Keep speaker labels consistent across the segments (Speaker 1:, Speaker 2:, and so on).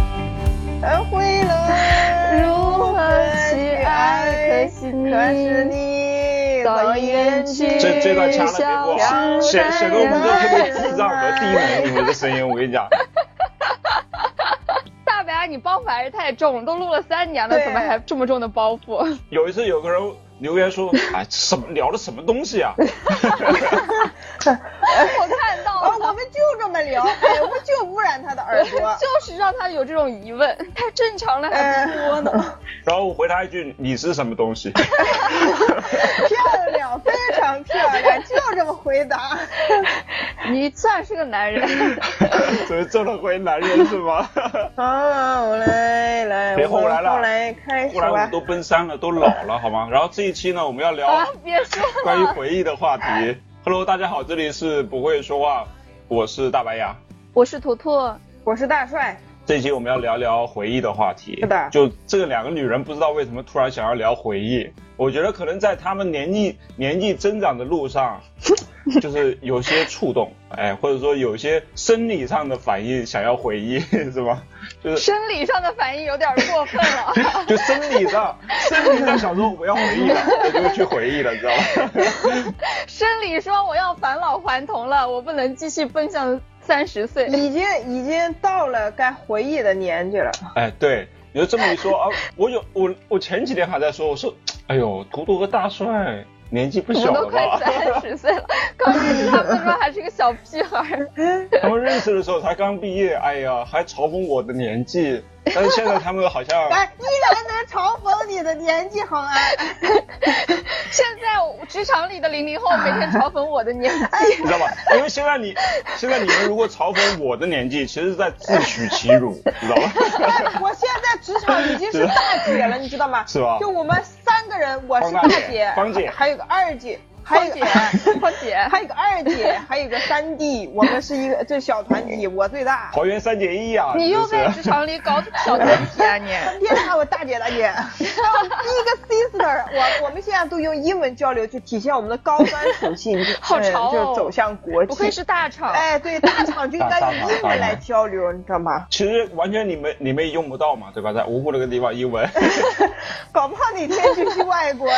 Speaker 1: 嗯
Speaker 2: 可是你
Speaker 1: 到
Speaker 2: 到
Speaker 1: 眼
Speaker 2: 眼
Speaker 1: 睛
Speaker 2: 睛
Speaker 3: 这这段掐了别播啊，
Speaker 2: 消失
Speaker 3: 显显得我们都特别智障的
Speaker 2: 在
Speaker 3: 低能，你们的声音，我跟你讲，
Speaker 1: 大白，你包袱还是太重了，都录了三年了，
Speaker 2: 对
Speaker 1: 怎么还这么重的包袱？
Speaker 3: 有一次有个人留言说，哎，什么聊的什么东西啊？
Speaker 1: 我看到
Speaker 2: 啊，
Speaker 1: 了
Speaker 2: 我。们就这么 聊，哎，我就污染他的耳朵。
Speaker 1: 就是让他有这种疑问，太正常了
Speaker 2: 呃
Speaker 1: 还不说呢。
Speaker 3: 然后我回他一句，你是什么东西？
Speaker 2: 漂亮，非常漂亮，就这么回答。
Speaker 1: 你算是个男人，
Speaker 3: 怎么这么回男人是吗？
Speaker 2: 好嘞，来，
Speaker 3: 别后来了
Speaker 2: 我们后来开始
Speaker 3: 后来我
Speaker 2: 吧
Speaker 3: 们。都奔三了，都老了好吗？然后这一期呢，我们要聊
Speaker 1: 啊，别说
Speaker 3: 关于
Speaker 1: 了。
Speaker 3: 回忆的话题。Hello，大家好，这里是不会说话，我是大白牙。
Speaker 1: 我是图图，
Speaker 2: 我是大帅，
Speaker 3: 这一期我们要聊聊回忆的话题。
Speaker 2: 是的
Speaker 3: 就这两个女人不知道为什么突然想要聊回忆，我觉得可能在她们年纪年纪增长的路上，就是有些触动，哎，或者说有些生理上的反应想要回忆，是吧？就是
Speaker 1: 生理上的反应有点过分了。
Speaker 3: 就生 理上，生理上想说我要回忆了，我就去回忆了，知道吗？
Speaker 1: 生理说我要返老还童了，我不能继续奔向三十岁。
Speaker 2: 已经已经到了该回忆的年纪了。
Speaker 3: 哎，对，你就这么一说啊，我有我我前几天还在说，我说，哎呦，图图和大帅年纪不
Speaker 1: 我
Speaker 3: 小
Speaker 1: 们都
Speaker 3: 了
Speaker 1: 快
Speaker 3: 吧？
Speaker 1: 三十岁了，刚认识他们的时候还是个小屁孩儿。
Speaker 3: 他们认识的时候才刚毕业，哎呀，还嘲讽我的年纪，但是现在他们好 像
Speaker 2: 哎，依然能嘲讽你的年纪好吗？
Speaker 1: 现在我职场里的零零后每天嘲讽我的年纪，
Speaker 3: 你知道吧？因为现在你现在你们如果嘲讽我的年纪，其实是在自取其 辱，知道吧？
Speaker 2: 哎， 我现在职场已经是大姐了，你知道吗？
Speaker 3: 是吧
Speaker 2: 就我们三个人，我是大姐，
Speaker 3: 方大姐
Speaker 2: 还有个二姐，还
Speaker 1: 胖
Speaker 2: 有
Speaker 1: 姐
Speaker 2: 个，哎
Speaker 1: 胖姐，
Speaker 2: 还有个二姐，还有个三 弟，我们是一个这小团体，我最大。
Speaker 3: 桃园三结义啊！
Speaker 1: 你又
Speaker 3: 真
Speaker 1: 在
Speaker 3: 是
Speaker 1: 职场里搞小团体啊你？
Speaker 2: 别打我大姐大姐，然后第一个 sister，我我们现在都用英文交流去体现我们的高端属 性，就呃
Speaker 1: 好潮哦
Speaker 2: 就是走向国际。
Speaker 1: 不愧是大厂，
Speaker 2: 哎，对，大厂就应该
Speaker 3: 大大
Speaker 2: 用
Speaker 3: 厂
Speaker 2: 英文来交流，你知道吗？
Speaker 3: 其实完全你们你们也用不到嘛，对吧？在芜湖那个地方，英 文
Speaker 2: 搞不好哪天就去外国。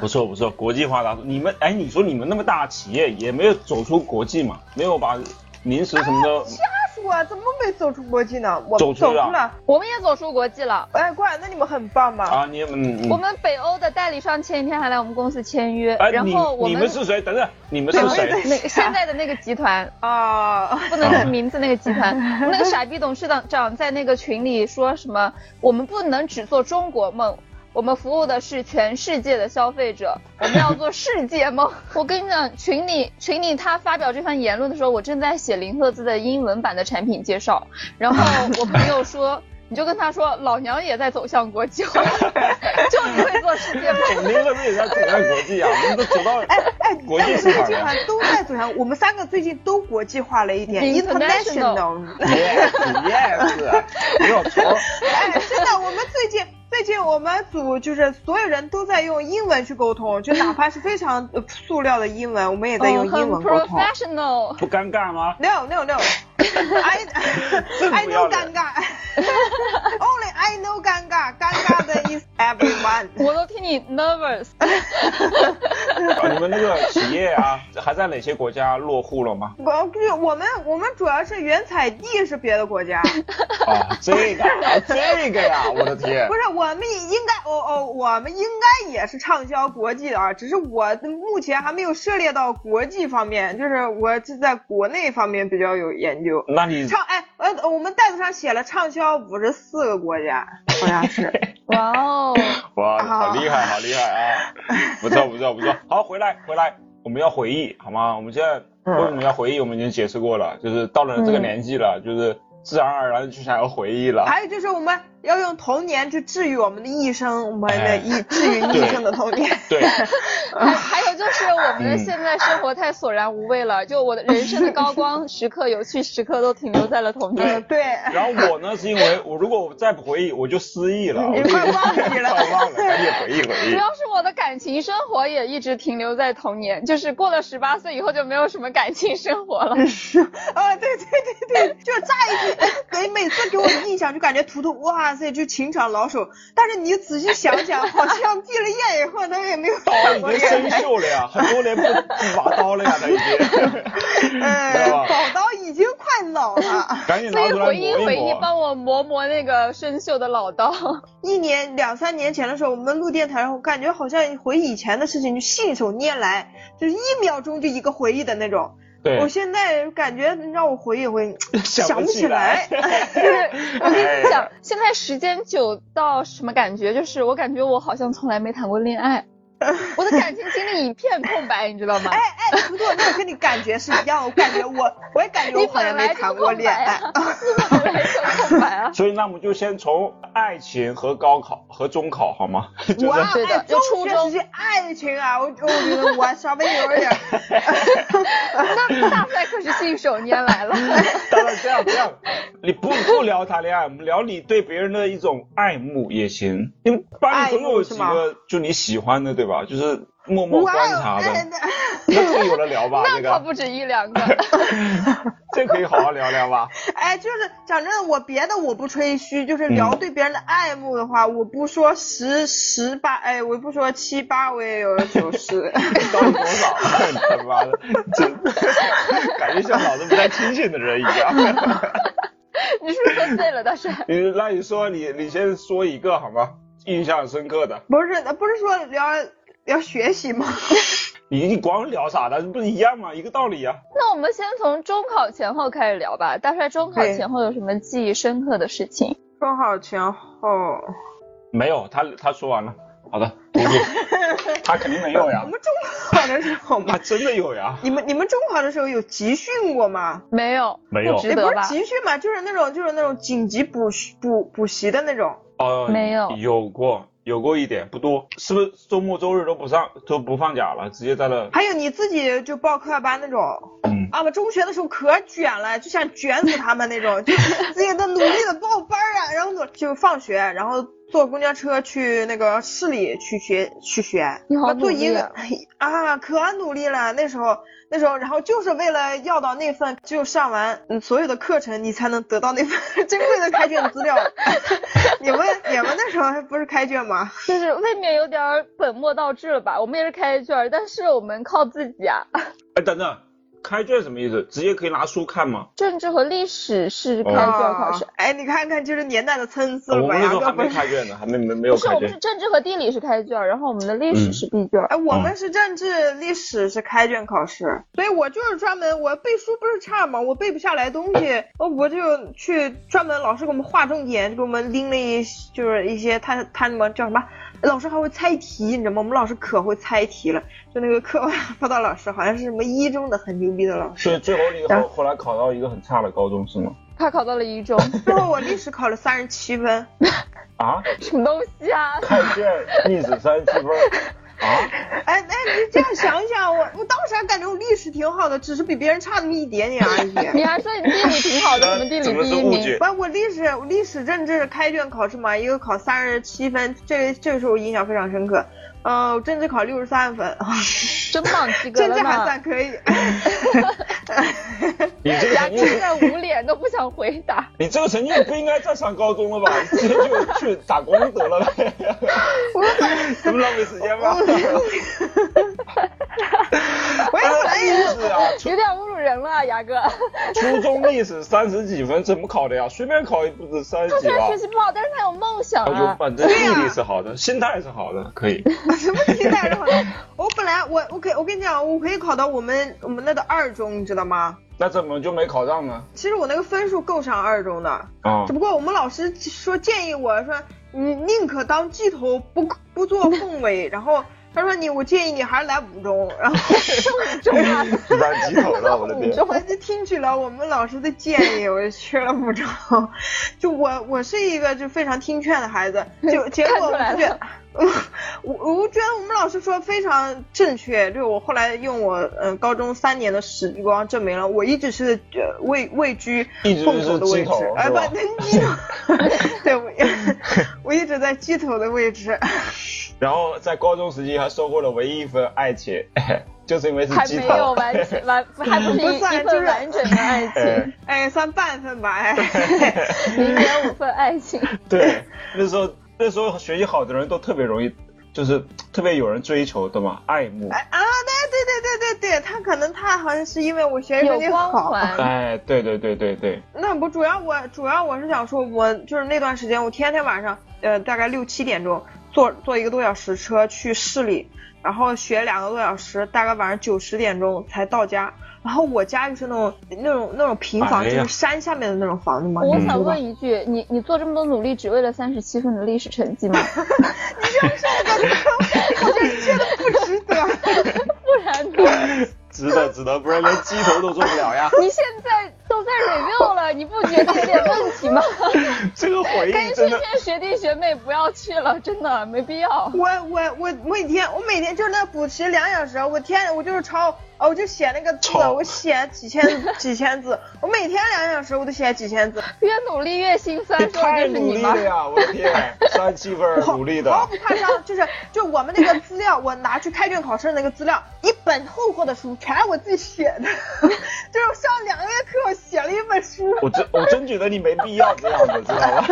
Speaker 3: 不错不错，国际化打造。你们哎，你说你们那么大企业也没有走出国际嘛，没有把零食什么的
Speaker 2: 瞎说，啊怎么没走出国际呢？我
Speaker 3: 走
Speaker 2: 们
Speaker 3: 出啊
Speaker 2: 走
Speaker 3: 了
Speaker 2: 出了。
Speaker 1: 我们也走出国际了。
Speaker 2: 哎，怪，那你们很棒嘛！
Speaker 3: 啊，你嗯
Speaker 1: 我
Speaker 3: 嗯。
Speaker 1: 们北欧的代理商前几天还来我们公司签约，
Speaker 3: 哎，
Speaker 1: 然
Speaker 3: 你
Speaker 1: 后我
Speaker 3: 你
Speaker 1: 们
Speaker 3: 们是谁？等等，你们是
Speaker 2: 对
Speaker 3: 谁
Speaker 2: 对？
Speaker 1: 那个现在的那个集团，
Speaker 2: 啊，
Speaker 1: 不能说名字那个集团， 那个傻逼董事长长在那个群里说什么？我们不能只做中国梦，我们服务的是全世界的消费者， 我们要做世界梦。 我跟你讲，群里群里他发表这番言论的时候，我正在写林赫兹的英文版的产品介绍，然后我朋友说。 你就跟他说，老娘也在走向国际化， 就你会做世 界
Speaker 3: 我
Speaker 1: 梦。
Speaker 3: 们这边也在走向国际啊，我们都走到
Speaker 2: 哎哎，
Speaker 3: 国
Speaker 2: 但
Speaker 3: 际
Speaker 2: 是
Speaker 3: 市
Speaker 2: 这个
Speaker 3: 场
Speaker 2: 集
Speaker 3: 了
Speaker 2: 团。都在走向，我们三个最近都国际化了一点
Speaker 1: International
Speaker 2: ，international。
Speaker 3: yes yes，没有错。
Speaker 2: 哎，真的，我们最近最近我们组就是所有人都在用英文去沟通，就哪怕是非常呃塑料的英文，我们也在用
Speaker 1: 嗯，很
Speaker 2: 英文沟通。
Speaker 1: professional。
Speaker 3: 不尴尬吗？
Speaker 2: No no no，I
Speaker 3: 这
Speaker 2: I
Speaker 3: 不要
Speaker 2: know
Speaker 3: 脸
Speaker 2: 尴尬，Only I know 尴尬，尴尬的 is everyone。
Speaker 1: 我都替你 nervous。
Speaker 3: 啊你们那个企业啊，还在哪些国家落户了吗？
Speaker 2: 我就是我们我们主要是原产地是别的国家，
Speaker 3: 啊，这个啊这个呀，我的天
Speaker 2: 不！是我们也应该哦哦，我们应该也是畅销国际的啊，只是我目前还没有涉猎到国际方面，就是我是在国内方面比较有研究。
Speaker 3: 那你
Speaker 2: 畅哎呃，我们袋子上写了畅销五十四个国家，好像是。
Speaker 1: 哇哦，
Speaker 3: 哇，
Speaker 2: 啊
Speaker 3: 好厉害，好厉害 啊！不错，不错，不错。好，回来，回来，我们要回忆，好吗？我们现在为什么要回忆？我们已经解释过了，就是到了这个年纪了，就是自然而然就想要回忆了。
Speaker 2: 嗯还有就是我们要用童年去治愈我们的一生，我们的一治愈一
Speaker 3: 对
Speaker 2: 生的童年。
Speaker 3: 对，
Speaker 1: 还还有就是我们
Speaker 3: 嗯
Speaker 1: 的现在生活太索然无味了，就我的人生的高 光时刻、有趣时刻都停留在了童
Speaker 2: 嗯
Speaker 1: 年。，
Speaker 2: 对。
Speaker 3: 然后我呢，是因为我如果我再不回忆，我就失忆了，
Speaker 2: 你
Speaker 3: 我就
Speaker 2: 快忘记了
Speaker 3: 快忘了，赶紧回忆回
Speaker 1: 主
Speaker 3: 忆。
Speaker 1: 要是我的感情生活也一直停留在童年，就是过了十八岁以后就没有什么感情生活了。
Speaker 2: 啊，对对对对，就乍一听，哎没没每次给我的印象就感觉图图，哇塞，就情场老手。但是你仔细想想，好像毕了业以后，他也没有
Speaker 3: 刀
Speaker 2: 打
Speaker 3: 已
Speaker 2: 过
Speaker 3: 经生
Speaker 2: 恋爱。
Speaker 3: 锈了呀，很多年不不拔刀了呀，他已经。
Speaker 2: 呃，
Speaker 3: 知道吧
Speaker 2: 宝刀已经快老了，
Speaker 3: 赶紧
Speaker 1: 所
Speaker 3: 拿
Speaker 1: 以
Speaker 3: 出来
Speaker 1: 回忆
Speaker 3: 磨
Speaker 1: 回
Speaker 3: 一
Speaker 1: 忆，
Speaker 3: 磨。
Speaker 1: 帮我磨磨那个生锈的老 刀。
Speaker 2: 一年两三年前的时候，我们录电台，我感觉好像回忆以前的事情就信手拈来，就是一秒钟就一个回忆的那种。
Speaker 3: 对
Speaker 2: 我，现在感觉让我回忆回忆，
Speaker 3: 想
Speaker 2: 想
Speaker 3: 不
Speaker 2: 不
Speaker 3: 起
Speaker 2: 起
Speaker 3: 来
Speaker 2: 来。
Speaker 1: 就是我跟你
Speaker 3: 哎
Speaker 1: 讲，现在时间久到什么感觉？就是我感觉我好像从来没谈过恋爱，我的感情经历一片空白，你知道吗？
Speaker 2: 哎哎，图图，那我跟你感觉是一样，我感觉我我也感觉
Speaker 1: 你
Speaker 2: 我好像
Speaker 1: 本
Speaker 2: 没
Speaker 1: 来就
Speaker 2: 谈
Speaker 1: 空
Speaker 2: 过恋
Speaker 1: 白
Speaker 2: 爱。
Speaker 1: 啊，你本来就空白啊。
Speaker 3: 所以那我们就先从爱情和高考和中考好吗？就
Speaker 2: 哇，
Speaker 3: 是
Speaker 1: 对的
Speaker 2: 哎，
Speaker 1: 就
Speaker 2: 中
Speaker 1: 初
Speaker 2: 学
Speaker 1: 中
Speaker 2: 时期爱情啊，我我觉得我稍微有 一点儿，
Speaker 1: 那大帅可是信手拈来了。
Speaker 3: 当然这样这样， 你不不聊谈恋爱，我们聊你对别人的一种爱慕也行。因为班里总有几
Speaker 2: 爱慕
Speaker 3: 个就你喜欢的对吧？就是默默
Speaker 2: 哇
Speaker 3: 观
Speaker 2: 哦，
Speaker 3: 察的，
Speaker 2: 哎那
Speaker 3: 那这个有的聊吧？
Speaker 1: 那
Speaker 3: 这
Speaker 1: 可
Speaker 3: 个
Speaker 1: 不止一两个，
Speaker 3: 这可以好好聊聊吧？
Speaker 2: 哎，就是讲真的，我别的我不吹嘘，就是聊
Speaker 3: 嗯
Speaker 2: 对别人的爱慕的话，我不说十十八，哎，我不说七八，我也有九 十。
Speaker 3: 到底多少？你他妈的，这 感觉像脑子不太清醒的人一 样。
Speaker 1: 你是不是喝醉了，大帅？
Speaker 3: 你那你说你你先说一个好吗？印象深刻的，
Speaker 2: 不是，不是说聊聊学习吗？
Speaker 3: 你你光聊啥的，不是一样吗？一个道理啊呀、
Speaker 1: 那我们先从中考前后开始聊吧。大帅，中考前后有什么记忆深刻的事情？
Speaker 2: 中考前后，
Speaker 3: 没有，他他说完了。好的，读读。 他肯定没有呀
Speaker 2: 我，们中考的时候嘛
Speaker 3: 他，真的有呀。
Speaker 2: 你们你们中考的时候有集训过吗？
Speaker 1: 没有，
Speaker 3: 没有
Speaker 1: 不值
Speaker 2: 也不
Speaker 1: 得
Speaker 2: 是
Speaker 1: 吧？
Speaker 2: 集训嘛，就是那种就是那种紧急补习补补习的那种。
Speaker 3: 哦、
Speaker 1: 没有
Speaker 3: 有过，有过一点，不多。是不是周末周日都不上，都不放假了，直接在那？
Speaker 2: 还有你自己就报课外班那种，
Speaker 3: 嗯，
Speaker 2: 啊，我中学的时候可卷了，就想卷死他们那种，就自己的努力的报班啊，然后呢就放学，然后坐公交车去那个市里去学去学，
Speaker 1: 你好
Speaker 2: 我
Speaker 1: 努
Speaker 2: 做一
Speaker 1: 力
Speaker 2: 个
Speaker 1: 啊！
Speaker 2: 啊，可努力了那时候。那时候，然后就是为了要到那份，只有上完嗯所有的课程，你才能得到那份珍贵的开卷资料。 你们你们那时候还不是开卷吗？
Speaker 1: 就是未免有点儿本末倒置了吧？我们也是开卷，但是我们靠自己啊。
Speaker 3: 哎，等等，开卷什么意思？直接可以拿书看吗？
Speaker 1: 政治和历史是开卷考试，
Speaker 2: 啊哎，你看看，就是年代的参差了
Speaker 3: 我
Speaker 2: 吧？
Speaker 3: 们哦那
Speaker 2: 牙
Speaker 3: 时候还
Speaker 2: 哥不
Speaker 3: 没
Speaker 2: 是。
Speaker 3: 开卷呢，还没没没有
Speaker 1: 不是
Speaker 3: 开
Speaker 1: 我们
Speaker 3: 卷嗯
Speaker 1: 是。政治和地理是开卷，然后我们的历史是闭卷。
Speaker 2: 哎，我们是政治、历史是开卷考试，所以我就是专门我背书不是差嘛，我背不下来东西，我我就去专门老师给我们划重点，就给我们拎了一就是一些他他们叫什么，老师还会猜题，你知道吗？我们老师可会猜题了，就那个课外辅导老师好像是什么一中的很牛逼的老师，
Speaker 3: 所以最后你
Speaker 2: 然
Speaker 3: 后后来考到一个很差的高中是吗？
Speaker 1: 他考到了一 中，
Speaker 2: 最后我历史考了三十七分，
Speaker 3: 啊，
Speaker 1: 什么东西啊？
Speaker 3: 开卷历史三十七分啊，
Speaker 2: 哎哎，你这样想想，我我当时还感觉我历史挺好的，只是比别人差那么一点点而已。
Speaker 1: 你还说你地理挺好的，怎么地
Speaker 3: 怎
Speaker 1: 理
Speaker 3: 么
Speaker 1: 第
Speaker 3: 是
Speaker 1: 一
Speaker 3: 误
Speaker 1: 名？
Speaker 3: 解？
Speaker 2: 不，我历史历史政治开卷考试嘛，一个考三十七分，这这个时候我印象非常深刻。嗯、呃，政治考六十三分，
Speaker 1: 真 棒，及格
Speaker 2: 政
Speaker 1: 了
Speaker 2: 治还
Speaker 1: 呢。
Speaker 2: 算可以。
Speaker 3: 你这个
Speaker 1: 雅
Speaker 3: 成
Speaker 1: 芝
Speaker 3: 绩，
Speaker 1: 现在捂脸都不想回答。
Speaker 3: 你这个成绩不应该再上高中了吧？ 你直接就去打工得了呗， 这不浪费时间吗？
Speaker 2: 我也
Speaker 3: 哎历史啊，初
Speaker 1: 有点侮辱人了，啊牙哥。
Speaker 3: 初中历史三十几分怎么考的呀？随便考也不止三十
Speaker 1: 他
Speaker 3: 几
Speaker 1: 虽然
Speaker 3: 吧
Speaker 2: 啊
Speaker 1: 学？习不好，但是他有梦想
Speaker 3: 啊，有
Speaker 1: 啊。
Speaker 3: 反正毅力是好的，心态是好的，可以。
Speaker 2: 什么期待着我？我本来我我可以我跟你讲，我可以考到我们我们那的二中，你知道吗？
Speaker 3: 那怎么就没考上呢？
Speaker 2: 其实我那个分数够上二中的，
Speaker 3: 啊
Speaker 2: 只，不过我们老师说建议我说，你宁可当鸡头不不做凤尾，然后他说你我建议你还是来五中，然后
Speaker 1: 中啊，
Speaker 3: 一般鸡头了，我的天！
Speaker 2: 我就听取了我们老师的建议，我就去了五中。就我我是一个就非常听劝的孩子，就结
Speaker 1: 看
Speaker 2: 果
Speaker 1: 出
Speaker 2: 我
Speaker 1: 来
Speaker 2: 觉
Speaker 1: 了
Speaker 2: 得，我我觉得我们老师说非常正确，就我后来用我嗯、呃高中三年的时光证明了，我一直是呃位位居
Speaker 3: 一直
Speaker 2: 凤
Speaker 3: 是
Speaker 2: 头的位
Speaker 3: 鸡头
Speaker 2: 置，哎
Speaker 3: 是
Speaker 2: 不
Speaker 3: 吧，
Speaker 2: 鸡 头，对，我我一直在鸡头的位置。
Speaker 3: 然后在高中时期还收获了唯一一份爱情， 就是因为是
Speaker 1: 还
Speaker 3: 鸡
Speaker 1: 没
Speaker 3: 头。
Speaker 1: 有完全完，还不是
Speaker 2: 不
Speaker 1: 一
Speaker 2: 算
Speaker 1: 一
Speaker 2: 就是
Speaker 1: 份完整的爱情，
Speaker 3: 哎
Speaker 2: 哎，算半分吧， 哎，
Speaker 1: 零点五份爱情。
Speaker 3: 对，那时候那时候学习好的人都特别容易，就是特别有人追求，懂吗？爱慕。
Speaker 2: 哎啊，对对对对对对，他可能他好像是因为我学习成绩
Speaker 1: 有光
Speaker 2: 好，
Speaker 1: 环
Speaker 3: 哎，对对对对 对，
Speaker 2: 那不主要我主要我是想说，我就是那段时间，我天天晚上呃大概六七点钟坐坐一个多小时车去市里，然后学两个多小时，大概晚上九十点钟才到家。然后我家又是那种那种那种平房，
Speaker 3: 哎呀
Speaker 2: 就是山下面的那种房子嘛。
Speaker 1: 我
Speaker 2: 你知道
Speaker 1: 想
Speaker 2: 嗯吧
Speaker 1: 问一句，你你做这么多努力，只为了三十七分的历史成绩吗？
Speaker 2: 我觉得你真的不值得。
Speaker 1: 不然呢？
Speaker 3: 值得值得，不然连鸡头都做不了 呀。
Speaker 1: 你现在都在 review 了，你不觉得有点问题吗？
Speaker 3: 这个回
Speaker 1: 跟
Speaker 3: 忆
Speaker 1: 这
Speaker 3: 真的，
Speaker 1: 些学弟学妹不要去了，真的没必要。
Speaker 2: 我我我我每天我每天就是那补习两小时，啊我天我就是抄，哦我就写那个字，
Speaker 3: 抄
Speaker 2: 我写几 千几千字，我每天两小时我都写几千字，
Speaker 1: 越努力越心酸
Speaker 3: 你，
Speaker 1: 说的
Speaker 3: 太
Speaker 1: 就是
Speaker 3: 努
Speaker 1: 你
Speaker 3: 力
Speaker 1: 吗
Speaker 3: 了？呀！我的天， 三七分儿努力的，
Speaker 2: 毫不夸张，就是就我们那个资料，我拿去开卷考试的那个资料，一本厚厚的书，全是我自己写 的，就是我上两个月课，我写了一本书。
Speaker 3: 我真我真觉得你没必要这样子，知道吧？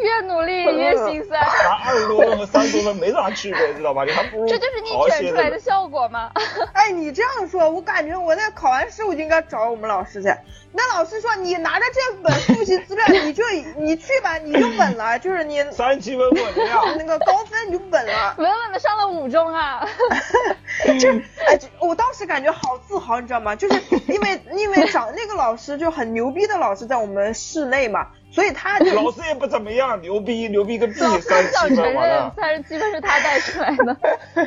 Speaker 1: 越努力越心酸，
Speaker 3: 拿二十多分和三十多分没啥区别，知道吧？你还不如
Speaker 1: 这就是你
Speaker 3: 好好
Speaker 1: 卷
Speaker 3: 写
Speaker 1: 出来
Speaker 3: 点
Speaker 1: 的效果吗？
Speaker 2: 哎，你这样说，我感觉我那考完试我就应该找我们老师去。那老师说你拿着这本复习资料，你就你去吧，你就稳了，就是你
Speaker 3: 三七分稳 定啊。
Speaker 2: 那个高分你就稳了。
Speaker 1: 稳稳的上了五中啊！
Speaker 2: 哎，这我当时感觉好自豪，你知道吗？就是因为因为找那个老师就很牛逼的老师在我们室内嘛，所以他就
Speaker 3: 老师也不怎么样，牛逼牛逼个屁，
Speaker 1: 老师
Speaker 3: 三
Speaker 1: 想
Speaker 3: 七
Speaker 1: 承
Speaker 3: 分完
Speaker 1: 认
Speaker 3: 了，
Speaker 1: 三十七分是他带出来的，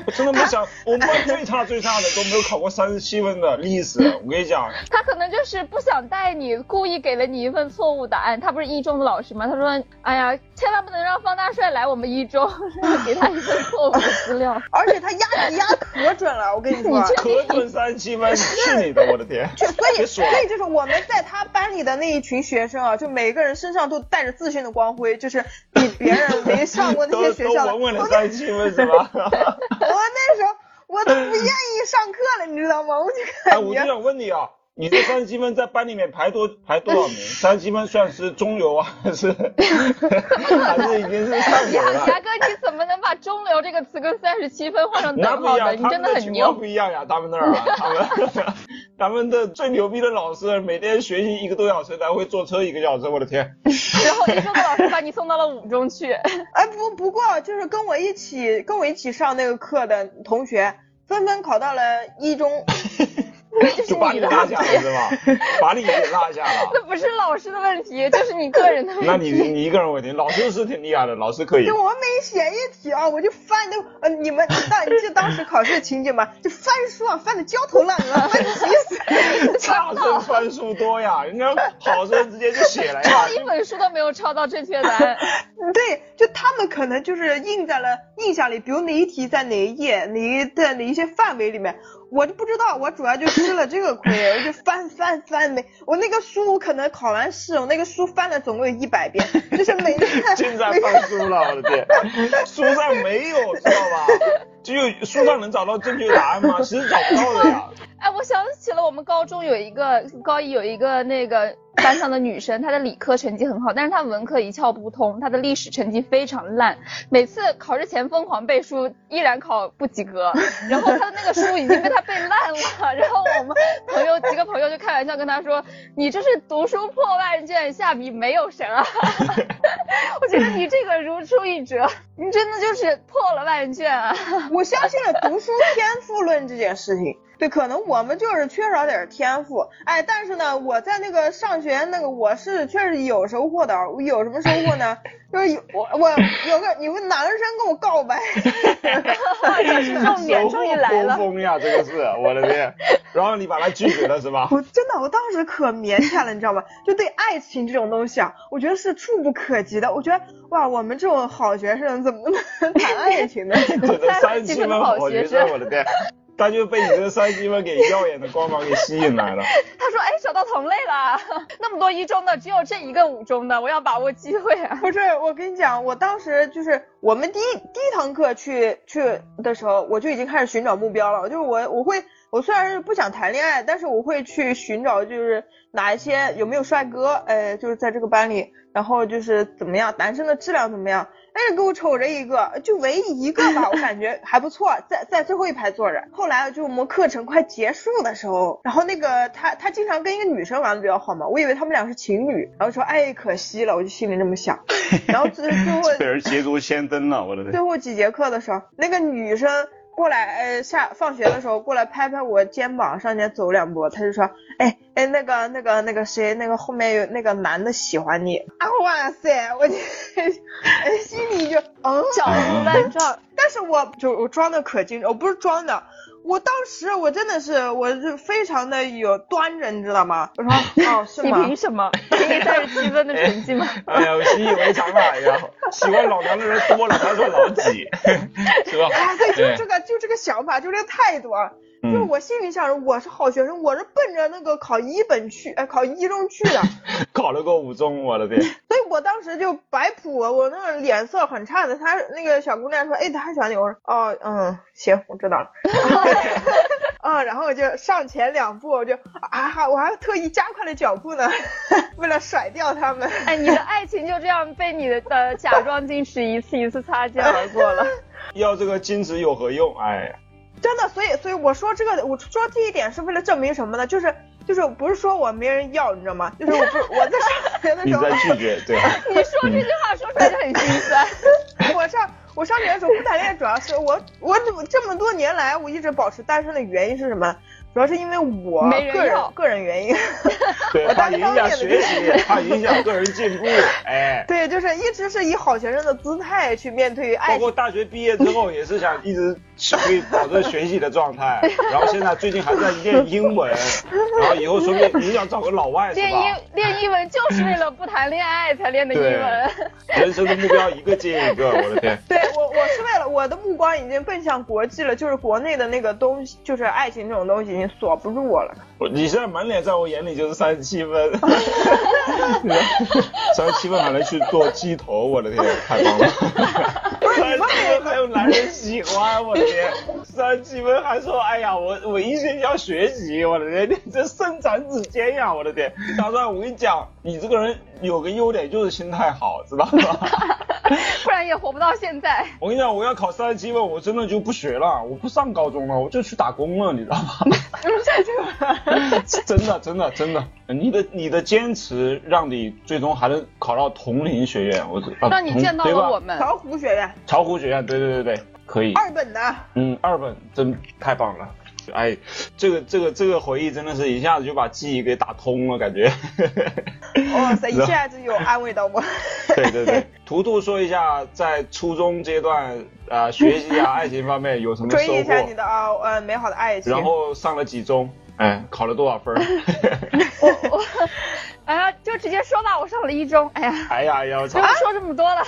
Speaker 3: 我真的没想， 我们班最差最差的都没有考过三十七分的历史，我跟你讲，
Speaker 1: 他可能就是不想带你，故意给了你一份错误答案。他不是一中的老师吗？他说：“哎呀，千万不能让方大帅来我们一中， 然后给他一份错误的资 料。
Speaker 2: 而且他压你压可准了，我跟你说。
Speaker 3: 可准三七分，去你的，我的天
Speaker 2: 就！所以，
Speaker 3: 别说
Speaker 2: 所
Speaker 3: 了，
Speaker 2: 以就是我们在他班里的那一群学生啊，就每个人身上都带着自信的光辉，就是 比别人没上过那
Speaker 3: 都
Speaker 2: 些学
Speaker 3: 都
Speaker 2: 校的。
Speaker 3: 稳稳的三七分是吧？
Speaker 2: 我那时候我都不愿意上课了，你知道吗？我就
Speaker 3: 哎，
Speaker 2: 感
Speaker 3: 我就
Speaker 2: 觉
Speaker 3: 想问你啊，你这三十七分在班里面排多排多少名？三十七分算是中流啊，还是 还是已经是上游
Speaker 1: 牙
Speaker 3: 了？
Speaker 1: 牙哥，你怎么能把“中流”这个词跟三十七分画 上
Speaker 3: 那
Speaker 1: 等
Speaker 3: 不
Speaker 1: 号
Speaker 3: 一
Speaker 1: 呢？
Speaker 3: 样，
Speaker 1: 你
Speaker 3: 他
Speaker 1: 真
Speaker 3: 们
Speaker 1: 的
Speaker 3: 的
Speaker 1: 很
Speaker 3: 情
Speaker 1: 牛
Speaker 3: 况。不一样呀，他们 那儿啊，他们 他们的最牛逼的老师，每天学习一个多小时，来回坐车一个小时，我 的天！
Speaker 1: 然后一中的老师把你送到了五中去，
Speaker 2: 哎不不过就是跟我一起跟我一起上那个课的同学，纷纷考到了一中。
Speaker 3: 就把你拉下了是吧？把你给拉下 了。
Speaker 1: 那不是老师的问题，这是你个人的问题。
Speaker 3: 那你你一个人我听，老师是挺厉害的，老师可以
Speaker 2: 就。我每写一题啊，我就翻那呃，你们当你记当时考试的情景吗？就翻书啊，翻的焦头烂额，翻的急死。
Speaker 3: 差生分数多呀，人家好生直接就写了 呀
Speaker 1: 抄。一本书都没有抄到正确答案，
Speaker 2: 对，就他们可能就是印在了印象里，比如哪一题在哪一页，哪一在哪一些范围里面，我就不知道，我主要就吃了这个亏，我就翻翻翻没，我那个书我可能考完试，我那个书翻了总共有一百遍，就是每次
Speaker 3: 竟然翻书了，我的 天！书上没有，知道吧？只有书上能找到正确答案吗？其实找不到的呀。
Speaker 1: 哎，我想起了我们高中有一个高一有一个那个 班上的女生，她的理科成绩很好，但是她文科一窍不通，她的历史成绩非常烂，每次考试前疯狂背书，依然考不及格。然后她的那个书已经被她背烂了， 然后我们朋友几个朋友就开玩笑跟她说：“你这是读书破万卷，下笔没有神啊！” 我觉得你这个如出一辙，你真的就是破了万卷啊！
Speaker 2: 我相信了读书天赋论这件事情。对，可能我们就是缺少点天赋，哎，但是呢，我在那个上学那个我是确实有收获的。我有什么收获呢？就是有我我有个有个男生跟我告白，
Speaker 1: 这是重点，终于来了
Speaker 3: 收获。颇丰呀，这个是我的天！然后你把他拒绝了 是吧？
Speaker 2: 我真的我当时可腼腆了，你知道吗？就对爱情这种东西啊，我觉得是触不可及的。我觉得哇，我们这种好学生怎么能 谈爱情呢？
Speaker 3: 这个
Speaker 1: 三
Speaker 3: 三
Speaker 1: 十
Speaker 3: 七
Speaker 1: 七
Speaker 3: 分
Speaker 1: 分好
Speaker 3: 好
Speaker 1: 学
Speaker 3: 学
Speaker 1: 生
Speaker 3: 生，我的天！他就被你这三七分给耀眼的光芒给吸引来了。
Speaker 1: 他说：“哎，找到同类了， 那么多一中的，只有这一个五中的，我要把握机会啊！
Speaker 2: 不是，我跟你讲，我当时就是我们第一第一堂课去去的时候，我就已经开始寻找目标了。就是我我会我虽然是不想谈恋爱，但是我会去寻找，就是哪一些有没有帅哥，呃，就是在这个班里，然后就是怎么样，男生的质量怎么样。但是给我瞅着一个，就唯一一个吧，我感觉还不错，在在最后一排坐着。后来就我们课程快结束的时候，然后那个他他经常跟一个女生玩的比较好嘛，我以为他们俩是情侣，然后说哎可惜了，我就心里这么想。然后最最后
Speaker 3: 被人捷足先登了，我的
Speaker 2: 最
Speaker 3: 天！
Speaker 2: 后几节课的时候，那个女生过来，呃，下放学的时候过来拍拍我肩膀，上前走两步，她就说，哎哎，那个那个那个谁，那个后面有那个男的喜欢你 啊！哇塞，我就哎心里就嗯，
Speaker 1: 小鹿乱 撞，
Speaker 2: 但是我就我装的可精，我不是装的。我当时我真的是，我是非常的有端着，你知道吗？我说哦，是
Speaker 1: 你
Speaker 2: 吗？
Speaker 1: 凭什么？凭你三十七分的成绩吗？
Speaker 3: 哎呀，我习以为常了。哎呀，喜欢老娘的人多了，他说老几，是吧？
Speaker 2: 啊，对，就
Speaker 3: 对
Speaker 2: 这个，就这个想法，就这个态度啊，
Speaker 3: 嗯
Speaker 2: 就是我心里想着我是好学生，我是奔着那个考一本去，哎，考一中去 的，
Speaker 3: 考了个五中，我的天！
Speaker 2: 所以我当时就摆谱，啊我那个脸色很差的。她那个小姑娘说，哎，她还喜欢你，我说，哦，嗯，行，我知道 了。嗯，然后我就上前两步，我就啊，我还特意加快了脚步呢， 为了甩掉他们。
Speaker 1: 哎，你的爱情就这样被你的呃假装矜持一 次一次擦肩而过 了。
Speaker 3: 要这个矜持有何用？哎，
Speaker 2: 真的，所以所以我说这个，我说这一点是为了证明什么呢？就是就是不是说我没人要，你知道吗？就是我不是我在上学的
Speaker 3: 你
Speaker 2: 时候
Speaker 3: 在，拒绝， 对，
Speaker 1: 你说这句话说出来就很心酸。
Speaker 2: 我上我上学的时候不谈恋爱，主要是我我怎么这么多年来我一直保持单身的原因是什么？主要是因为我
Speaker 1: 没人
Speaker 2: 个人
Speaker 1: 要
Speaker 2: 个人原 因，
Speaker 3: 对，
Speaker 2: 我
Speaker 3: 怕
Speaker 2: 当时
Speaker 3: 影
Speaker 2: 当
Speaker 3: 响
Speaker 2: 面的
Speaker 3: 学习，怕影响个人进步，哎。
Speaker 2: 对，就是一直是以好学生的姿态去面对爱
Speaker 3: 包
Speaker 2: 情
Speaker 3: 括。大学毕业之后，也是想一直可以保证学习的状态，然后现在最近还在练英文，然后以后说不定你想找个老外是
Speaker 1: 练
Speaker 3: 吧？
Speaker 1: 英练英文就是为了不谈恋爱才练的英
Speaker 3: 对
Speaker 1: 文。
Speaker 3: 人生的目标一个接一个，我的天！
Speaker 2: 对我，我是为了我的目光已经奔向国际了，就是国内的那个东西，就是爱情这种东西已经锁不住我了。
Speaker 3: 我你现在满脸在我眼里就是三十七分，三十七分还能去做鸡头，我的天，太棒了！三十七分还有男人喜欢，我的天！三十七分还说，哎呀，我我一心要学习，我的天，你这伸展指尖呀，我的天！大帅，我跟你讲，你这个人有个优点就是心态好，知道吗？
Speaker 1: 不然也活不到现 在。
Speaker 3: 我跟你讲，我要考三十七分，我真的就不学了，我不上高中了，我就去打工了，你知道吗？ 真的，真的，真的，你的你的坚持，让你最终还能考到同龄学院，我啊
Speaker 1: 让你
Speaker 3: 同
Speaker 1: 见到
Speaker 3: 对吧
Speaker 1: 了我们，
Speaker 2: 巢湖学院
Speaker 3: 巢湖学院，对对对对，可以，
Speaker 2: 二 本的。
Speaker 3: 嗯，二本真太棒了，哎，这个这个这个回忆真的是一下子就把记忆给打通了，感觉。
Speaker 2: 哇塞，一下子有安慰到我。
Speaker 3: 对 对对，图图说一下在初中阶段 啊、呃学习啊爱情方面有什么
Speaker 2: 追
Speaker 3: 收
Speaker 2: 忆一下
Speaker 3: 获
Speaker 2: 你，的啊，呃，美好的爱情。
Speaker 3: 然后上了几中，哎，考了多少 分儿？
Speaker 1: 我我， 哎呀，就直接说吧，我上了一中，哎呀，
Speaker 3: 哎呀哎呀，我
Speaker 1: 不
Speaker 3: 操
Speaker 1: 用！说这么多了。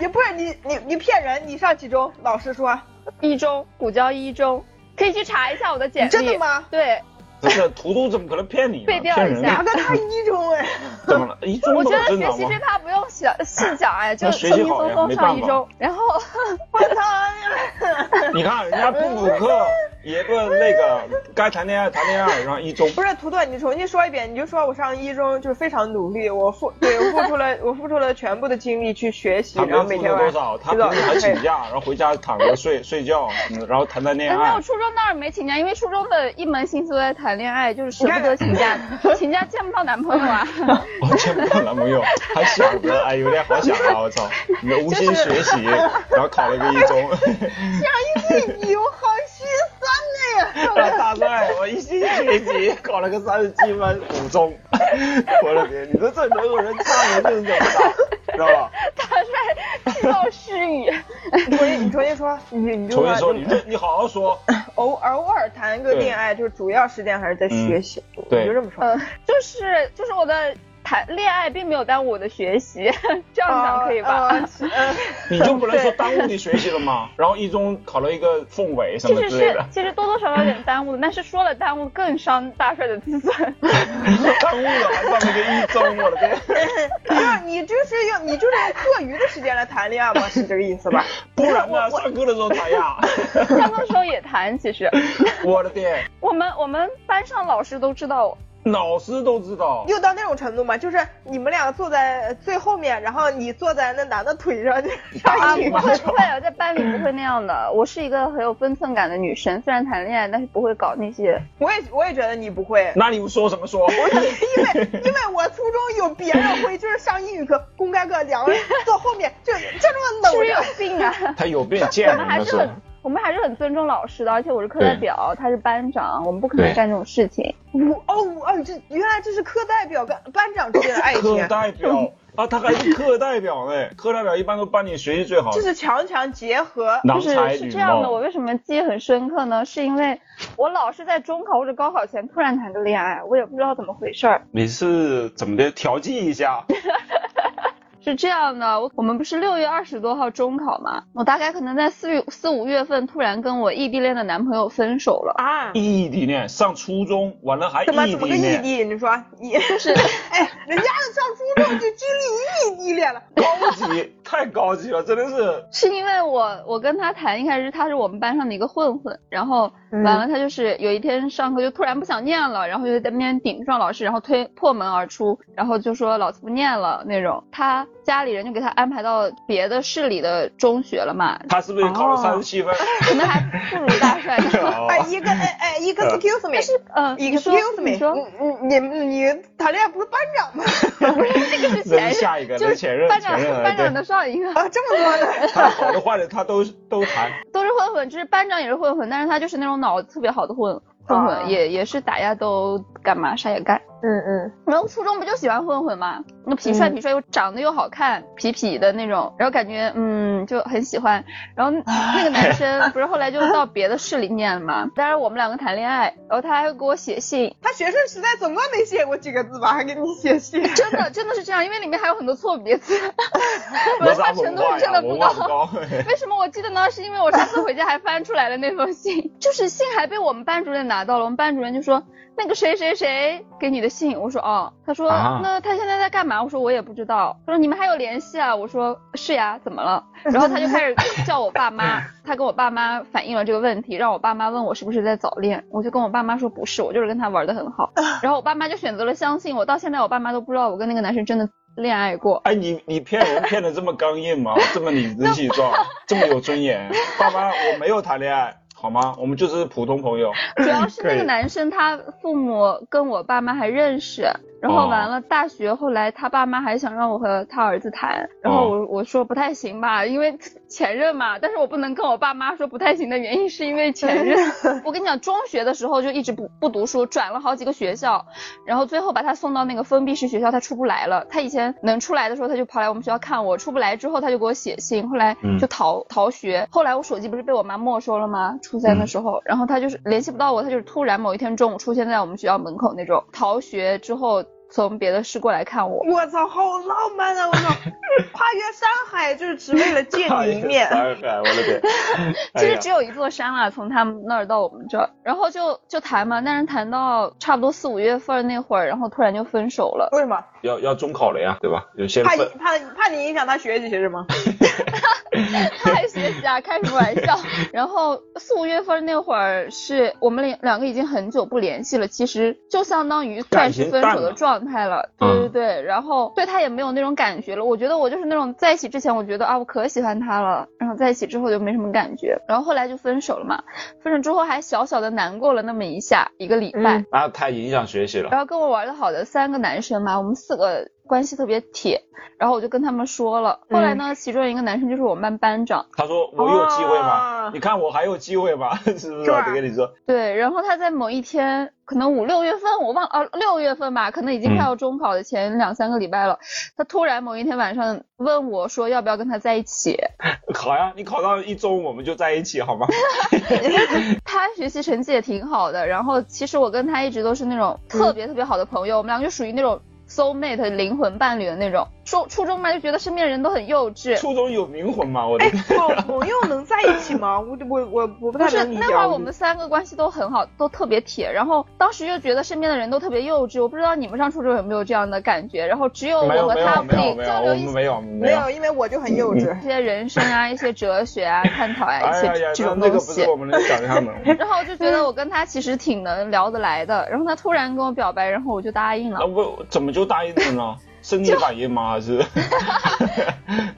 Speaker 2: 你不是你你你骗人，你上几中？老师说啊
Speaker 1: 一中，古交一中，可以去查一下我的简历。
Speaker 2: 真的吗？
Speaker 1: 对，
Speaker 3: 不是图图怎么可能骗你呢？
Speaker 1: 背调
Speaker 3: 骗
Speaker 1: 一
Speaker 3: 人
Speaker 1: 下
Speaker 2: 哪个他一中哎？
Speaker 3: 怎 么了？一中
Speaker 1: 我
Speaker 3: 都
Speaker 1: 觉得
Speaker 3: 真
Speaker 1: 学
Speaker 3: 的
Speaker 1: 习
Speaker 3: 吗
Speaker 1: 这？趴不用想细讲，哎，就
Speaker 3: 那
Speaker 1: 轻
Speaker 3: 学习
Speaker 1: 轻
Speaker 3: 好
Speaker 1: 松
Speaker 3: 呀
Speaker 1: 松
Speaker 3: 没
Speaker 1: 上
Speaker 3: 办
Speaker 1: 一
Speaker 3: 法
Speaker 1: 中，然 后
Speaker 2: 我操！
Speaker 3: 你看人家不补课，也不那个，该谈恋爱谈恋爱，然后一中
Speaker 2: 不是图图，你重新说一遍，你就说我上一中就是非常努力，我付对我付出了我付出了全部的精力去学习，
Speaker 3: 他
Speaker 2: 然后
Speaker 3: 们
Speaker 2: 每
Speaker 3: 付
Speaker 2: 天
Speaker 3: 了多
Speaker 2: 晚上
Speaker 3: 少？他平时还 请假，然后回家躺着睡睡觉，嗯然后谈谈恋
Speaker 1: 哎没有
Speaker 3: 爱。
Speaker 1: 初中当然没请假，因为初中的一门心思都在谈恋爱，就是舍不得请假，请假见不到男朋友啊。
Speaker 3: 我见不到男朋友，还想着，哎，有点好想啊！我操，你们无心学习，然后考了个一中。
Speaker 2: 这样一对比，我好心酸呐、
Speaker 3: 然后大帅，我一心学习，考了个三十七分，五中。我的天，你说这人和人差别就是这么大，知道 吧？
Speaker 1: 大帅气到失语，
Speaker 2: 你重新你重新说，你你就
Speaker 3: 重新说，你
Speaker 2: 说
Speaker 3: 这你好好说。
Speaker 2: 偶偶尔谈个恋爱，就是主要时间还是在学习，
Speaker 3: 嗯对
Speaker 2: 你就这么说。
Speaker 1: 呃，就是就是我的谈恋爱并没有耽误我的学习，这样讲可以
Speaker 2: 呃？
Speaker 1: 吧？
Speaker 2: 呃 呃
Speaker 3: 你就不能说耽误你学习 了吗？然后一中考了一个凤尾什
Speaker 1: 其
Speaker 3: 么
Speaker 1: 实
Speaker 3: 之类
Speaker 1: 是
Speaker 3: 的，
Speaker 1: 其实多多少少有点耽误的，但是说了耽误更伤大帅的自尊。
Speaker 3: 耽误了还上了个一中，我的天！
Speaker 2: 就是你你就是要你就是用课余的时间来谈恋爱吗？是这个意思吧？
Speaker 3: 不然呢？上课的时候 谈呀！
Speaker 1: 上课时候也谈，其实
Speaker 3: 我的天，
Speaker 1: 我们我们班上老师都知道我，
Speaker 3: 老师都知道。
Speaker 2: 又到那种程度吗？就是你们俩坐在最后面，然后你坐在那男的腿上， 就是
Speaker 1: 啊，
Speaker 2: 上
Speaker 1: 不
Speaker 2: 瘾
Speaker 1: 会不会，我在班里不会那样的。我是一个很有分寸感的女生，虽然谈恋爱，但是不会搞那些。
Speaker 2: 我也我也觉得你不会，
Speaker 3: 那你说什么说？
Speaker 2: 因为因为我初中有别人会，就是上英语课，公开课两个人坐后面就就这么
Speaker 1: 是不
Speaker 2: 搂
Speaker 1: 是有
Speaker 2: 着。
Speaker 1: 病 啊？
Speaker 3: 他有变贱
Speaker 1: 我
Speaker 3: 人
Speaker 1: 们
Speaker 3: 那
Speaker 1: 还是
Speaker 3: 是
Speaker 1: 很。我们还是很尊重老师的，而且我是课代表，他是班长，我们不可能
Speaker 3: 对
Speaker 1: 干这种事情。
Speaker 2: 我哦我哦，这原来这是课代表跟班长之间的爱
Speaker 3: 课
Speaker 2: 情，
Speaker 3: 代
Speaker 2: 嗯
Speaker 3: 表啊，他还是课代表呢。课代表一般都班里学习最好
Speaker 2: 这
Speaker 3: 的，
Speaker 2: 是强强结合。
Speaker 3: 郎
Speaker 1: 就是
Speaker 3: 才
Speaker 1: 是
Speaker 3: 女
Speaker 1: 这样的，我
Speaker 3: 貌。
Speaker 1: 为什么记忆很深刻呢？是因为我老是在中考或者高考前突然谈个恋爱，我也不知道怎么回事儿。
Speaker 3: 你是怎么的调剂 一下？
Speaker 1: 是这样的，我我们不是六月二十多号中考嘛，我大概可能在四月四五月份突然跟我异地恋的男朋友分手了，
Speaker 2: 啊？
Speaker 3: 异地恋，上初中完了还
Speaker 2: 怎么
Speaker 3: 异
Speaker 2: 怎
Speaker 3: 地
Speaker 2: 么个异
Speaker 3: 恋，
Speaker 2: 地？你说你
Speaker 1: 就是
Speaker 2: 哎，人家上初中就经历异地恋了，
Speaker 3: 高级，太高级了，真的是。
Speaker 1: 是因为我我跟他谈一开始他是我们班上的一个混混，然后
Speaker 2: 嗯
Speaker 1: 完了他就是有一天上课就突然不想念了，然后就在那边顶撞老师，然后推破门而出，然后就说老子不念了那种。他家里人就给他安排到别的市里的中学了嘛，
Speaker 3: 他是不是考了
Speaker 2: 哦
Speaker 3: 三十七分？
Speaker 1: 可能还不如大 帅呢。
Speaker 2: 哎，
Speaker 3: 哦
Speaker 2: 一个哎哎，一个 excuse
Speaker 1: 但
Speaker 2: me，
Speaker 1: 是呃，你说
Speaker 2: excuse
Speaker 1: 你说
Speaker 3: 嗯
Speaker 2: me，你你你你谈恋爱不是班长 吗？
Speaker 1: 不是这个是前
Speaker 3: 扔
Speaker 1: 任，
Speaker 3: 下一个，
Speaker 1: 就
Speaker 3: 扔
Speaker 1: 是
Speaker 3: 前任，
Speaker 1: 班
Speaker 3: 前
Speaker 1: 长
Speaker 3: 任，
Speaker 1: 班长
Speaker 3: 哎
Speaker 1: 的上一个
Speaker 2: 啊，这么多呢？
Speaker 3: 对，他好的坏的他都都 谈。
Speaker 1: 都是混混，就是班长也是混混，但是他就是那种脑子特别好的混混混，
Speaker 2: 啊
Speaker 1: 也也是打架斗殴干嘛啥也干。
Speaker 2: 嗯嗯，
Speaker 1: 然后初中不就喜欢混混嘛，那痞帅
Speaker 2: 嗯
Speaker 1: 痞帅又长得又好看，痞痞的那种，然后感觉嗯就很喜欢。然后那 个男生不是后来就到别的市里念了嘛，当然我们两个谈恋爱，然后他还会给我写信，
Speaker 2: 他学生时代总共没写过几个字吧？还给你写信。
Speaker 1: 真的真的是这样，因为里面还有很多错别 字，
Speaker 3: 那
Speaker 1: 文
Speaker 3: 啥
Speaker 1: 化
Speaker 3: 文
Speaker 1: 程度
Speaker 3: 化
Speaker 1: 是真的
Speaker 3: 呀，
Speaker 1: 不
Speaker 3: 文
Speaker 1: 高
Speaker 3: 化。不高。
Speaker 1: 为什么我记得呢？是因为我上次回家还翻出来了那封信， 就是信还被我们班主任拿到了。我们班主任就说那个谁谁谁给你的信，我说哦，他说、
Speaker 3: 啊
Speaker 1: 那他现在在干嘛？我说我也不知道。他说你们还有联系啊？我说是呀，怎么了？ 然后他就开始叫我爸妈， 他跟我爸妈反映了这个问题，让我爸妈问我是不是在早恋，我就跟我爸妈说不是，我就是跟他玩的很好。然后我爸妈就选择了相信我，到现在我爸妈都不知道我跟那个男生真的恋爱过。
Speaker 3: 哎，你你骗人骗的这么刚硬吗？这么理直气壮，这么有尊严？爸妈，我没有谈恋爱，好吗？我们就是普通朋友。
Speaker 1: 主要是那
Speaker 3: 可
Speaker 1: 个
Speaker 3: 以
Speaker 1: 男生他父母跟我爸妈还认识，然后完
Speaker 3: 哦
Speaker 1: 了大学后来他爸妈还想让我和他儿子谈，然
Speaker 3: 哦
Speaker 1: 后我我说不太行吧，因为前任嘛，但是我不能跟我爸妈说不太行的原因是因为前 任。我跟你讲，中学的时候就一直不不读书，转了好几个学校，然后最后把他送到那个封闭式学校，他出不来了。他以前能出来的时候，他就跑来我们学校看我，出不来之后他就给我写信，后来
Speaker 3: 嗯
Speaker 1: 就逃、逃学。后来我手机不是被我妈没收了吗？初三
Speaker 3: 嗯
Speaker 1: 的时候，然后他就是联系不到我，他就是突然某一天中午出现在我们学校门口那种。逃学之后从别的市过来看我，
Speaker 2: 我操，好浪漫啊！我 操，跨越山海就是只为了见你一面。
Speaker 3: 哎呀我 的天！
Speaker 1: 其
Speaker 3: 哎
Speaker 1: 实
Speaker 3: 呀
Speaker 1: 只有一座山啦，从他们那儿到我们这儿，然后就就谈嘛，但是谈到差不多四五月份那会儿，然后突然就分手了。
Speaker 2: 为什么？
Speaker 3: 要要中考了呀，对吧？有些
Speaker 2: 怕
Speaker 3: 分
Speaker 2: 你怕怕你影响他学习是吗？
Speaker 1: 太学习啊， 开什么玩笑？然后四五月份那会儿是我们两两个已经很久不联系了，其实就相当于算是分手的状态了。对
Speaker 3: 感情淡了
Speaker 1: 对对，然后对他也没有那种感觉了。我觉得我就是那种在一起之前，我觉得啊我可喜欢他了，然后在一起之后就没什么感觉，然后后来就分手了嘛。分手之后还小小的难过了那么一下，一个礼拜。
Speaker 2: 嗯
Speaker 3: 啊，太影响学习了。
Speaker 1: 然后跟我玩的好的三个男生嘛，我们四个关系特别铁，然后我就跟他们说了。后来呢，其中一个男生就是我们班班长。
Speaker 3: 他说我有机会吗
Speaker 1: 哦
Speaker 2: 啊？
Speaker 3: 你看我还有机会吗？是 不
Speaker 2: 是
Speaker 3: 是？我
Speaker 2: 吧
Speaker 3: 得跟你说，
Speaker 1: 对，然后他在某一天，可能五六月份，我忘啊，六月份吧，可能已经快
Speaker 3: 嗯
Speaker 1: 要中考的前两三个礼拜了，他突然某一天晚上问我说要不要跟他在一起。
Speaker 3: 好呀，你考上一中我们就在一起好吗？
Speaker 1: 他学习成绩也挺好的，然后其实我跟
Speaker 3: 嗯
Speaker 1: 他一直都是那种特别特别好的朋友，我们两个就属于那种 soul mate 灵魂伴侣的那种。初初中嘛，就觉得身边人都很幼稚。
Speaker 3: 初中有灵魂吗？我的
Speaker 2: 哎
Speaker 3: 天，
Speaker 2: 好朋友能在一起吗？我我我我不
Speaker 1: 不
Speaker 2: 太
Speaker 1: 是
Speaker 2: 能理解。
Speaker 1: 那会儿我们三个关系都很好，都特别铁。然后当时就觉得身边的人都特别幼稚，我不知道你们上初中有没有这样的感觉。然后只有
Speaker 3: 没
Speaker 1: 我
Speaker 3: 有
Speaker 1: 和
Speaker 3: 没
Speaker 1: 他
Speaker 3: 有
Speaker 1: 可
Speaker 3: 没
Speaker 1: 以
Speaker 3: 有没
Speaker 1: 交
Speaker 3: 有，我
Speaker 1: 流
Speaker 3: 们
Speaker 1: 一些
Speaker 3: 没有没
Speaker 2: 没
Speaker 3: 有
Speaker 2: 有，。因为我就很幼稚
Speaker 3: 嗯
Speaker 1: 一。些人生啊、一些哲学啊、探讨啊一
Speaker 3: 哎呀呀
Speaker 1: 些，这
Speaker 3: 那
Speaker 1: 种
Speaker 3: 那个
Speaker 1: 东
Speaker 3: 不是
Speaker 1: 西。
Speaker 3: 我们能想 象的。
Speaker 1: 然后我就觉得我跟他其实挺能聊得来的。然后他突然跟我表白，然后我就答应了
Speaker 3: 那。不怎么就答应 了呢？身体反应吗？还是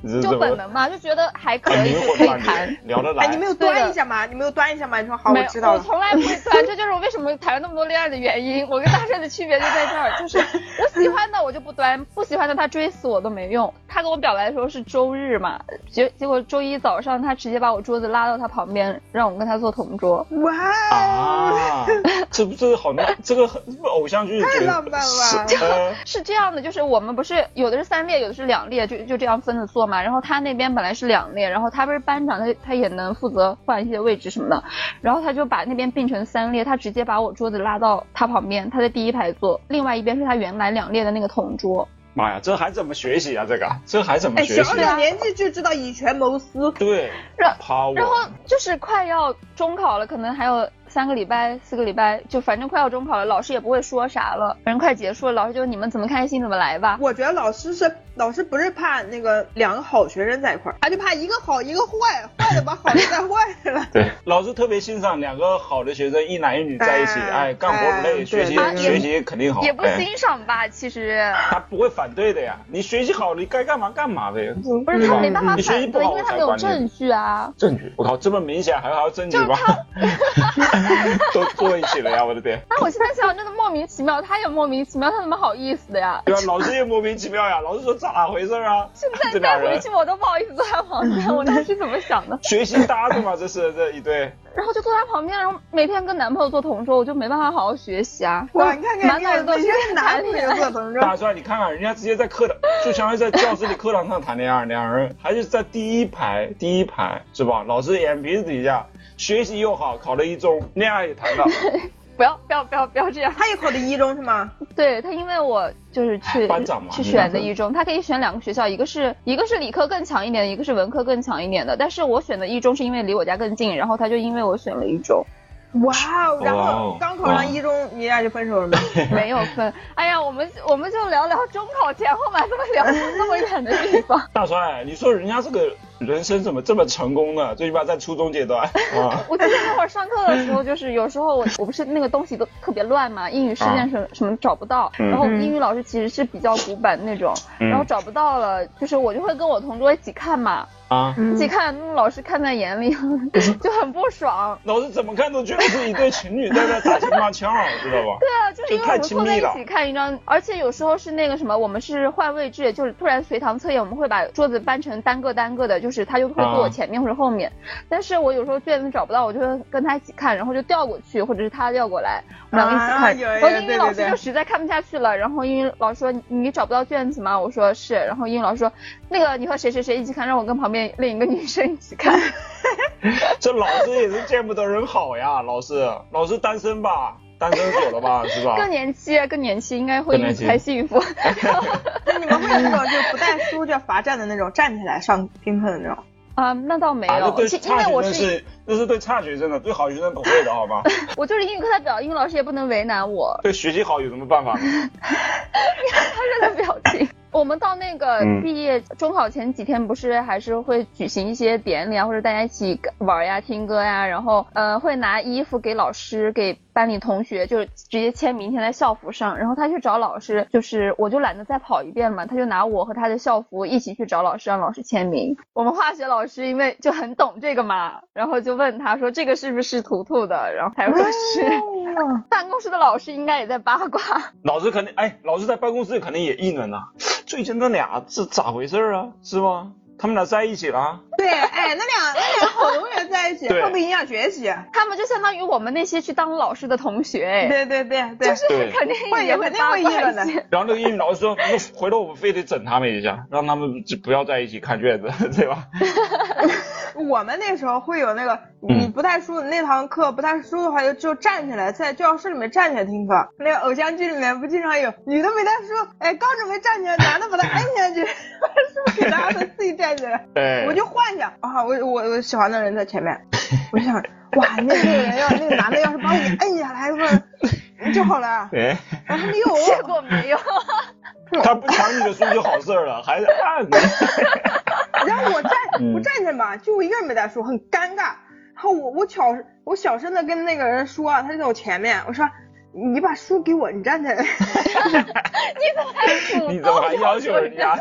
Speaker 3: 你 是
Speaker 1: 就
Speaker 3: 怎
Speaker 1: 本
Speaker 3: 么？
Speaker 1: 能嘛，就觉得还可以，
Speaker 3: 灵
Speaker 1: 就
Speaker 3: 魂
Speaker 1: 可以
Speaker 3: 伴
Speaker 1: 谈
Speaker 3: 侣。聊得
Speaker 2: 哎，你
Speaker 3: 来
Speaker 2: 没。有端一下吗？你没有端一下吗？你说好，我
Speaker 1: 没有
Speaker 2: 知道
Speaker 1: 我
Speaker 2: 了。
Speaker 1: 从来不会钻，这就是我为什么谈了那么多恋爱的原因。我跟大帅的区别就在这儿，就是我喜欢的我就不端，不喜欢的他追死我都没用。他跟我表白的时候是周日嘛，结结果周一早上他直接把我桌子拉到他旁边，让我跟他做同桌。
Speaker 2: 哇，
Speaker 3: 啊，这不这 好难，这个很这不偶像剧
Speaker 2: 太
Speaker 3: 觉得
Speaker 2: 浪漫了
Speaker 3: 是呃
Speaker 1: 是这样的，就是我们不是有的是三列，有的是两列，就就这样分着坐嘛。然后他那边本来是两列，然后他不是班长，他他也能负责换一些位置什么的。然后他就把那边并成三列，他直接把我桌子拉到他旁边，他在第一排坐，另外一边是他原来两列的那个同桌。
Speaker 3: 妈呀，这还怎么学习啊？这个这还怎么
Speaker 2: 哎，
Speaker 3: 学
Speaker 2: 小
Speaker 3: 习？啊
Speaker 2: 小年纪就知道以权谋私，
Speaker 3: 对
Speaker 1: 然
Speaker 3: ，power。。
Speaker 1: 然后就是快要中考了，可能还有三个礼拜、四个礼拜，就反正快要中考了，老师也不会说啥了，反正快结束了，老师就你们怎么开心怎么来吧。
Speaker 2: 我觉得老师是老师不是怕那个两个好学生在一块儿，他就怕一个好一个坏，坏的把好的带坏了
Speaker 3: 对，老师特别欣赏两个好的学生，一男一女在一起，
Speaker 2: 哎
Speaker 3: 哎，干活不累，
Speaker 2: 哎
Speaker 3: 学习
Speaker 1: 对对
Speaker 3: 学习肯定好，
Speaker 1: 也不
Speaker 3: 哎
Speaker 1: 欣赏吧，其实。
Speaker 3: 他不会反对的呀。你学习好，你该干嘛干嘛呗。
Speaker 1: 不是
Speaker 3: 对
Speaker 1: 他
Speaker 3: 吧
Speaker 1: 没办法
Speaker 3: 你学习
Speaker 1: 反
Speaker 3: 不
Speaker 1: 对，
Speaker 3: 好
Speaker 1: 因为
Speaker 3: 我
Speaker 1: 他
Speaker 3: 才
Speaker 1: 没有
Speaker 3: 管你
Speaker 1: 证据啊。
Speaker 3: 证据，我靠，这么明显还还要证据吗？ 都坐一起了呀，我的天！
Speaker 1: 但我现在想想，真的莫名其妙，他也莫名其妙，他怎么好意思的呀？
Speaker 3: 对吧？啊老师也莫名其妙呀，老师说咋回事啊？这
Speaker 1: 现在
Speaker 3: 俩
Speaker 1: 带
Speaker 3: 人
Speaker 1: 回去我都不好意思坐他旁边，我当时怎么想的？
Speaker 3: 学习搭子嘛，这是这一对。
Speaker 1: 然后就坐他旁边，然后每天跟男朋友做同桌，我就没办法好好学习啊。
Speaker 2: 哇，你看看，
Speaker 1: 满
Speaker 2: 你
Speaker 1: 脑
Speaker 2: 看
Speaker 1: 子都
Speaker 2: 看，
Speaker 1: 是
Speaker 2: 你看男
Speaker 1: 谈
Speaker 2: 朋
Speaker 1: 恋
Speaker 2: 友
Speaker 1: 爱。
Speaker 2: 做同桌，
Speaker 3: 大帅，你看啊看人家直接在课堂，就相当于在教室里课堂上谈恋爱，两人还是在第一排，第一排是吧？老师眼皮子底下，学习又好，考了一中，恋爱也谈了，
Speaker 1: 不要不要不要不要这样！
Speaker 2: 他也考的一中是吗？
Speaker 1: 对他，因为我就是去
Speaker 3: 班长嘛
Speaker 1: 去
Speaker 3: 你
Speaker 1: 选
Speaker 3: 当
Speaker 1: 的
Speaker 3: 时
Speaker 1: 一中，他可以选两个学校，一个是一个是理科更强一点的，一个是文科更强一点的。但是我选的一中是因为离我家更近，然后他就因为我选了一中。
Speaker 2: 哇哦，然
Speaker 3: 哇
Speaker 2: 后
Speaker 3: 哦
Speaker 2: 刚考上一中，你俩就分手了 吗？
Speaker 1: 没有分。哎呀，我们我们就聊聊中考前后嘛，怎么聊到那么远的地 方？
Speaker 3: 大帅，你说人家这个人生怎么这么成功呢？最起码在初中
Speaker 1: ，
Speaker 3: 阶段啊
Speaker 1: 我记得那会儿上课的时候，就是有时候我我不是那个东西都特别乱嘛，英语试卷什么、什么找不到，
Speaker 3: 嗯
Speaker 1: 然后英语老师其实是比较古板那种，
Speaker 3: 嗯
Speaker 1: 然后找不到了，就是我就会跟我同桌一起看嘛，
Speaker 3: 啊，
Speaker 1: 一起看，嗯老师看在眼里，
Speaker 3: 嗯
Speaker 1: 就很不爽。
Speaker 3: 老师怎么看都觉得是一对情侣在那打情骂俏，知道 吧？
Speaker 1: 对啊，就是因为我们坐在一
Speaker 3: 就太亲
Speaker 1: 起
Speaker 3: 密
Speaker 1: 看一张，而且有时候是那个什么，我们是换位置，就是突然随堂测验，我们会把桌子搬成单个单个的，就是他就会坐我前面或者后面。但是我有时候卷子找不到，我就会跟他一起看，然后就调过去，或者是他调过来，我们两个一起
Speaker 2: 啊
Speaker 1: 看。
Speaker 2: 有有
Speaker 1: 然后英
Speaker 2: 对
Speaker 1: 语
Speaker 2: 对
Speaker 1: 老师
Speaker 2: 对
Speaker 1: 就实在看不下去了，然后英语老师说你你找不到卷子吗？我说是，然后英语老师说那个你和谁谁谁一起看，让我跟旁边另一个女生一起看。
Speaker 3: 这老师也是见不得人好呀，老师，老师单身吧，单身狗了吧，是吧？
Speaker 1: 更年期啊更年期应该会
Speaker 3: 更年期
Speaker 1: 才幸福。
Speaker 2: 那你们会有那种就不带书就罚站的那种，站起来上听课的 那种？
Speaker 1: 啊，那倒没
Speaker 3: 啊，那
Speaker 1: 有，
Speaker 3: 对
Speaker 1: 其因
Speaker 3: 差
Speaker 1: 为
Speaker 3: 学
Speaker 1: 我
Speaker 3: 生
Speaker 1: 是
Speaker 3: 是那是对差学生的，对好学生不会的好吗？
Speaker 1: 我就是英语课代表，英语老师也不能为难我。
Speaker 3: 对学习好有什么办法吗？
Speaker 1: 他这个表情。我们到那个
Speaker 3: 嗯
Speaker 1: 毕业中考前几天，不是还是会举行一些典礼啊，或者大家一起玩呀、听歌呀，然后呃会拿衣服给老师、给班里同学，就是直接签名签在校服上。然后他去找老师，就是我就懒得再跑一遍嘛，他就拿我和他的校服一起去找老师，让老师签名。我们化学老师因为就很懂这个嘛，然后就问他说这个是不是图图的，然后他说是。办公室的老师应该也在八卦。
Speaker 3: 老师肯定，哎，老师在办公室肯定也议论呐，最近那俩是咋回事啊？是吧？他们俩在一起了啊？
Speaker 2: 对，哎，那俩那俩好同学在一起，
Speaker 3: 对
Speaker 2: 会不会影响学习？
Speaker 1: 他们就相当于我们那些去当老师的同学，哎，
Speaker 2: 对对对对，
Speaker 3: 对。
Speaker 1: 肯定
Speaker 2: 会
Speaker 1: 也
Speaker 2: 肯定
Speaker 1: 八
Speaker 2: 会
Speaker 1: 卦
Speaker 2: 议论
Speaker 1: 一些。
Speaker 3: 然后那个英语老师说，那回头我们非得整他们一下，让他们就不要在一起看卷子，对吧？
Speaker 2: 我们那时候会有那个，你不太舒服，那堂课不太舒服的话，就就站起来，在教室里面站起来听课。那个偶像剧里面不经常有女的没带书，哎，刚准备站起来，男的把她摁下去， 是不是给大家都自己站起来？
Speaker 3: 对，
Speaker 2: 我就幻想啊，我我我喜欢的人在前面，我就想，哇，那个人要那个男的要是把我给摁下来，不就好了？啊
Speaker 3: 哎，
Speaker 2: 然后没 有，
Speaker 1: 结果没有，
Speaker 3: 他不抢你的书就好事儿了，还按你。
Speaker 2: 然后我站
Speaker 3: 嗯
Speaker 2: 我站起来嘛，就我一个人没带书，很尴尬。然后我我小我小声的跟那个人说啊，他就在我前面，我说你把书给 我，你站起来。
Speaker 1: 你怎么还主动
Speaker 3: 你怎么还要求人家？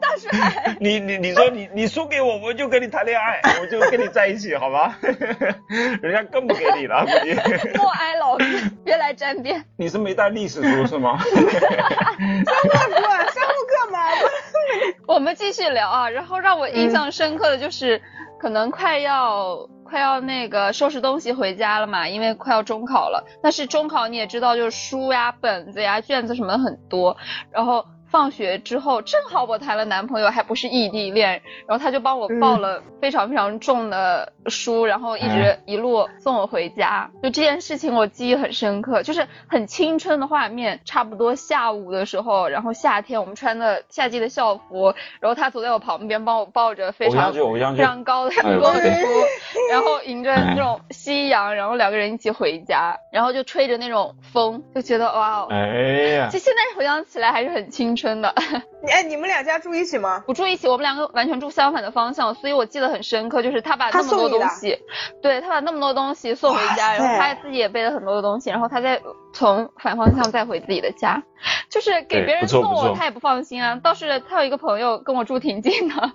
Speaker 1: 当时还
Speaker 3: 你你你说你你输给我，我就跟你谈恋爱，我就跟你在一起，好吗？ 人家更不给你了，估计。
Speaker 1: 默哀老师，别来沾边。
Speaker 3: 你是没带历史书是 吗？
Speaker 2: 我说啊上物课嘛，
Speaker 1: 我们继续聊啊，然后让我印象深刻的就是，可能快要快要那个收拾东西回家了嘛，因为快要中考了。但是中考你也知道，就是书呀、本子呀、卷子什么的很多。然后放学之后，正好我谈了男朋友，还不是异地恋，然后他就帮我报了非常非常重的书，然后一直一路送我回家。就这件事情我记忆很深刻，就是很青春的画面。差不多下午的时候，然后夏天我们穿的夏季的校服，然后他走在我旁边，帮我抱着非
Speaker 3: 偶
Speaker 1: 常
Speaker 3: 像剧，偶像
Speaker 1: 非
Speaker 3: 剧。
Speaker 1: 常高的
Speaker 3: 哎呦哎
Speaker 1: 公主， 然后迎着那种夕阳，然后两个人一起回家，然后就吹着那种风，就觉得哇哦。
Speaker 3: 哎呀
Speaker 1: 就，现在回想起来还是很青春的。
Speaker 2: 你哎，你们俩家住一起吗？
Speaker 1: 不住一起，我们两个完全住相反的方向，所以我记得很深刻，就是他把那么多东西，对他把那么多东西送回家，
Speaker 2: 哇塞
Speaker 1: 然后他自己也背了很多的东西，然后他再从反方向再回自己的家， 就是给
Speaker 3: 对
Speaker 1: 别人
Speaker 3: 不错
Speaker 1: 送
Speaker 3: 不
Speaker 1: 我
Speaker 3: 错
Speaker 1: 他也不放心啊。倒是他有一个朋友跟我住挺近的，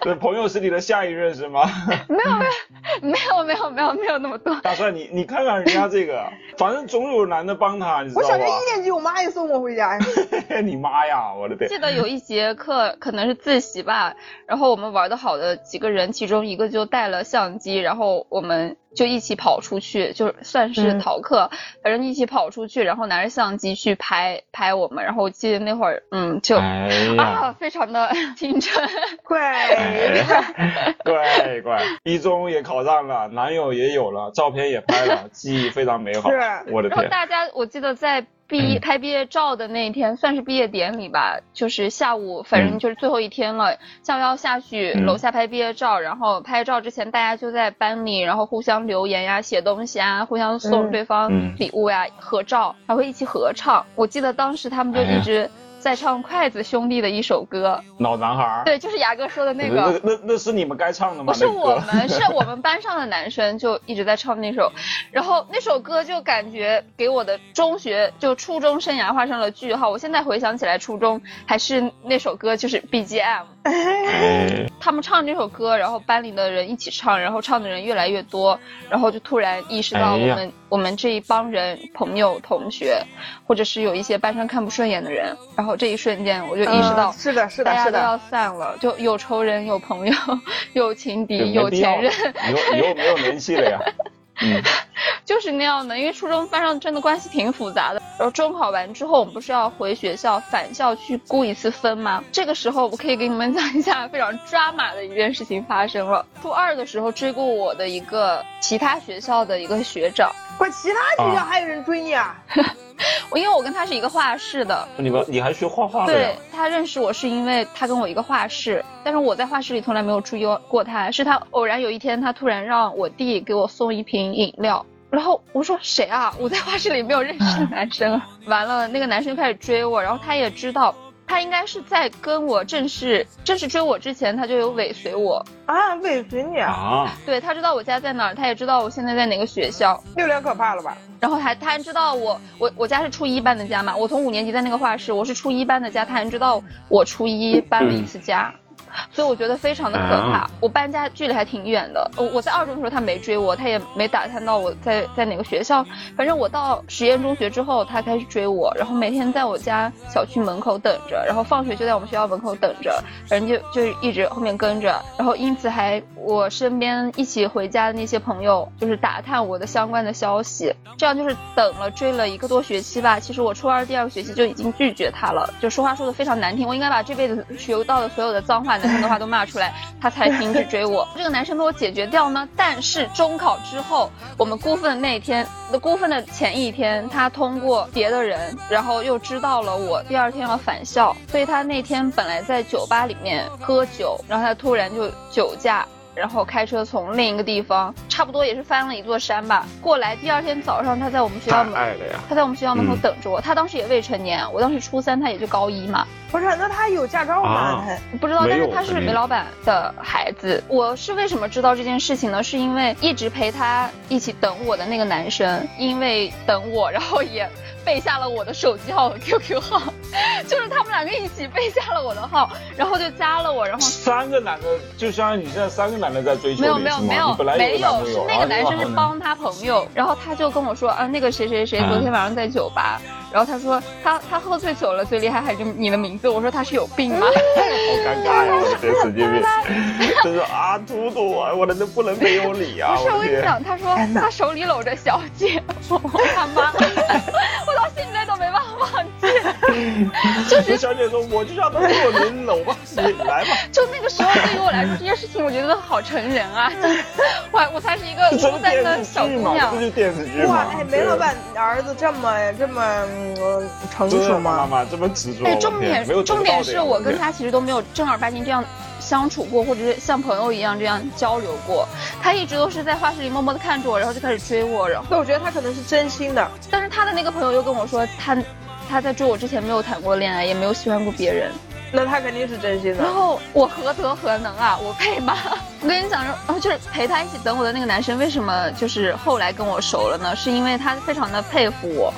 Speaker 3: 这朋友是你的下一任 是吗？
Speaker 1: 没有 没有没有没有没有没有那么多，
Speaker 3: 大帅，你你看看人家这个，反正总有男的帮他，你知
Speaker 2: 我
Speaker 3: 道啊
Speaker 2: 小
Speaker 3: 吧
Speaker 2: 学？ 一年级，我妈也送我回家呀。哎
Speaker 3: 你妈呀，我的 天！
Speaker 1: 记得有一节课可能是自习吧，然后我们玩的好的几个人，其中一个就带了相机，然后我们就一起跑出去，就算是
Speaker 2: 嗯
Speaker 1: 逃课，反正一起跑出去，然后拿着相机去拍拍我们。然后我记得那会儿，嗯，就、
Speaker 3: 哎呀，哎
Speaker 1: 啊，非常的 青春。
Speaker 2: 对，
Speaker 3: 乖乖，一中也考上了，男友也有了，照片也拍 了，记忆非常美好。
Speaker 2: 是
Speaker 3: 我的
Speaker 1: 啊然后
Speaker 3: 天，嗯
Speaker 1: 大家，我记得在毕业拍毕业照的那一天，算是毕业典礼吧，就是下午，反正就是最后一天了，下午要下去
Speaker 3: 嗯
Speaker 1: 楼下拍毕业照，然后拍照之前大家就在班里，然后互相留言呀、写东西啊，互相送
Speaker 2: 嗯
Speaker 1: 对方
Speaker 3: 嗯
Speaker 1: 礼物呀、合照，还会一起合唱。我记得当时他们就
Speaker 3: 哎呀
Speaker 1: 一直。在唱筷子兄弟的一首歌，
Speaker 3: 老男孩儿。
Speaker 1: 对，就是牙哥说的那个，
Speaker 3: 那那那是你们该唱的吗？
Speaker 1: 不是
Speaker 3: 那个歌
Speaker 1: 我们，是我们班上的男生就一直在唱那首，然后那首歌就感觉给我的中学就初中生涯画上了句号。我现在回想起来，初中还是那首歌就是 BGM，
Speaker 3: 哎，
Speaker 1: 他们唱这首歌，然后班里的人一起唱，然后唱的人越来越多，然后就突然意识到
Speaker 3: 哎
Speaker 1: 我
Speaker 3: 呀
Speaker 1: 们、我们这一帮人朋友同学，或者是有一些班上看不顺眼的人，然后这一瞬间我就意识到哎
Speaker 2: 嗯。是的，是
Speaker 1: 大
Speaker 2: 的，
Speaker 1: 家
Speaker 2: 是
Speaker 1: 都
Speaker 2: 的。
Speaker 1: 要散了，就有仇人，有朋友， 有情
Speaker 3: 就
Speaker 1: 敌，
Speaker 3: 没
Speaker 1: 有
Speaker 3: 必要
Speaker 1: 前任，
Speaker 3: 了以后以后没有联系了呀。嗯，
Speaker 1: 就是那样的。因为初中班上真的关系挺复杂的。然后中考完之后，我们不是要回学校返校去估一次分吗？这个时候，我可以给你们 讲一下非常抓马的一件事情发生了。初二的时候追过我的一个其他学校的一个学长，
Speaker 2: 管其他学校还有人追你啊？
Speaker 1: 我因为我跟他是一个画室的，
Speaker 3: 你们你还学画画的
Speaker 1: 对
Speaker 3: 呀？
Speaker 1: 他认识我是因为他跟我一个画室，但是我在画室里从来没有注意过他，是他偶然有一天他突然让我弟给我送一瓶饮料。然后我说谁啊？我在画室里没有认识的男生啊。完了，那个男生就开始追我，然后他也知道，他应该是在跟我正式正式追我之前，他就有尾随我。
Speaker 2: 啊，尾随你啊，
Speaker 3: 啊，
Speaker 1: 对他知道我家在哪儿，他也知道我现在在哪个学校，
Speaker 2: 有点可怕了吧？
Speaker 1: 然后还他还知道我我我家是初一班的家嘛，我从五年级在那个画室，我是初一班的家，他还知道我初一搬了一次家，所以我觉得非常的可怕。
Speaker 3: 啊
Speaker 1: 我搬家距离还挺远的，我我在二中的时候他没追我，他也没打探到我在在哪个学校，反正我到实验中学之后他开始追我，然后每天在我家小区门口等着，然后放学就在我们学校门口等着，反正就就是一直后面跟着，然后因此还我身边一起回家的那些朋友，就是打探我的相关的消息，这样就是等了追了一个多学期吧。其实我初二第二个学期就已经拒绝他了，就说话说的非常难听，我应该把这辈子学到的所有的脏话、难听的话都骂出来，他才停止追我。这个男生被我解决掉呢，但是中考之后，我们估分的那一天，估分的前一天，他通过别的人，然后又知道了我第二天要返校，所以他那天本来在酒吧里面喝酒，然后他突然就酒驾。然后开车从另一个地方，差不多也是翻了一座山吧，过来。第二天早上，他在我们学校门，
Speaker 3: 爱了呀！
Speaker 1: 他在我们学校门口
Speaker 3: 嗯
Speaker 1: 等着我。他当时也未成年，啊我当时初三，他也就高一嘛。
Speaker 2: 不是，那他有驾照吗
Speaker 3: 啊？
Speaker 2: 他
Speaker 1: 不知道，
Speaker 3: 没
Speaker 1: 但
Speaker 3: 有
Speaker 1: 是他是煤老板的孩子。我是为什么知道这件事情呢？是因为一直陪他一起等我的那个男生，因为等我，然后也背下了我的手机号和 QQ 号， 就是他们两个一起背下了我的号，然后就加了我，然后
Speaker 3: 三个男的，就相当于你现在三个男的在追求
Speaker 1: 没有
Speaker 3: 你
Speaker 1: 没有
Speaker 3: 是吗
Speaker 1: 没有
Speaker 3: 你本来
Speaker 1: 没
Speaker 3: 有个男
Speaker 1: 有，
Speaker 3: 朋
Speaker 1: 是
Speaker 3: 友，啊
Speaker 1: 那个男生是
Speaker 3: 然后
Speaker 1: 帮他朋友，然后他就跟我说啊，那个谁谁谁
Speaker 3: 嗯
Speaker 1: 昨天晚上在酒吧，然后他说他他喝醉酒了，嘴里还喊着你的名字，我说他是有病吗？
Speaker 3: 好尴尬呀！我这神经病， 就是啊，嘟嘟啊，我的不能没有你啊！
Speaker 1: 不 是，我
Speaker 3: 的
Speaker 1: 跟你
Speaker 3: 天，
Speaker 1: 讲，他说
Speaker 2: 天哪
Speaker 1: 他手里搂着小 姐，我他妈，我到现在都没办法忘记，就
Speaker 3: 那
Speaker 1: 是
Speaker 3: 小姐说，我就要通过你搂吧，你来吧。
Speaker 1: 就那个时候对于我来说这件事情，我觉得好成人 啊，就是我还我才是一个
Speaker 3: 这
Speaker 1: 孤
Speaker 3: 是
Speaker 1: 单
Speaker 3: 电
Speaker 1: 的
Speaker 3: 视
Speaker 1: 小
Speaker 3: 剧
Speaker 1: 姑
Speaker 3: 嘛，
Speaker 1: 娘
Speaker 3: 这。是电视剧嘛
Speaker 2: 哇，？哎，梅老板儿子这么这么嗯成
Speaker 3: 对，真
Speaker 2: 熟
Speaker 3: 的妈
Speaker 2: 吗？
Speaker 3: 妈这么执着，
Speaker 1: 哎，
Speaker 3: 我
Speaker 1: 重
Speaker 3: 天
Speaker 1: 点
Speaker 3: 没啊有得
Speaker 1: 重
Speaker 3: 到
Speaker 1: 点
Speaker 3: 的
Speaker 1: 是
Speaker 3: 呀
Speaker 1: 我跟他其实都没有正儿八经这样相处过，或者是像朋友一样这样交流过。他一直都是在画室里默默的看着我，然后就开始追我，然后
Speaker 2: 那我觉得他可能是真心的，
Speaker 1: 但是他的那个朋友又跟我说，他他在追我之前没有谈过恋爱，也没有喜欢过别人。
Speaker 2: 那他肯定是真心的
Speaker 1: 然。后我何德何能啊？我配吗？ 我跟你讲，然后就是陪他一起等我的那个男生，为什么就是后来跟我熟了呢？是因为他非常的佩服我，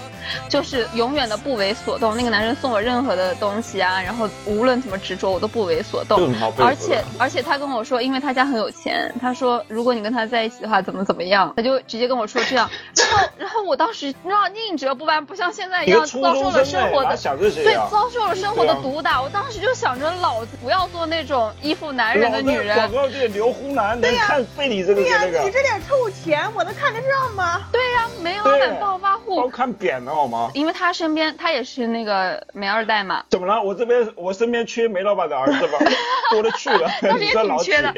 Speaker 1: 就是永远的不为所动。那个男生送我任何的东西啊，然后无论怎么执着，我都不为所
Speaker 3: 这有
Speaker 1: 动
Speaker 3: 什。么好佩服的
Speaker 1: 而且而且他跟我说，因为他家很有钱，他说如果你跟他在一起的话，怎么怎么样，他就直接跟我说这样。然后然后我当时，你知道宁折不弯，不像现在一
Speaker 3: 一
Speaker 1: 样
Speaker 3: 个初
Speaker 1: 遭受
Speaker 3: 中
Speaker 1: 了
Speaker 3: 生
Speaker 1: 生活
Speaker 3: 哎，
Speaker 1: 的
Speaker 3: 哪想这些
Speaker 1: 对
Speaker 3: 呀，？
Speaker 1: 遭受了生活的
Speaker 3: 对啊
Speaker 1: 毒打，我当时就想着老子不要做那种依附男人的女
Speaker 3: 老
Speaker 1: 人。
Speaker 3: 高店刘胡兰能看被你这个
Speaker 2: 对
Speaker 3: 跟
Speaker 2: 哎呀、
Speaker 3: 那
Speaker 2: 你
Speaker 3: 个，
Speaker 2: 这点臭钱我能看得上吗？
Speaker 1: 对呀、煤老
Speaker 3: 对
Speaker 1: 板暴发
Speaker 3: 把我
Speaker 1: 户，
Speaker 3: 看扁了好吗？
Speaker 1: 因为他身边他也是那个煤二代嘛，
Speaker 3: 怎么了？我这边我身边缺梅老板的儿 子吗？多了去了，
Speaker 1: 倒是
Speaker 3: 你
Speaker 1: 也
Speaker 3: 这老
Speaker 1: 挺
Speaker 3: 几
Speaker 1: 缺的，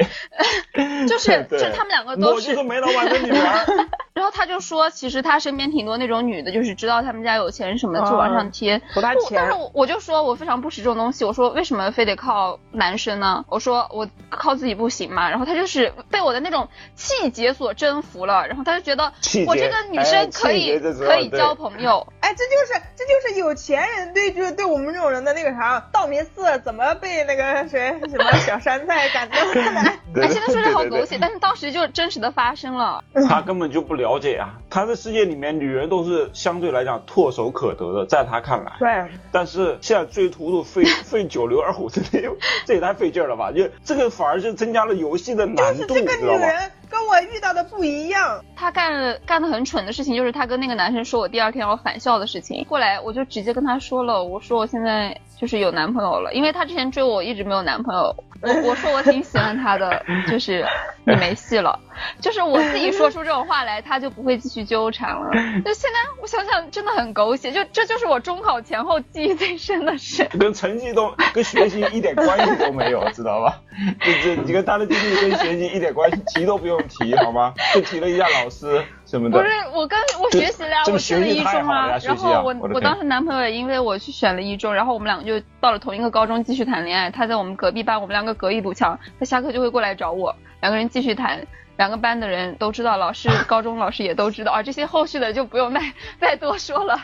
Speaker 1: 就是就
Speaker 3: 对
Speaker 1: 是他们两个
Speaker 3: 我
Speaker 1: 都
Speaker 3: 就是是。梅老板的女 儿，
Speaker 1: 然后他就说，其实他身边挺多那种女的，就是知道他们家有钱什么的，
Speaker 2: 啊
Speaker 1: 就往上贴。
Speaker 2: 不大
Speaker 1: 不但是我我就说我非常不识这种东西，我说为什么非得靠男生呢？我说我靠自己不行嘛。然后他就是被我的那种气节所征服了，然后他就觉得
Speaker 3: 气节
Speaker 1: 我这个女
Speaker 3: 哎
Speaker 1: 生可
Speaker 3: 气
Speaker 1: 以、
Speaker 3: 节这时候
Speaker 1: 可以
Speaker 3: 对
Speaker 1: 交朋友，
Speaker 2: 哎，这就是这就是有钱人对就是对我们这种人的那个啥，道明寺怎么被那个谁什么小山菜感动的来？
Speaker 1: 哎，现在说是好狗
Speaker 3: 对
Speaker 1: 血，但是当时就真实的发生了。
Speaker 3: 他根本就不了解啊！他的世界里面，女人都是相对来讲唾手可得的，在他看来。
Speaker 2: 对，
Speaker 3: 但是现在追图 图费费九牛二虎之类，这也太费劲儿了吧？就这个反而是增加了游戏的
Speaker 2: 就
Speaker 3: 难
Speaker 2: 是
Speaker 3: 度，
Speaker 2: 这
Speaker 3: 你
Speaker 2: 个
Speaker 3: 知
Speaker 2: 女
Speaker 3: 道吗？
Speaker 2: 人跟我遇到的不一样。
Speaker 1: 他干了干的很蠢的事情，就是他跟那个男生说我第二天要返校的事情。后来我就直接跟他说了，我说我现在就是有男朋友了，因为他之前追我我一直没有男朋友。我我说我挺喜欢他 的，就是你没戏了，就是我自己说出这种话来，他就不会继续纠缠了。就现在我想想真的很狗血，就这就是我中考前后记忆最深的事。
Speaker 3: 跟成绩都 跟学习一点关系都没有，知道吧？这这你跟他的经历跟学习一点关系，提都不用提，好吗？就提了一下老师什么
Speaker 1: 不
Speaker 3: 的
Speaker 1: 是。，我跟我
Speaker 3: 这
Speaker 1: 学习了呀，
Speaker 3: 这
Speaker 1: 我
Speaker 3: 个
Speaker 1: 去了
Speaker 3: 学习
Speaker 1: 一
Speaker 3: 太
Speaker 1: 中
Speaker 3: 好了呀学
Speaker 1: 然
Speaker 3: 习
Speaker 1: 后
Speaker 3: 啊
Speaker 1: 我
Speaker 3: 我的
Speaker 1: 我当时
Speaker 3: 天
Speaker 1: 男朋友也因为我去选了一中，然后我们两个就到了同一个高中继续谈恋爱。他在我们隔壁班，我们两个隔一堵墙，他下课就会过来找我，两个人继续谈。两个班的人都知道，老师、高中老师也都知道啊。这些后续的就不用再再多说 了，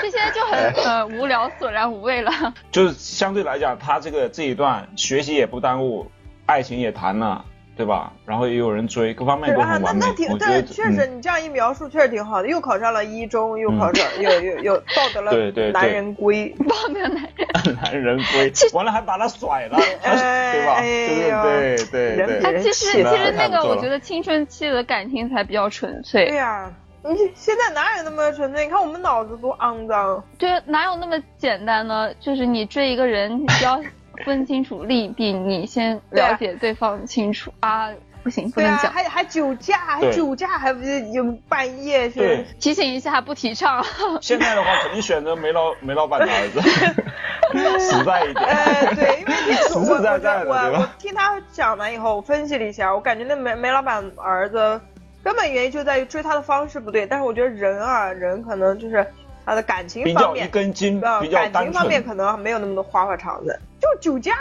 Speaker 1: 这些就很呃无聊、索然无味了。
Speaker 3: 就是相对来讲，他这个这一段学习也不耽误，爱情也谈了，对吧？然后也有人追，各方面
Speaker 2: 对
Speaker 3: 都
Speaker 2: 啊，
Speaker 3: 很
Speaker 2: 那
Speaker 3: 完美
Speaker 2: 那。挺
Speaker 3: 我，觉
Speaker 2: 但
Speaker 3: 得嗯
Speaker 2: 是确实，你这样一描述，确实挺好的，又考上了一中，又考上，又又又抱得
Speaker 3: 对
Speaker 2: 了
Speaker 3: 对对
Speaker 2: 男人归。
Speaker 1: 棒的男人，
Speaker 3: 嗯男人归，完了还把他甩了，
Speaker 2: 哎
Speaker 3: 对吧？
Speaker 2: 哎呦
Speaker 3: 就是对
Speaker 2: 人
Speaker 3: 对
Speaker 2: 比
Speaker 1: 哎
Speaker 3: 对
Speaker 2: 人，
Speaker 1: 其实
Speaker 2: 气
Speaker 1: 其
Speaker 3: 得
Speaker 1: 实
Speaker 3: 太
Speaker 1: 那个
Speaker 3: 不错
Speaker 1: 我
Speaker 3: 了
Speaker 1: 觉得青春期的感情才比较纯粹
Speaker 2: 对。哎呀、你现在哪有那么纯粹？你看我们脑子多肮脏。
Speaker 1: 对，哪有那么简单呢？就是你追一个人，你要分清楚利弊，你先了解对方清楚啊。不行，不
Speaker 2: 对
Speaker 1: 能
Speaker 2: 啊，
Speaker 1: 讲。
Speaker 2: 还还酒驾，还
Speaker 3: 对
Speaker 2: 酒驾，还不是有半夜去
Speaker 3: 对。
Speaker 1: 提醒一下，不提倡。
Speaker 3: 现在的话，肯定选择梅老梅老板的儿子。 实在一点。
Speaker 2: 呃，对，因 为那次我
Speaker 3: 实实在在的
Speaker 2: 我
Speaker 3: 对
Speaker 2: 我
Speaker 3: 吧
Speaker 2: 我听他讲完以后，我分析了一下，我感觉那梅梅老板儿子根本原因就在于追他的方式不对，但是我觉得人啊，人可能就是他的感情
Speaker 3: 比
Speaker 2: 方
Speaker 3: 较
Speaker 2: 面
Speaker 3: 一，根筋，
Speaker 2: 呃
Speaker 3: 比较
Speaker 2: 感
Speaker 3: 单
Speaker 2: 情方面
Speaker 3: 纯。
Speaker 2: 可能没有那么多花花肠子，就酒驾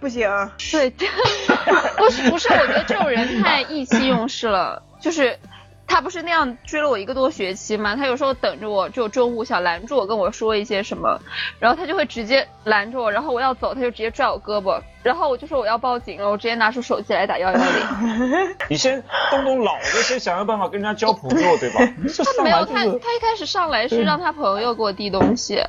Speaker 2: 不行，
Speaker 1: 对， 不是不是，我觉得这种人太意气用事了。就是他不是那样追了我一个多学期嘛，他有时候等着我，就中午想拦住我跟我说一些什么，然后他就会直接拦着我，然后我要走，他就直接拽我胳膊，然后我就说我要报警了，我直接拿出手机来打幺幺零。
Speaker 3: 你先动动脑子，先想个办法跟人家交朋友，对吧？这
Speaker 1: 他
Speaker 3: 上
Speaker 1: 没有，
Speaker 3: 来就
Speaker 1: 他
Speaker 3: 是。
Speaker 1: 他一开始上来是让他朋友给我递东西，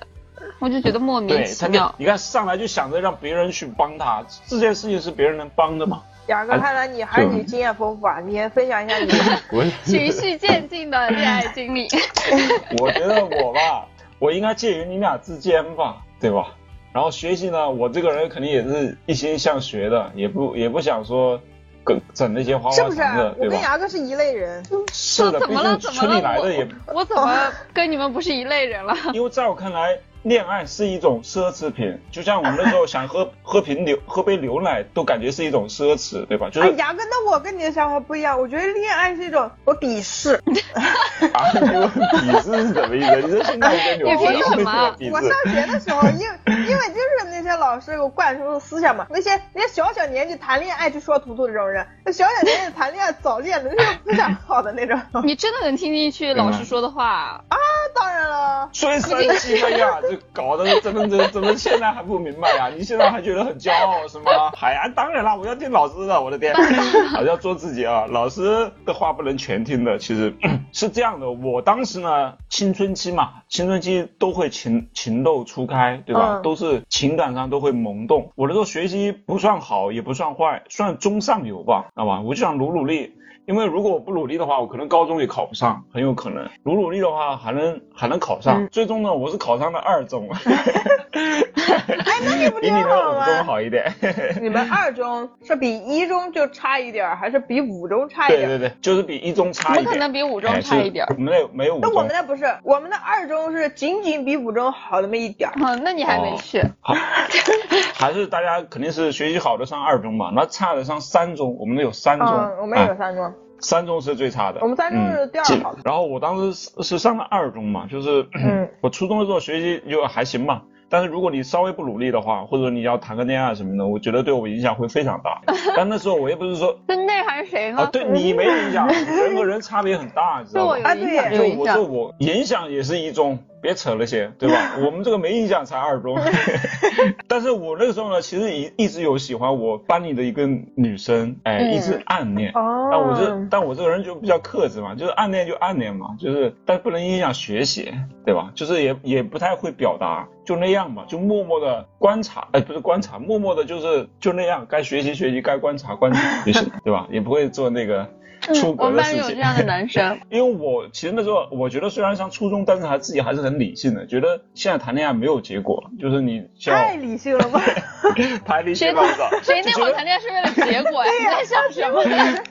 Speaker 1: 我就觉得莫名
Speaker 3: 对
Speaker 1: 其
Speaker 3: 他就
Speaker 1: 妙。
Speaker 3: 你看上来就想着让别人去帮他，这件事情是别人能帮的嘛？
Speaker 2: 雅
Speaker 3: 哎
Speaker 2: 哥，看来你还是你经验丰富啊，你也分享一下你。
Speaker 3: 我
Speaker 1: 循序渐进的恋爱经 历，
Speaker 3: 我觉得我吧，我应该介于你俩之间吧，对吧？然后学习呢，我这个人肯定也是一心向学的，也不也不想说跟整那些花花
Speaker 2: 是不
Speaker 3: 肠
Speaker 2: 是？
Speaker 3: 子，
Speaker 2: 我
Speaker 3: 哦对
Speaker 2: 跟
Speaker 3: 吧？
Speaker 2: 牙哥是一类人，
Speaker 3: 是的，
Speaker 1: 怎
Speaker 3: 毕
Speaker 1: 么了
Speaker 3: 竟
Speaker 1: 怎么
Speaker 3: 村里
Speaker 1: 了
Speaker 3: 来
Speaker 1: 我
Speaker 3: 的也，
Speaker 1: 我怎么跟你们不是一类人了？
Speaker 3: 因为在我看来，恋爱是一种奢侈品，就像我们那时候想喝 喝瓶牛喝杯牛奶，都感觉是一种奢侈，对吧？就
Speaker 2: 哎，
Speaker 3: 是
Speaker 2: 牙哥，那我跟你的想法不一样，我觉得恋爱是一种我鄙视，
Speaker 3: 啊，你鄙视是怎么意思？你这现在有点扭
Speaker 1: 你
Speaker 3: 曲，
Speaker 1: 凭什么
Speaker 3: 为
Speaker 2: 我
Speaker 3: 鄙视
Speaker 2: 上？学的时候，因为 因为就是那些老师给我灌输的思想嘛，那些那些小小年纪谈恋爱就说图图这种人，那小小年纪谈恋爱早恋的，那种思想好的那种。
Speaker 1: 你真的能听进去老师说的话？
Speaker 2: 那当然了，
Speaker 3: 最生气了呀！ 这搞得怎么怎么怎么现在还不明白呀？你 现在还觉得很骄傲是吗？ 哎呀，当然啦，我要听老师的，我的天，还是要做自己啊！老师的话不能全听的，其实 是这样的。我当时呢，青春期嘛，青春期都会情情窦初开，对吧？
Speaker 2: 嗯
Speaker 3: 都是情感上都会萌动。我那时候学习不算好，也不算坏，算中上游吧，好吧？我就想努努力，因为如果我不努力的话，我可能高中也考不上，很有可能。努努力的话，还能还能考
Speaker 2: 嗯
Speaker 3: 上。最终呢，我是考上了二中，
Speaker 2: 哎，那 你不
Speaker 3: 比
Speaker 2: 挺
Speaker 3: 你们
Speaker 2: 好
Speaker 3: 五中
Speaker 2: 吗？
Speaker 3: 好一点。
Speaker 2: 你们二中是比一中就差一点儿，还是比五中差一
Speaker 3: 对
Speaker 2: 点儿？
Speaker 3: 对对，就是比一中
Speaker 1: 怎
Speaker 3: 差
Speaker 1: 么
Speaker 3: 一
Speaker 1: 可
Speaker 3: 点
Speaker 1: 能。比五
Speaker 3: 哎
Speaker 1: 中差一点
Speaker 3: 是
Speaker 1: 儿？
Speaker 3: 我们那没有五
Speaker 2: 那我
Speaker 3: 中
Speaker 2: 们。那不是，我们的二中是仅仅比五中好那么一点儿。
Speaker 1: 嗯，那你还
Speaker 3: 哦
Speaker 1: 没去？
Speaker 3: 好， 还是大家肯定是学习好的上二中嘛，那差的上三中，我们有三中，
Speaker 2: 嗯，我们也
Speaker 3: 哎
Speaker 2: 有三中，
Speaker 3: 三中是最差的，
Speaker 2: 我们三中是第二
Speaker 3: 嗯
Speaker 2: 好的。
Speaker 3: 然后我当时是是上了二中嘛，就是、
Speaker 2: 嗯
Speaker 3: 我初中的时候学习就还行嘛，但是如果你稍微不努力的话，或者说你要谈个恋爱什么的，我觉得对我影响会非常 大。但那时候我也不是说
Speaker 1: 那那还是谁
Speaker 3: 啊，
Speaker 1: 呢？
Speaker 3: 对你没影响，人和人差别很大，你知
Speaker 1: 对
Speaker 3: 道吧
Speaker 1: 我？有
Speaker 2: 啊
Speaker 1: 影
Speaker 2: 对
Speaker 1: 响，
Speaker 3: 就
Speaker 1: 有影
Speaker 3: 我说
Speaker 1: 响。
Speaker 3: 我影响也是一中，别扯那些，对 吧？我们这个没影响才二中。但是我那个时候呢，其实一一直有喜欢我班里的一个女生，哎，
Speaker 1: 嗯
Speaker 3: 一直暗恋。
Speaker 2: 哦
Speaker 3: 但我这但我这个人就比较克制嘛，就是暗恋就暗恋嘛，就是但不能影响学习，对吧？就是也也不太会表达，就那样吧，就默默的观察，哎，不是观察，默默的就是就那样，该学习学习，该观察观察 就行，对吧？也不会做那个出
Speaker 1: 嗯我
Speaker 3: 格
Speaker 1: 们
Speaker 3: 的
Speaker 1: 班
Speaker 3: 事
Speaker 1: 里
Speaker 3: 情。
Speaker 1: 有这样的男 生，
Speaker 3: 因为我其实那时候我觉得虽然上初中，但是还自己还是很理性的，觉得现在谈恋爱没有结果，就是你像
Speaker 2: 太 理性了 吧？
Speaker 3: 太理
Speaker 1: 谁
Speaker 3: 性了，我操
Speaker 1: 谁那
Speaker 3: 就
Speaker 1: 会儿
Speaker 3: 觉得
Speaker 1: 谈恋爱是为了结果 呀？你在想什么？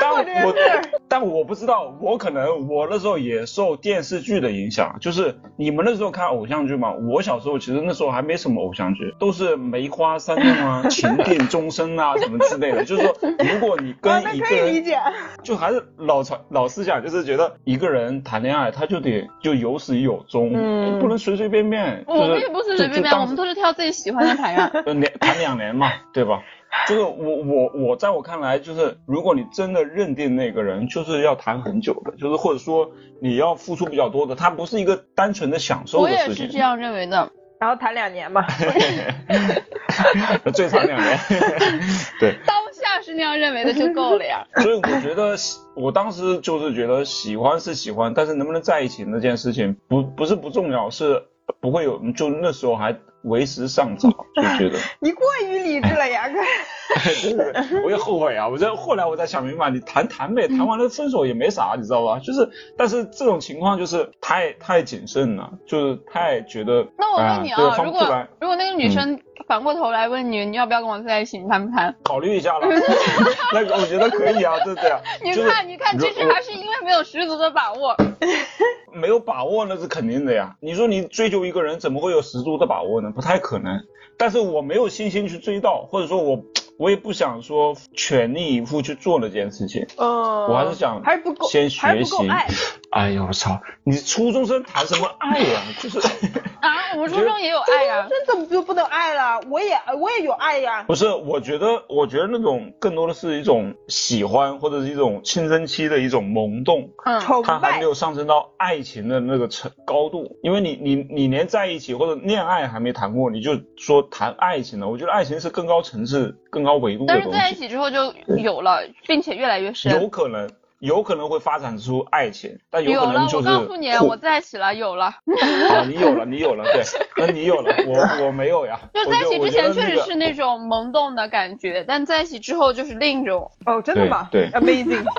Speaker 3: 但
Speaker 2: 过这件
Speaker 3: 我
Speaker 2: 事儿
Speaker 3: 但我不知道，我可能我那时候也受电视剧的影响，就是你们那时候看偶像剧嘛，我小时候其实那时候还没什么偶像剧，都是梅花三弄啊、 情定终身啊什么之类的。就是说，如果你
Speaker 2: 啊，
Speaker 3: 跟
Speaker 2: 那
Speaker 3: 一
Speaker 2: 可
Speaker 3: 个
Speaker 2: 以
Speaker 3: 人
Speaker 2: 理解。
Speaker 3: 就还是老传老思想，就是觉得一个人谈恋爱，他就得就有始有终，
Speaker 2: 嗯
Speaker 3: 不能随随便便。
Speaker 1: 我们
Speaker 3: 就
Speaker 1: 也不是随
Speaker 3: 就
Speaker 1: 随
Speaker 3: 就
Speaker 1: 便，
Speaker 3: 当
Speaker 1: 我们都是挑自己喜欢的谈恋爱。
Speaker 3: 呃两谈两年嘛，对吧？就是我我我在我看来，就是如果你真的认定那个人，就是要谈很久的，就是或者说你要付出比较多的，他不是一个单纯的享受
Speaker 1: 我
Speaker 3: 的
Speaker 1: 也是
Speaker 3: 事情。
Speaker 1: 这样认为的。
Speaker 2: 然后谈两年嘛，
Speaker 3: 最长两年。对，
Speaker 1: 当下是那样认为的就够了呀。
Speaker 3: 所以我觉得喜，我当时就是觉得喜欢是喜欢，但是能不能在一起那件事情不不是不重要，是不会有，就那时候还为时尚早，就觉得，
Speaker 2: 你过于理智了， 牙哥。
Speaker 3: 真是我也后悔啊！我这后来我才想明白，你谈谈呗，谈完了分手也没啥，你知道吧？ 就是，但是这种情况就是太太谨慎了，就是太觉得，
Speaker 1: 那我问你
Speaker 3: 哎对
Speaker 1: 啊，
Speaker 3: 方
Speaker 1: 如
Speaker 3: 不出
Speaker 1: 果
Speaker 3: 来，
Speaker 1: 如果那个女
Speaker 3: 嗯
Speaker 1: 生反过头来问你，你要不要跟我在一起，你谈不谈？
Speaker 3: 考虑 一下了，那个我觉得可以啊，就这样。
Speaker 1: 你
Speaker 3: 就是
Speaker 1: 看，你看，
Speaker 3: 如
Speaker 1: 这是还是因为没有十足的把握。
Speaker 3: 没有把握那是肯定的呀。你说你追求一个人，怎么会有十足的把握呢？不太可能。但是我没有信心去追到，或者说我我也不想说全力以赴去做那件事情。
Speaker 2: 嗯，
Speaker 3: 我还是想
Speaker 2: 还是不够，
Speaker 3: 先学习
Speaker 2: 还是不够爱。
Speaker 3: 哎呦我操！你初中生谈什么爱呀、就是
Speaker 1: 啊，我们初中也有爱啊呀、
Speaker 2: 这怎么就不能爱了？我也我也有爱呀。
Speaker 3: 不是？我觉得，我觉得那种更多的是一种喜欢，或者是一种青春期的一种萌动，
Speaker 1: 嗯，
Speaker 2: 崇
Speaker 3: 它还
Speaker 2: 拜
Speaker 3: 没有上升到爱情的那个程高度。因为你你你连在一起或者恋爱还没谈过，你就说谈爱情了。我觉得爱情是更高层次、更高维度的
Speaker 1: 但是
Speaker 3: 东
Speaker 1: 在一
Speaker 3: 西，
Speaker 1: 起之后就有了，并且越来越
Speaker 3: 有
Speaker 1: 深。
Speaker 3: 可能。有可能会发展出爱情，但有可
Speaker 1: 了，
Speaker 3: 能就
Speaker 1: 我
Speaker 3: 是
Speaker 1: 告诉你，啊
Speaker 3: 互
Speaker 1: 我在一起了，有了。
Speaker 3: 啊，你有了，你有了， 对，那你有了，我我没有呀。
Speaker 1: 就
Speaker 3: 我
Speaker 1: 在一起
Speaker 3: 觉得
Speaker 1: 之前
Speaker 3: 我觉
Speaker 1: 确
Speaker 3: 得
Speaker 1: 实
Speaker 3: 个
Speaker 1: 是那种萌动的感觉，但在一起之后就是另一种
Speaker 2: 哦，真的
Speaker 3: 对
Speaker 2: 吗？
Speaker 3: 对
Speaker 2: ，Amazing。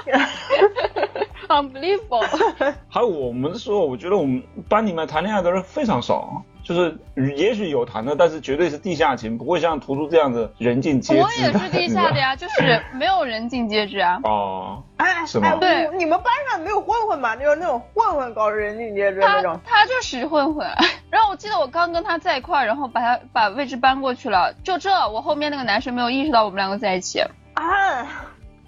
Speaker 1: unbelievable。
Speaker 3: 还有我们说，我觉得我们班里面谈恋爱的人非常少，就是也许有谈的，但是绝对是地下情，不会像图图这样子人尽皆知。
Speaker 1: 我也是地下的呀，就是没有人尽皆知啊。
Speaker 3: 哦，
Speaker 2: 哎
Speaker 3: 是吗
Speaker 2: 哎，
Speaker 1: 对
Speaker 2: 我你们班上没有混混吗？就是那种混混搞人尽皆知那
Speaker 1: 他
Speaker 2: 种。
Speaker 1: 他就是混混，然后我记得我刚跟他在一块儿，然后把他把位置搬过去了，就这我后面那个男生没有意识到我们两个在一起，
Speaker 2: 啊，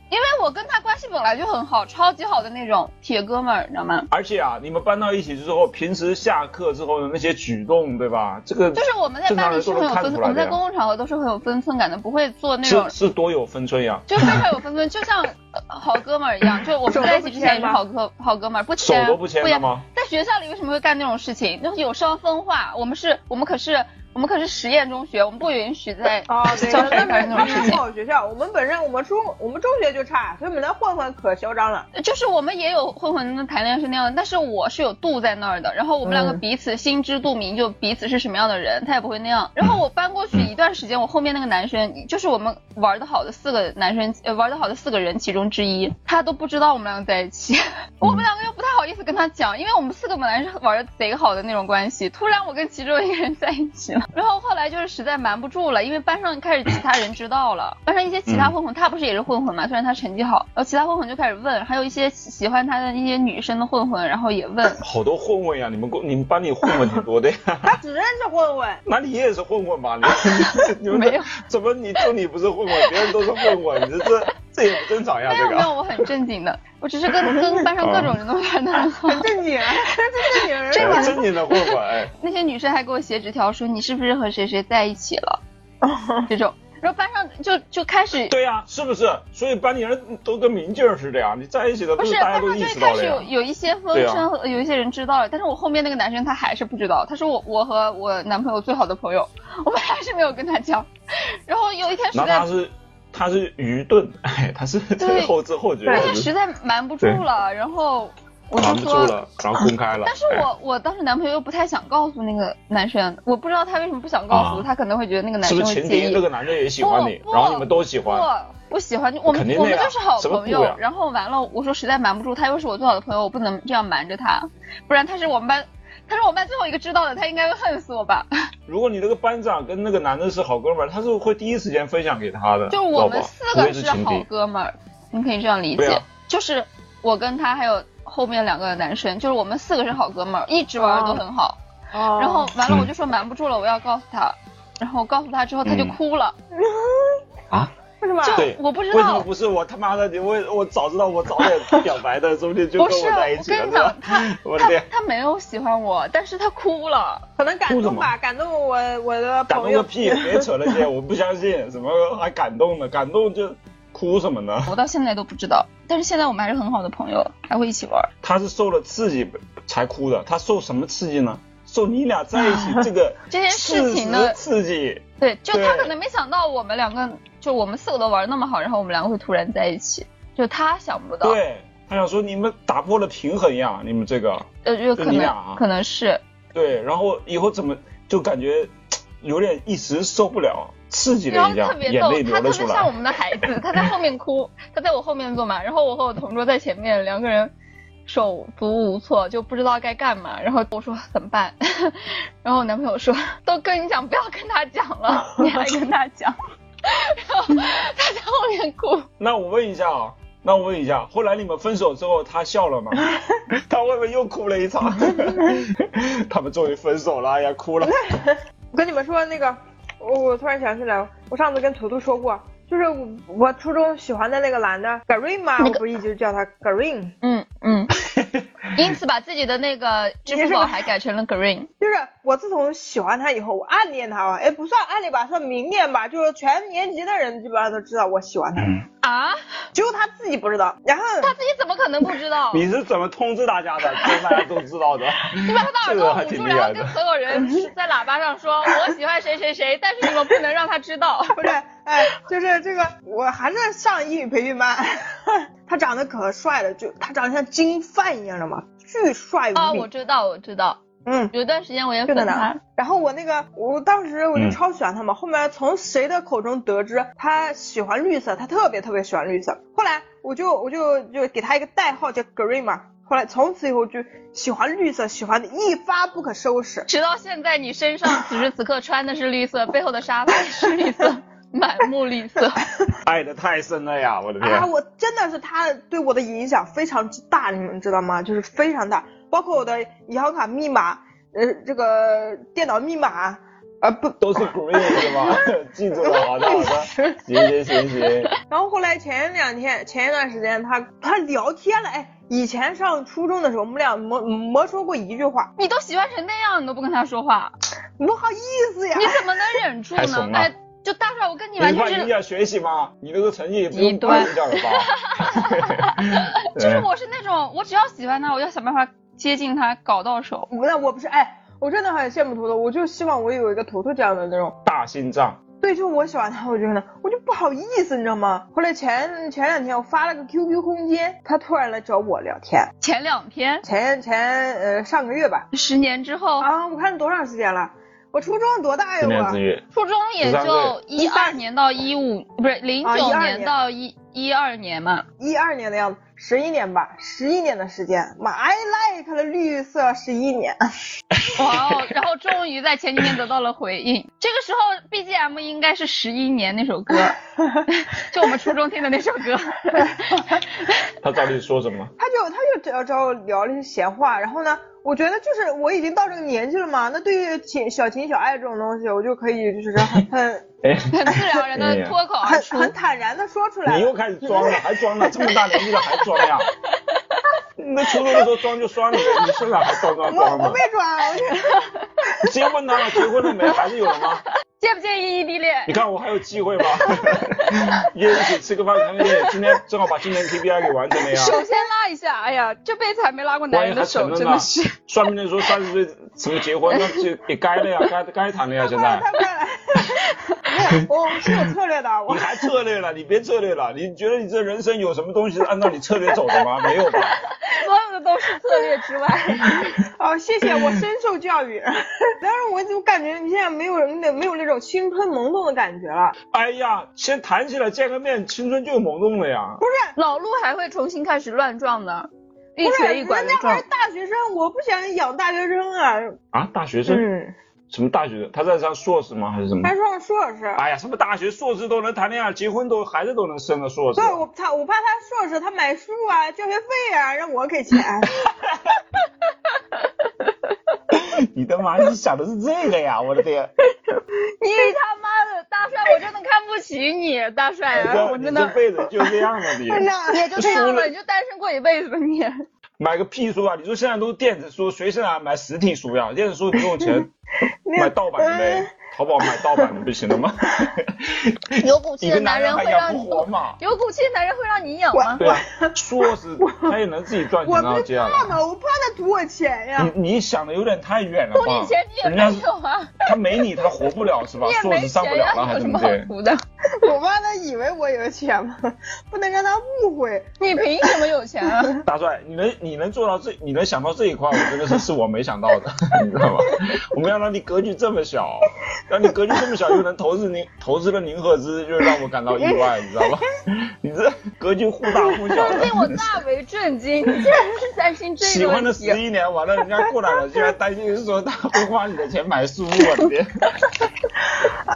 Speaker 1: 因为我跟他关系本来就很好，超级好的那种铁哥们儿，你知道吗？
Speaker 3: 而且啊，你们搬到一起之后，平时下课之后的那些举动，对吧？这个
Speaker 1: 就是我们在
Speaker 3: 正常
Speaker 1: 班
Speaker 3: 人
Speaker 1: 里是
Speaker 3: 都
Speaker 1: 很
Speaker 3: 能
Speaker 1: 有
Speaker 3: 看
Speaker 1: 分，
Speaker 3: 出
Speaker 1: 我
Speaker 3: 来
Speaker 1: 们
Speaker 3: 的
Speaker 1: 在
Speaker 3: 呀
Speaker 1: 公共场合都是很有分寸感的，不会做那种
Speaker 3: 是是多有分寸呀，
Speaker 1: 就非常有分寸，就像呃好哥们儿一样。就我们在一起之前也是好哥好哥们啊儿，不
Speaker 3: 手
Speaker 1: 牵
Speaker 3: 都不牵的
Speaker 1: 牵。
Speaker 3: 吗？
Speaker 1: 在学校里为什么会干那种事情？就是有伤风化。我们是，我们可是，我们可是实验中学，我们不允许在
Speaker 2: 哦，对，
Speaker 1: 校
Speaker 2: 那
Speaker 1: 园
Speaker 2: 那
Speaker 1: 干那
Speaker 2: 那
Speaker 1: 种
Speaker 2: 是
Speaker 1: 事
Speaker 2: 不
Speaker 1: 情。
Speaker 2: 好学校。我们本身我们中我们中学就差，所以我们那混混可嚣张了。
Speaker 1: 就是我们也有混混的谈恋爱是那样的，但是我是有度在那儿的。然后我们两个
Speaker 2: 嗯
Speaker 1: 彼此心知肚明，就彼此是什么样的人，他也不会那样。然后我搬过去一段时间，我后面那个男生，就是我们玩的好的四个男生，呃，玩的好的四个人其中之一，他都不知道我们两个在一起。我
Speaker 3: 嗯
Speaker 1: 们两个又不太好意思跟他讲，因为我们四个本来是玩的贼好的那种关系，突然我跟其中一个人在一起了，然后后来就是实在瞒不住了，因为班上开始其他人知道了，班上一些其
Speaker 3: 嗯
Speaker 1: 他混混，他不是也是混混嘛，虽然他成绩好，然后其他混混就开始问，还有一些喜喜欢他的一些女生的混混，然后也 问，
Speaker 3: 好多混混呀，你们公你们班里混混挺多的 呀。
Speaker 2: 他只认识混混。
Speaker 3: 那你也是混混吧？你你们
Speaker 1: 没有
Speaker 3: 怎么你就你不是混混，别人都是混混，你这这这也不正常呀，
Speaker 1: 没
Speaker 3: 啊这
Speaker 1: 有没有，
Speaker 3: 个。
Speaker 1: 我很正经的，我只是跟跟班上各种人都玩的很好。
Speaker 3: 哦
Speaker 2: 很正经，这正经人是
Speaker 3: 这
Speaker 2: 吧？
Speaker 3: 正经的混混，哎，
Speaker 1: 那些女生还给我写纸条说你是不是和谁谁在一起 了，这种，然后班上就就开始
Speaker 3: 对呀、是不是？所以班里人都跟明镜儿似的呀，你在一起的
Speaker 1: 不
Speaker 3: 是
Speaker 1: 是，
Speaker 3: 大家
Speaker 1: 班
Speaker 3: 都
Speaker 1: 上
Speaker 3: 意
Speaker 1: 就
Speaker 3: 识
Speaker 1: 是
Speaker 3: 到
Speaker 1: 开
Speaker 3: 了
Speaker 1: 始有
Speaker 3: 呀。
Speaker 1: 有一些风
Speaker 3: 对啊
Speaker 1: 声，有一些人知道了，但是我后面那个男生他还是不知道，他是我我和我男朋友最好的朋友， 我们还是没有跟他讲。然后有一天实
Speaker 3: 那他
Speaker 1: 在，
Speaker 3: 是他是愚钝，哎，他是
Speaker 1: 对
Speaker 3: 后知后觉，
Speaker 1: 有一
Speaker 3: 就
Speaker 1: 天
Speaker 3: 是
Speaker 1: 实在瞒不住了，然后我就
Speaker 3: 瞒不住
Speaker 1: 说，
Speaker 3: 了，然后公开了。
Speaker 1: 但是
Speaker 3: 哎
Speaker 1: 我我当时男朋友又不太想告诉那个男生，我不知道他为什么不想告诉我，
Speaker 3: 啊
Speaker 1: 他可能会觉得那个男
Speaker 3: 是
Speaker 1: 生
Speaker 3: 不
Speaker 1: 会
Speaker 3: 是前
Speaker 1: 介
Speaker 3: 提
Speaker 1: 意。
Speaker 3: 那个男的也喜欢你，
Speaker 1: 不不
Speaker 3: 然后你们都喜欢？
Speaker 1: 不，不喜欢就我们
Speaker 3: 肯定
Speaker 1: 我
Speaker 3: 的呀
Speaker 1: 们就是好
Speaker 3: 什么
Speaker 1: 朋
Speaker 3: 不
Speaker 1: 友
Speaker 3: 呀。
Speaker 1: 然后完了，我说实在瞒不住，他又是我最好的朋友，我不能这样瞒着他，不然他是我们班，他是我们班最后一个知道的，他应该会恨死我 吧？
Speaker 3: 如果你那个班长跟那个男的是好哥们儿，他是会第一时间分享给他的，
Speaker 1: 就是
Speaker 3: 知道
Speaker 1: 我们
Speaker 3: 吧
Speaker 1: 四
Speaker 3: 不
Speaker 1: 个
Speaker 3: 会是情
Speaker 1: 好
Speaker 3: 敌。
Speaker 1: 哥们儿，你可以这样理
Speaker 3: 对
Speaker 1: 解
Speaker 3: 啊，
Speaker 1: 就是我跟他还有后面两个男生，就是我们四个是好哥们儿，一直玩的都很好。然
Speaker 2: 然
Speaker 1: 后完了，
Speaker 3: 嗯
Speaker 1: 我就说瞒不住了，我要告诉他。然后告诉他之后，他就
Speaker 3: 嗯
Speaker 1: 哭了。
Speaker 2: 为什么？
Speaker 3: 对
Speaker 1: 我不知
Speaker 3: 为什么
Speaker 1: 道，
Speaker 3: 不是我他妈的？你我我早知道我早点表白的，说不定就
Speaker 1: 不
Speaker 3: 跟
Speaker 1: 是，
Speaker 3: 我在一
Speaker 1: 我
Speaker 3: 起了，
Speaker 1: 跟
Speaker 3: 对
Speaker 1: 你讲
Speaker 3: 吧，？
Speaker 1: 他
Speaker 3: 我的
Speaker 1: 他
Speaker 3: 天，
Speaker 1: 他没有喜欢我，但是他哭了。
Speaker 2: 可能感
Speaker 3: 哭什
Speaker 2: 动
Speaker 3: 么
Speaker 2: 吧，感动我我的
Speaker 3: 感
Speaker 2: 朋
Speaker 3: 动个
Speaker 2: 友。
Speaker 3: 屁！别扯那些，我不相信，什么还感动呢？感动就哭什么呢？
Speaker 1: 我到现在都不知道，但是现在我们还是很好的朋友，还会一起玩儿。
Speaker 3: 他是受了刺激才哭的，他受什么刺激呢？受你俩在一 起这个
Speaker 1: 这件事情
Speaker 3: 事
Speaker 1: 呢
Speaker 3: 实刺激，
Speaker 1: 对，就他
Speaker 3: 对
Speaker 1: 可能没想到我们两个，就我们四个都玩得那么好，然后我们两个会突然在一起，就他想不到。，
Speaker 3: 对他想说你们打破了平衡呀，你们这个
Speaker 1: 呃，就可
Speaker 3: 就你
Speaker 1: 能、
Speaker 3: 俩啊
Speaker 1: 可能是
Speaker 3: 对，然后以后怎么就感觉有点一时受不了，刺激
Speaker 1: 然
Speaker 3: 了
Speaker 1: 后
Speaker 3: 一
Speaker 1: 特
Speaker 3: 下，
Speaker 1: 别
Speaker 3: 眼
Speaker 1: 逗
Speaker 3: 泪，
Speaker 1: 他
Speaker 3: 流
Speaker 1: 特
Speaker 3: 了
Speaker 1: 别
Speaker 3: 出
Speaker 1: 像我
Speaker 3: 来。
Speaker 1: 们的孩子，他在后面哭，他在我后面坐嘛，然后我和我同桌在前面，两个人手足无措，就不知道该干嘛。然后我说怎么办？ 然后我男朋友说都跟你讲，不要跟他讲 了， 你还跟他讲。然后他在后面哭，
Speaker 3: 那我问一下啊，那我问一下，后来你们分手之后，他笑了吗？ 他会不会又哭了一 场？他们终于分手了，哎呀，哭了。
Speaker 2: 我跟你们说那个，我我突然想起来了，我上次跟图图说过，就是我我初中喜欢的那个男的 Garin 嘛，
Speaker 1: 那
Speaker 2: 我
Speaker 1: 个
Speaker 2: 不一直叫他 Garin，
Speaker 1: 嗯嗯，因此把自己的那个支付宝还改成了 Green。
Speaker 2: 就是我自从喜欢他以后，我暗恋他了，哎，不算暗恋吧，算明恋吧，就是全年级的人基本上都知道我喜欢他，
Speaker 3: 嗯
Speaker 1: 啊，
Speaker 2: 只有他自己不知道。然后
Speaker 1: 他自己怎么可能不知道？
Speaker 3: 你是怎么通知大家的？这大家都知道的。
Speaker 1: 你把他的耳朵捂住，
Speaker 3: 这个还挺厉害
Speaker 1: 然后
Speaker 3: 的
Speaker 1: 跟所有人在喇叭上 说我喜欢谁谁谁，但是你们不能让他知道。
Speaker 2: 不是，哎，就是这个，我还在上英语培训班， 他长得可帅了，就他长得像金范一样的嘛，巨帅无比。
Speaker 1: 啊，我知道，我知道，
Speaker 2: 嗯，
Speaker 1: 有段时间我也
Speaker 2: 就
Speaker 1: 粉
Speaker 2: 在那
Speaker 1: 他
Speaker 2: 儿。。然后我那个，我当时我就
Speaker 3: 嗯
Speaker 2: 超喜欢他嘛。后面从谁的口中得知他喜欢绿色，他特别特别喜欢绿色。后来我就我就就给他一个代号叫 Green 嘛。后来从此以后就喜欢绿色，喜欢的一发不可收拾。
Speaker 1: 直到现在，你身上此时此刻穿的是绿色，背后的沙发也是绿色，满目绿色。
Speaker 3: 爱的太深了呀，我的
Speaker 2: 啊，
Speaker 3: 天！
Speaker 2: 我真的是他对我的影响非常之大，你们知道吗？就是非常大，包括我的银行卡密码，呃，这个电脑密码，呃不，
Speaker 3: 都是 green 是吗？ 记住了，好的好的，行行行行，
Speaker 2: 然后后来前两天，前一段时间他他聊天了，哎，以前上初中的时候，我们俩没没说过一句话，
Speaker 1: 你都喜欢成那样，你都不跟他说话，
Speaker 2: 不好意思呀
Speaker 1: 你。怎么能忍住
Speaker 3: 太
Speaker 1: 呢
Speaker 3: 怂？了
Speaker 1: 哎，就大帅，我跟你完
Speaker 3: 你怕
Speaker 1: 全
Speaker 3: 影
Speaker 1: 是，
Speaker 3: 响学习吗？你那个成绩也不
Speaker 1: 极
Speaker 3: 用不
Speaker 1: 端
Speaker 3: 影响了吧？
Speaker 1: 就是
Speaker 3: 嗯
Speaker 1: 我是那种，我只要喜欢他，我要想办法接近他，搞到手。
Speaker 2: 那 我不是哎，我真的很羡慕图图，我就希望我有一个图图这样的那种。
Speaker 3: 大心脏，
Speaker 2: 对，就我喜欢他，我就可能我就不好意思，你知道吗？后来前前两天我发了个 QQ 空间，他突然来找我聊天，
Speaker 1: 前两天，
Speaker 2: 前前呃上个月吧，
Speaker 1: 十年之后，
Speaker 2: 啊，我看多长时间了？我初中多大呀
Speaker 3: 自
Speaker 2: 我？
Speaker 3: 恋自愈。
Speaker 1: 初中也
Speaker 3: 13
Speaker 1: 就一二
Speaker 2: 13
Speaker 1: 年到一五，不是零
Speaker 2: 啊
Speaker 1: 九
Speaker 2: 12
Speaker 1: 年
Speaker 2: 年
Speaker 1: 到一一二年 嘛。
Speaker 2: 一二年的样子，十一年吧，十一年的时间。妈，I like 了绿色十一年。
Speaker 1: 哇哦！然后终于在前几天得到了回应。这个时候 BGM 应该是《十一年》那 首歌，就我们初中听的那首歌。
Speaker 3: 他到底说 什么？
Speaker 2: 他就他就找找我聊了一些闲话，然后呢，我觉得就是我已经到这个年纪了嘛，那对于情小情小爱这种东西，我就可以就是很很
Speaker 3: 哎，
Speaker 1: 很自然而然的脱口而
Speaker 2: 很
Speaker 1: 出。
Speaker 2: 很坦然的说出来
Speaker 3: 你又
Speaker 2: 了。
Speaker 3: 开始装了，还装了，这么大年纪了还装呀？那初中的时候装就装了，你现在还装装
Speaker 2: 我
Speaker 3: 装
Speaker 2: 我
Speaker 3: 呢
Speaker 2: 没？啊转，我就
Speaker 3: 结婚呢？结婚了没？还是有了吗？
Speaker 1: 介不介意异地恋
Speaker 3: 你？看我还有机会吗？约一起吃个饭看个电影，今天正好把今年 KPI 给完成了呀。
Speaker 1: 手先拉一下，哎呀，这辈子还没拉过男
Speaker 3: 万一
Speaker 1: 人
Speaker 3: 还
Speaker 1: 的
Speaker 3: 成
Speaker 1: 手，
Speaker 3: 了
Speaker 1: 真
Speaker 3: 呢
Speaker 1: 的是。？
Speaker 3: 算命的说三十岁怎么结婚，那就也该了呀，该该谈了呀，现
Speaker 2: 快了，太。
Speaker 3: 在
Speaker 2: 快了。没有， 我是有策略的，我
Speaker 3: 你还策略了？你别策略了！你觉得你这人生有什么东西是按照你策略走的吗？没有吧？
Speaker 1: 所有的都是策略之外。
Speaker 2: 哦，谢谢，我深受教育。 但是我怎么感觉你现在没有人没有那种青春萌动的感觉了？
Speaker 3: 哎呀，先谈起来见个面，青春就萌动了呀。
Speaker 1: 老陆还会重新开始乱撞呢，一
Speaker 2: 不是，
Speaker 1: 瘸一
Speaker 2: 人
Speaker 1: 拐的
Speaker 2: 家还
Speaker 1: 撞
Speaker 2: 是。大学生，我不想养大学生啊。
Speaker 3: 啊，大学生、
Speaker 2: 嗯，
Speaker 3: 什么大学生？他在上硕士吗？还是什么
Speaker 2: 还？上硕士。
Speaker 3: 哎呀，什么大学硕士都能谈恋爱，结婚都孩子都能生了硕士
Speaker 2: 对，。我怕我怕他硕士，他买书啊，教学费啊，让我给钱。
Speaker 3: 你的妈！你想的是这个呀？我 的天！
Speaker 1: 你他妈的大帅，我真的看不起你，大帅啊，我
Speaker 3: 哎你
Speaker 1: 真
Speaker 3: 这
Speaker 1: 的。哎
Speaker 3: 辈子就这 样了，你
Speaker 2: 真的，
Speaker 1: 也就这样
Speaker 3: 输了
Speaker 1: 了，你就单身过一辈子吧你。
Speaker 3: 买个屁书啊！你说现在都是电子书，谁现在还买实体书呀？电子书不 用钱，买盗版的呗。
Speaker 1: 哎
Speaker 3: 淘宝买盗版的不行了 吗？
Speaker 1: 有骨气
Speaker 3: 一
Speaker 1: 的
Speaker 3: 个
Speaker 1: 男人
Speaker 3: 人还
Speaker 1: 会
Speaker 3: 养
Speaker 1: 让
Speaker 3: 不
Speaker 1: 你
Speaker 3: 活嘛？
Speaker 1: 有骨气的男人会让你养吗？
Speaker 3: 对啊，硕士他也能自己赚
Speaker 2: 嗯我
Speaker 3: 钱啊，
Speaker 2: 没
Speaker 3: 这样
Speaker 2: 怕
Speaker 3: 的。
Speaker 2: 嘛，我怕他图我钱呀。
Speaker 1: 啊
Speaker 3: 你你想的有点太远了
Speaker 1: 图
Speaker 3: 吧
Speaker 1: 你钱你？也
Speaker 3: 人家
Speaker 1: 没有啊，
Speaker 3: 他没你，他活不了是吧
Speaker 1: 你？也
Speaker 3: 硕
Speaker 1: 没
Speaker 3: 士上不
Speaker 1: 钱
Speaker 3: 了
Speaker 1: 呀，
Speaker 3: 了还
Speaker 1: 有
Speaker 3: 是
Speaker 1: 什
Speaker 3: 怎
Speaker 1: 么
Speaker 3: 么
Speaker 1: 好
Speaker 3: 的？
Speaker 1: 图的？
Speaker 3: 嗯
Speaker 2: 我怕他以为我有钱嘛， 不能让他误会。
Speaker 1: 你凭什么有钱啊？
Speaker 3: 大帅，你能你能做到这，你能想到这一块，我真的是是我没想到的， 你知道吗？我们要让你格局这么小，让你格局这么小又能投资宁投资了宁赫兹，就是让我感到意外，你知道吗？ 你这格局忽大忽小
Speaker 1: 说不定我
Speaker 3: 的。
Speaker 1: 大为震惊，你竟然是担心这
Speaker 3: 喜
Speaker 1: 个
Speaker 3: 欢
Speaker 1: 问
Speaker 3: 了
Speaker 1: 题
Speaker 3: 十。一年，完了人家过来了，竟然担心说他会花你的钱 买书，我的天！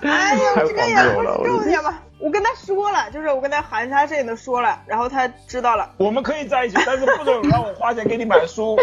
Speaker 2: 哎呀，
Speaker 3: 太
Speaker 2: 这个
Speaker 3: 荒
Speaker 2: 也
Speaker 3: 谬
Speaker 2: 不
Speaker 3: 了
Speaker 2: 是重点吧？我跟他说说了，就是我跟他喊他事情都说了，然后他知道了。
Speaker 3: 我们可以在一起，但是不准让我花钱给你买 书，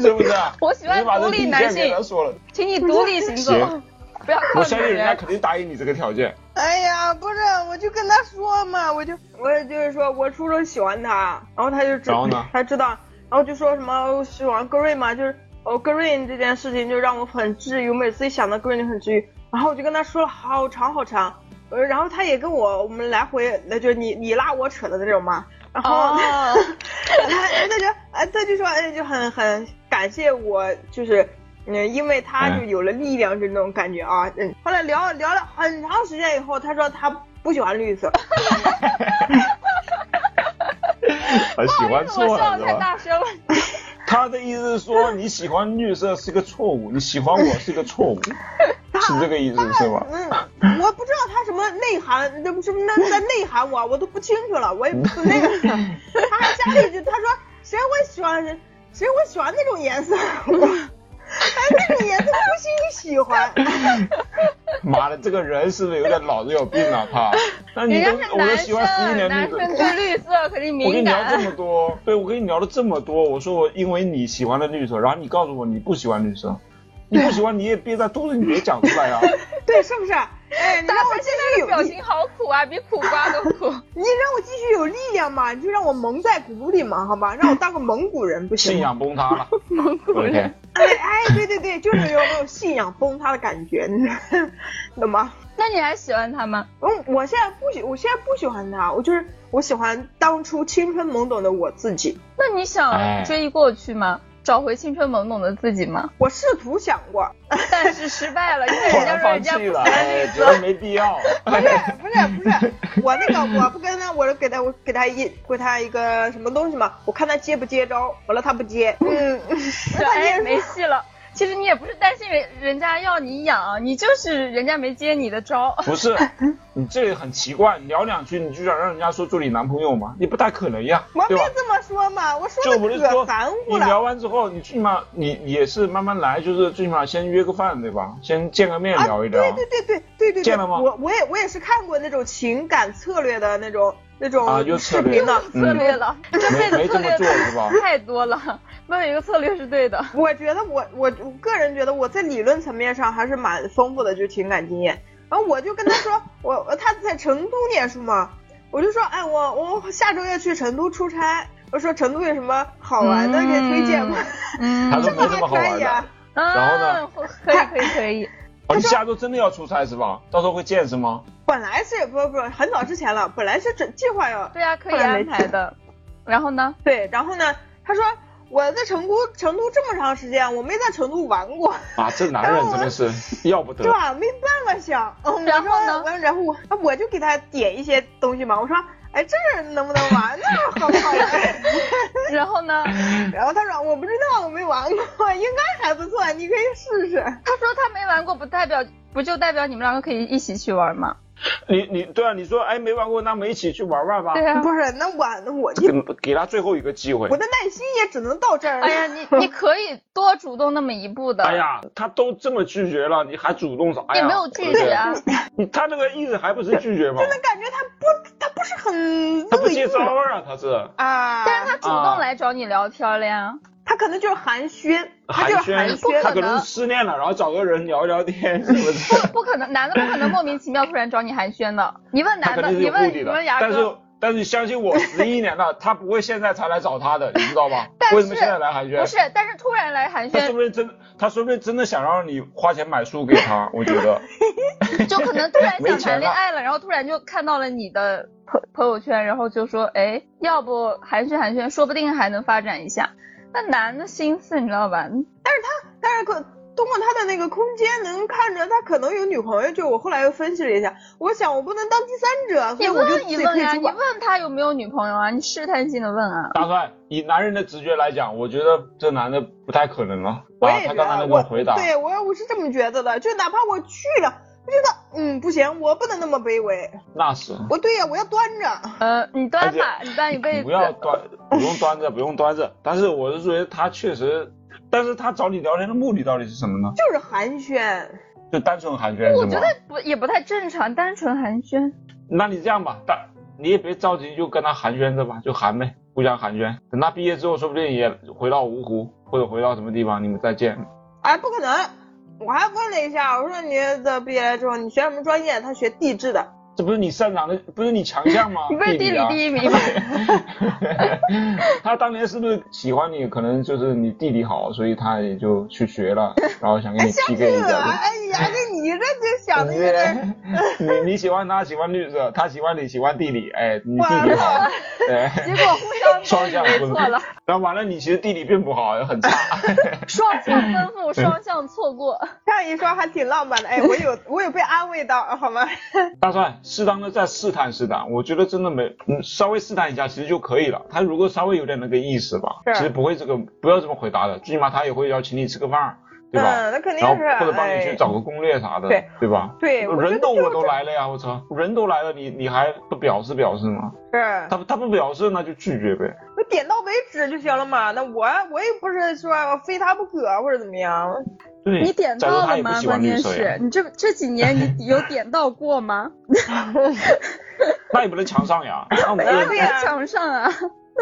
Speaker 3: 是不是啊？
Speaker 1: 我喜欢
Speaker 3: 你就把这
Speaker 1: 独立
Speaker 3: 底
Speaker 1: 男
Speaker 3: 线
Speaker 1: 性
Speaker 3: 给他说了，
Speaker 1: 请你独立行走
Speaker 3: 行，
Speaker 1: 不要靠
Speaker 3: 我
Speaker 1: 女
Speaker 3: 相信人家
Speaker 1: 人。
Speaker 3: 肯定答应你这个条件。
Speaker 2: 哎呀，不是，我就跟他说嘛，我就我也就是说我初中喜欢他，然后他就知
Speaker 3: 然后呢
Speaker 2: 他知道，然后就说什么我喜欢 Green 嘛，就是哦 Green 这件事情就让我很治愈，我每次一想到 Green 就很治愈，然后我就跟他说了好长好长，呃，然后他也跟我我们来回那就是你你拉我扯的那种嘛，然后、
Speaker 1: 哦
Speaker 2: 他他就啊他就说哎就很很感谢我就是。嗯，因为他就
Speaker 3: 哎
Speaker 2: 有了力量，就那种感觉啊。嗯，后来聊聊了很长时间以后，他说他不喜欢绿色，
Speaker 3: 很喜
Speaker 1: 我
Speaker 3: 欢错
Speaker 1: 笑得
Speaker 3: 了是
Speaker 1: 太
Speaker 3: 吧？
Speaker 1: 大声了，
Speaker 3: 他的意思是说你喜欢绿色是个错误，你喜欢我是个 错误，是这个意思是吗？
Speaker 2: 嗯，我不知道他什么内涵，那不是那在内涵我，我都不清楚了，我也不那个。他还加了一句，他说谁会喜欢谁谁会喜欢那种颜色？我哎，那种颜色不是你喜欢，
Speaker 3: 妈的，这个人是不是有点脑子有病啊？他，那你
Speaker 1: 人家
Speaker 3: 都
Speaker 1: 是
Speaker 3: 我都
Speaker 1: 男
Speaker 3: 喜欢十一
Speaker 1: 生，
Speaker 3: 年
Speaker 1: 男
Speaker 3: 绿色。
Speaker 1: 生对绿色肯定
Speaker 3: 我
Speaker 1: 敏
Speaker 3: 跟你聊这
Speaker 1: 感
Speaker 3: 么。多， 对我跟你聊了这么多，我说我因为你喜欢的绿色，然后你告诉我你不喜欢绿色，你不喜欢你也憋在肚子，你别讲出来啊！
Speaker 2: 对，是不是？哎，你
Speaker 1: 大
Speaker 2: 让我
Speaker 1: 飞
Speaker 2: 继
Speaker 1: 现在
Speaker 2: 续
Speaker 1: 的
Speaker 2: 有
Speaker 1: 表
Speaker 2: 力
Speaker 1: 情好苦啊，比苦瓜都苦。
Speaker 2: 你让我继续有力量嘛，你就让我蒙在鼓里嘛，好吧？让我当个蒙古人不行
Speaker 3: 信
Speaker 2: 吗？
Speaker 3: 仰崩塌了，我的天，
Speaker 2: 哎哎， 对对对，就是有那种信仰崩塌的感觉，你知道懂吗？
Speaker 1: 那你还喜欢他吗？
Speaker 2: 嗯，我现在不喜，我现在不喜欢他，我就是我喜欢当初青春懵懂的我自己。
Speaker 1: 那你
Speaker 3: 哎
Speaker 1: 想追忆过去吗？找回青春懵懂的自己吗？
Speaker 2: 我试图想过，
Speaker 1: 但是失败了，因为
Speaker 3: 突
Speaker 1: 人家
Speaker 3: 然
Speaker 1: 说
Speaker 3: 放
Speaker 1: 人家
Speaker 3: 弃
Speaker 1: 不
Speaker 3: 了，哎，觉得没必要。哎
Speaker 2: 不是不是不是，我那个我不跟他，我给他我给他一给他一个什么东西嘛，我看他接不接招，完了他不接，嗯，
Speaker 1: 是
Speaker 2: 他接
Speaker 1: 哎，没戏了。其实你也不是担心人人家要你养，你就是人家没接你的招。
Speaker 3: 不是，你这个很奇怪，聊两句你就想让人家说做你男朋友吗？你不大可能呀
Speaker 2: 我，没
Speaker 3: 对吧？
Speaker 2: 这么说嘛，我说
Speaker 3: 就
Speaker 2: 的
Speaker 3: 不是
Speaker 2: 可
Speaker 3: 说
Speaker 2: 含糊
Speaker 3: 你
Speaker 2: 了
Speaker 3: 聊。完之后，你最起码你也是慢慢来，就是最起码先约个饭，对吧？先见个面
Speaker 2: 啊，
Speaker 3: 聊一聊。
Speaker 2: 对对对对对对对，
Speaker 3: 见了吗
Speaker 2: 我我也我也是看过那种情感策略的那种那种
Speaker 3: 啊又
Speaker 2: 视
Speaker 3: 策略
Speaker 2: 频的。
Speaker 1: 策略了，这辈子
Speaker 3: 没
Speaker 1: 策
Speaker 3: 这
Speaker 1: 略
Speaker 3: 么做是吧
Speaker 1: 太多了，没有一个策略是对的。
Speaker 2: 我觉得我我我个人觉得我在理论层面上还是蛮丰富的，就是情感经验。然后我就跟他 说，我我他在成都念书嘛，我就说，哎，我我下周要去成都出差，我说成都有什么好玩的可以推荐吗？
Speaker 1: 嗯
Speaker 3: 他，
Speaker 2: 这
Speaker 3: 说
Speaker 2: 个
Speaker 3: 没什么好
Speaker 2: 还可
Speaker 3: 玩
Speaker 2: 以啊
Speaker 3: 的。。然后呢
Speaker 1: 啊？可以可以可以，
Speaker 3: 哦，你下周真的要出差是吧？到时候会见是吗？
Speaker 2: 本来是不不很早之前了，本来是整计划要
Speaker 1: 对啊，可以
Speaker 2: 后来没
Speaker 1: 安排的。然后呢？
Speaker 2: 对，然后呢，他说我在成都成都这么长时间，我没在成都玩过，
Speaker 3: 啊，这男人真的是
Speaker 1: 啊
Speaker 3: 要不得
Speaker 2: 对。吧？没办法想。嗯、
Speaker 1: 然后呢
Speaker 2: 我说我然后我啊我就给他点一些东西嘛，我说。哎，这儿能不能玩？那儿好不好玩？
Speaker 1: 然后呢？
Speaker 2: 然后他说我不知道，我没玩过，应该还不错，你可以试试。
Speaker 1: 他说他没玩过，不代表不就代表你们两个可以一起去玩吗？
Speaker 3: 你你对啊，你说哎没玩过，那我们一起去玩玩吧。
Speaker 1: 对啊。
Speaker 2: 不是，那我那我就
Speaker 3: 给给他最后一个机会
Speaker 2: 我。的耐心也只能到这儿了。
Speaker 1: 哎呀，你你可以多主动那么一步的。
Speaker 3: 哎，呀，他都这么拒绝了，你还主动啥哎呀？
Speaker 1: 也没有拒绝啊
Speaker 3: 对不对。你他这个意思还不是拒绝吗？
Speaker 2: 那感觉他不，他不是很
Speaker 3: 他不
Speaker 2: 乐意
Speaker 3: 接招啊，他是。
Speaker 2: 啊。
Speaker 1: 但是他主动
Speaker 3: 啊
Speaker 1: 来找你聊天啊了呀。
Speaker 2: 他可能就是寒暄，他就是寒
Speaker 3: 暄
Speaker 1: 不可，
Speaker 2: 暄
Speaker 3: 他
Speaker 1: 能
Speaker 3: 可能是失恋了，然后找个人聊聊天，是不 是？
Speaker 1: 不可能，男的不可能莫名其妙突然找你寒暄的。你问
Speaker 3: 他
Speaker 1: 男
Speaker 3: 肯
Speaker 1: 的，
Speaker 3: 定是
Speaker 1: 你
Speaker 3: 有目
Speaker 1: 问
Speaker 3: 的
Speaker 1: 你
Speaker 3: 的
Speaker 1: 问。牙
Speaker 3: 但是
Speaker 1: 哥，
Speaker 3: 但是相信我，十一年了，他不会现在才来找他的，你知道吧？
Speaker 1: 但是
Speaker 3: 为什么现在来寒暄？
Speaker 1: 不是，但是突然来寒
Speaker 3: 他说
Speaker 1: 暄，
Speaker 3: 不定真，他说不定真的想让你花钱买书给他，我觉得。
Speaker 1: 就可能突然
Speaker 3: 没
Speaker 1: 想
Speaker 3: 钱
Speaker 1: 谈恋
Speaker 3: 了
Speaker 1: 爱了，然后突然就看到了你的朋朋友圈，然后就说，哎，要不寒暄寒暄，说不定还能发展一下。那男的心思你知道吧？
Speaker 2: 但是可通过他的那个空间能看着他可能有女朋友，就我后来又分析了一下，我想我不能当第三者，所
Speaker 1: 你
Speaker 2: 以我就
Speaker 1: 问
Speaker 2: 自己
Speaker 1: 一
Speaker 2: 可
Speaker 1: 问
Speaker 2: 以
Speaker 1: 呀、
Speaker 2: 主
Speaker 1: 你
Speaker 3: 啊
Speaker 2: 管。
Speaker 1: 问他有没有女朋友啊？你试探性的问啊。
Speaker 3: 大帅，以男人的直觉来讲，我觉得这男的不太可能了。
Speaker 2: 我
Speaker 3: 啊
Speaker 2: 也，觉
Speaker 3: 他
Speaker 2: 得
Speaker 3: 刚才那
Speaker 2: 我
Speaker 3: 个回答，
Speaker 2: 对我我是这么觉得的，就哪怕我去了，我觉得嗯不行，我不能那么卑微，
Speaker 3: 那是。
Speaker 2: 我对呀，我要端着。
Speaker 1: 呃，你
Speaker 3: 而
Speaker 1: 端
Speaker 3: 且
Speaker 1: 吧，你端一辈子。
Speaker 3: 不要端，不用端着，不用端着。但是我是觉得他确实，但是他找你聊天的目的到底是什么呢？
Speaker 2: 就是寒暄，
Speaker 3: 就单纯寒暄
Speaker 1: 我
Speaker 3: 是
Speaker 1: 觉
Speaker 3: 吗？
Speaker 1: 得不也不太正常，单纯寒暄。？
Speaker 3: 那你这样吧，但你也别着急，就跟他寒暄着吧，就寒呗，互相寒暄。等他毕业之后，说不定也回到芜湖或者回到什么地方，你们再见。
Speaker 2: 哎，不可能！我还问了一下，我说你的毕业了之后你学什么专业？他学地质的。
Speaker 3: 这不是你擅长的，不是你强项吗
Speaker 1: 你不是地理
Speaker 3: 啊
Speaker 1: 第一名吗？
Speaker 3: 他当年是不是喜欢你？可能就是你地理好，所以他也就去学了，然 后想跟你
Speaker 2: 这
Speaker 3: PK 一
Speaker 2: 个，
Speaker 3: 下。
Speaker 2: 哎呀，这你这就
Speaker 1: 哎
Speaker 2: 想的有点……
Speaker 3: 你 你你喜欢他，喜欢绿色，他喜欢你，喜欢地理，哎，你
Speaker 2: 完
Speaker 3: 地理好
Speaker 2: 了，，
Speaker 3: 哎，
Speaker 1: 结果互相
Speaker 3: 双向
Speaker 1: 没
Speaker 3: 奔赴
Speaker 1: 错了，
Speaker 3: 然后完了，你其实地理并不好，很差。
Speaker 1: 双向
Speaker 3: 嗯
Speaker 1: 奔赴，双向错过。
Speaker 2: 这样一说还挺浪漫的。哎，我有我有被安慰到，好吗？
Speaker 3: 大帅，适当的再试探试探，我觉得真的没，嗯，稍微试探一下其实就可以了。他如果稍微有点那个意思吧，
Speaker 2: 是
Speaker 3: 其实不会这个，不要这么回答的，最起码他也会要请你吃个饭，对吧？
Speaker 2: 嗯，那肯定
Speaker 3: 然后
Speaker 2: 是。
Speaker 3: 或者帮你
Speaker 2: 哎
Speaker 3: 去找个攻略啥的，
Speaker 2: 对
Speaker 3: 对吧？
Speaker 2: 对，我觉得
Speaker 3: 人都
Speaker 2: 就是
Speaker 3: 我都来了呀，我操，人都来了，你你还不表示表示吗？
Speaker 2: 是
Speaker 3: 他他不表示那就拒绝呗。
Speaker 2: 我点到为止就行了嘛。那我我也不是说我非他不可或者怎么样。
Speaker 3: 对，
Speaker 4: 你点
Speaker 3: 再说
Speaker 4: 到
Speaker 3: 嗯他
Speaker 4: 了
Speaker 3: 也不
Speaker 4: 吗？
Speaker 3: 喜欢
Speaker 4: 关
Speaker 3: 绿
Speaker 4: 键
Speaker 3: 色呀
Speaker 4: 是，你这这几年你有点到过吗？
Speaker 3: 那也不能强上 呀，那我们哎这
Speaker 2: 对
Speaker 4: 在
Speaker 2: 哎呀
Speaker 4: 场上啊，那不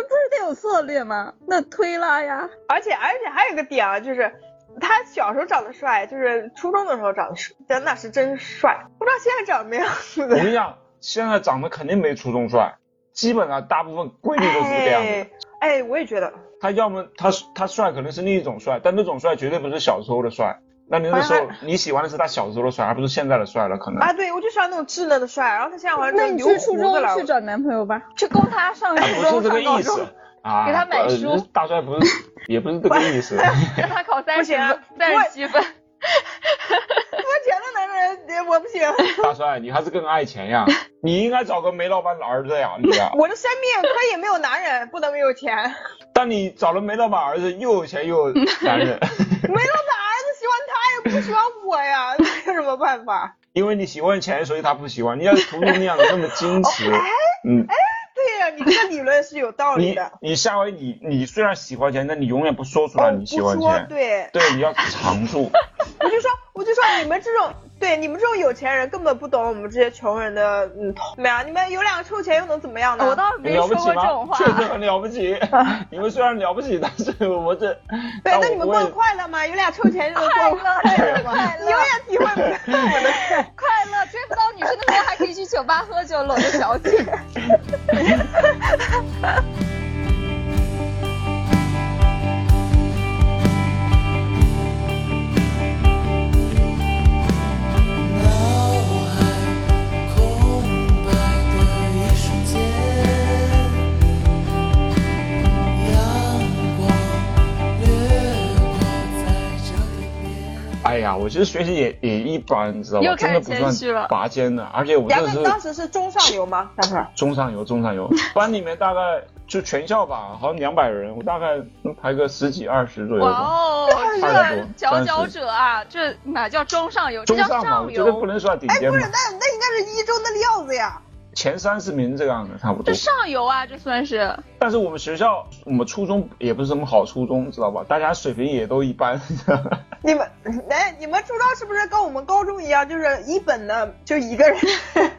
Speaker 4: 是得有策略吗？那推拉呀，
Speaker 2: 而且而且还有一个点啊，就是他小时候长得帅，就是初中的时候长得帅，但那是真帅。不知道现在长什么样
Speaker 3: 我跟
Speaker 2: 子。
Speaker 3: 你讲，现在长得肯定没初中帅，基本上大部分规律都是这样子的。
Speaker 2: 哎哎，我也觉得，
Speaker 3: 他要么他他帅可能是另一种帅，但那种帅绝对不是小时候的帅。那你那时候你喜欢的是他小时候的帅，而不是现在的帅了，可能。
Speaker 2: 啊，对我就喜欢那种稚嫩的帅，然后他现在好像
Speaker 4: 那
Speaker 2: 整
Speaker 4: 你
Speaker 2: 留
Speaker 4: 去初
Speaker 2: 胡
Speaker 4: 中
Speaker 2: 子了
Speaker 4: 去。找男朋友吧。
Speaker 1: 去供他上
Speaker 3: 他
Speaker 1: 初
Speaker 3: 不
Speaker 1: 中、
Speaker 3: 是这
Speaker 1: 上
Speaker 3: 个
Speaker 1: 高
Speaker 3: 意
Speaker 1: 中，
Speaker 3: 思啊！
Speaker 1: 给他买书
Speaker 3: 呃大帅不是也不是这个意思。
Speaker 1: 让他考三
Speaker 2: 不
Speaker 1: 十
Speaker 2: 行啊
Speaker 1: 三十七分。
Speaker 2: 我觉得男人我不行，
Speaker 3: 大帅，你还是更爱钱呀！你应该找个煤老板的儿子呀，你呀。
Speaker 2: 我的生命可以没有男人，不能没有钱。
Speaker 3: 但你找了煤老板儿子，又有钱又有男人，
Speaker 2: 没老板儿子喜欢他也不喜欢我呀，那有什么办法？
Speaker 3: 因为你喜欢钱，所以他不喜欢。你要是图你那样的那么矜持，嗯，
Speaker 2: 对呀、你这个理论是有道理
Speaker 3: 你
Speaker 2: 的。
Speaker 3: 你下回你你虽然喜欢钱，但你永远不说出
Speaker 2: 哦，
Speaker 3: 来
Speaker 2: 不
Speaker 3: 你喜欢
Speaker 2: 说
Speaker 3: 钱。
Speaker 2: 对，
Speaker 3: 对，你要常住。
Speaker 2: 我就说，我就说你们这种，对你们这种有钱人根本不懂我们这些穷人的嗯痛。没有，你们有两个臭钱又能怎么样呢？
Speaker 1: 我倒是
Speaker 3: 很
Speaker 1: 没
Speaker 3: 了
Speaker 1: 说
Speaker 3: 不起
Speaker 1: 过这
Speaker 3: 吗
Speaker 1: 种？话
Speaker 3: 确，实很了 不起。你们虽然了不起，但是我这，
Speaker 2: 对，
Speaker 3: 但
Speaker 2: 那
Speaker 3: 我
Speaker 2: 你们
Speaker 3: 不
Speaker 2: 过得
Speaker 3: 会。
Speaker 2: 快乐吗？有俩臭钱就能过快乐吗？永远体会不到我 的快。
Speaker 1: 快乐追不到女生的时候，还可以去酒吧喝酒，搂着小姐。
Speaker 5: 脑海空白的一瞬间，阳光掠过在这里边。
Speaker 3: 哎呀，我其实学习也也一般，你知道
Speaker 1: 又
Speaker 3: 吗？
Speaker 1: 开
Speaker 3: 真
Speaker 1: 始
Speaker 3: 的不
Speaker 1: 谦虚了
Speaker 3: 算拔尖的，而且我
Speaker 2: 杨
Speaker 3: 这
Speaker 2: 哥
Speaker 3: 是
Speaker 2: 当时是中上游 吗？当时
Speaker 3: 中上游，中 上游。班里面大概就全校吧，好像两百人，我大概能排个十几二十左右
Speaker 1: 哇
Speaker 3: 吧。
Speaker 1: 哦，
Speaker 3: 差不多
Speaker 1: 这佼佼者啊，这哪叫中上游？这
Speaker 3: 中
Speaker 1: 叫
Speaker 3: 上嘛，我
Speaker 1: 上
Speaker 3: 觉得不
Speaker 1: 游。
Speaker 3: 能算顶
Speaker 2: 哎，
Speaker 3: 尖
Speaker 2: 不
Speaker 3: 嘛
Speaker 2: 是，，那那应该是一中的料子呀。
Speaker 3: 前三十名这样的差不多
Speaker 1: 这。上游啊，这算是
Speaker 3: 但是我们学校，我们初中也不是什么好初中，知道吧？大家水平也都一般。
Speaker 2: 你们哎，你们初中是不是跟我们高中一样，就是一本的就一个人？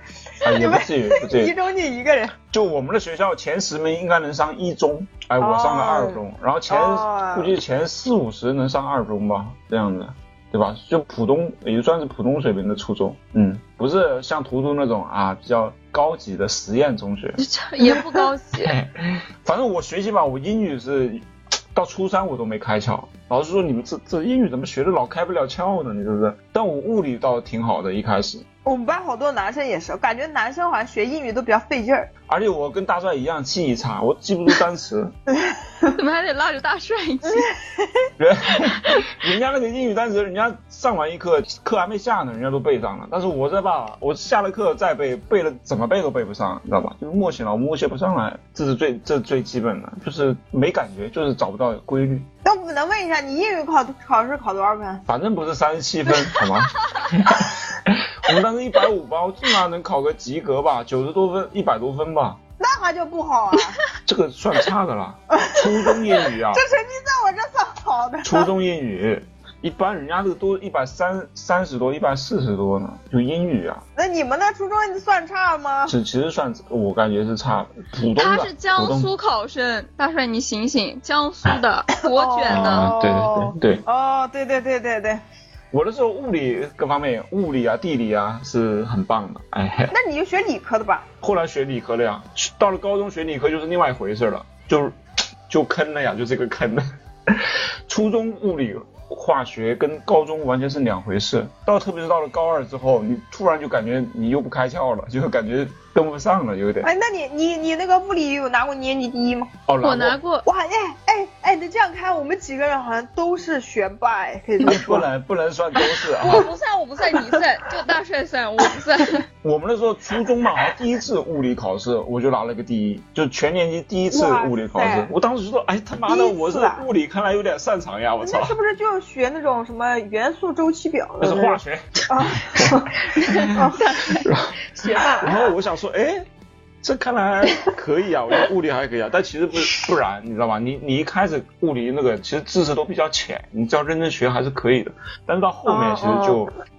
Speaker 3: 啊，也
Speaker 2: 你
Speaker 3: 不
Speaker 2: 们
Speaker 3: 至于，不至于。
Speaker 2: 一中就一个人。
Speaker 3: 就我们的学校前十名应该能上一中，哎，
Speaker 2: 哦
Speaker 3: 我上了二中，然后前、
Speaker 2: 哦
Speaker 3: 估计前四五十能上二中吧，这样子，对吧？就普通也算是普通水平的初中，嗯，不是像图图那种啊比较高级的实验中学。
Speaker 1: 也不高级。
Speaker 3: 反正我学习吧，我英语是到初三我都没开窍。老师说你们这这英语怎么学的老开不了窍呢？你是不是？但我物理倒挺好的，一开始，
Speaker 2: 我们班好多男生也是，感觉男生好像学英语都比较费劲儿。
Speaker 3: 而且我跟大帅一样记忆差，我记不住单词。
Speaker 1: 怎么还得拉着大帅一起？
Speaker 3: 人 人家那个英语单词，人家上完一课，课还没下呢，人家都背上了。但是我这吧，我下了课再背，背了怎么背都背不上，你知道吧？就是默写了，我默写不上来，这是最这是最基本的，就是没感觉，就是找不到规律。
Speaker 2: 那我能问一下，你英语考考试考多少分？
Speaker 3: 反正不是三十七分， 好吗？我们当时一百五吧，我起码能考个及格吧，九十多分，一百多分吧，
Speaker 2: 那还叫不好啊？
Speaker 3: 这个算差的了。初中英语啊
Speaker 2: 这，成绩在我这算好的。
Speaker 3: 初中英语，一般人家这个都一百三三十多，一百四十多呢，就英语啊，
Speaker 2: 那你们那初中算差吗？
Speaker 3: 其其实算我感觉是差普通的，
Speaker 4: 他是江
Speaker 3: 普通
Speaker 4: 苏考生，大帅你醒醒，江苏的国卷的，
Speaker 3: 啊，对对对对，
Speaker 2: 哦，对对对对对，
Speaker 3: 我那时候物理各方面，物理啊、地理啊是很棒的，哎，
Speaker 2: 那你就学理科的吧。
Speaker 3: 后来学理科了呀，到了高中学理科就是另外一回事了，就是就坑了呀，就这个坑了。初中物理、化学跟高中完全是两回事，到特别是到了高二之后，你突然就感觉你又不开窍了，就感觉跟不上了，有点。
Speaker 2: 哎，那你你你那个物理有拿过年级第一吗？
Speaker 3: 哦，
Speaker 4: 我
Speaker 3: 拿
Speaker 4: 拿
Speaker 3: 过。
Speaker 4: 过，
Speaker 2: 哇，哎哎哎，你这样看，我们几个人好像都是学霸，哎，可以这么
Speaker 3: 哎不
Speaker 2: 说。
Speaker 3: 能不能算都是啊！
Speaker 4: 我不算，我不算，你算，就大帅算，我不 算。
Speaker 3: 我们那时候初中嘛，好像第一次物理考试我就拿了个第一，就全年级第一次物理考
Speaker 2: 哇
Speaker 3: 试
Speaker 2: 塞。
Speaker 3: 我当时就说，哎他妈的，
Speaker 2: 第一次啊
Speaker 3: 我是物理看来有点擅长呀，我操
Speaker 2: 那！是不是就学那种什么元素周期表
Speaker 3: 那
Speaker 2: 的
Speaker 3: 是化学。
Speaker 2: 啊？ 哦
Speaker 4: 学霸，
Speaker 3: 然后我想说，哎，这看来可以啊，我觉得物理还可以啊，但其实不不然，你知道吗？你你一开始物理那个其实知识都比较浅，你只要认真学还是可以的，但是到后面
Speaker 2: 哦
Speaker 3: 其实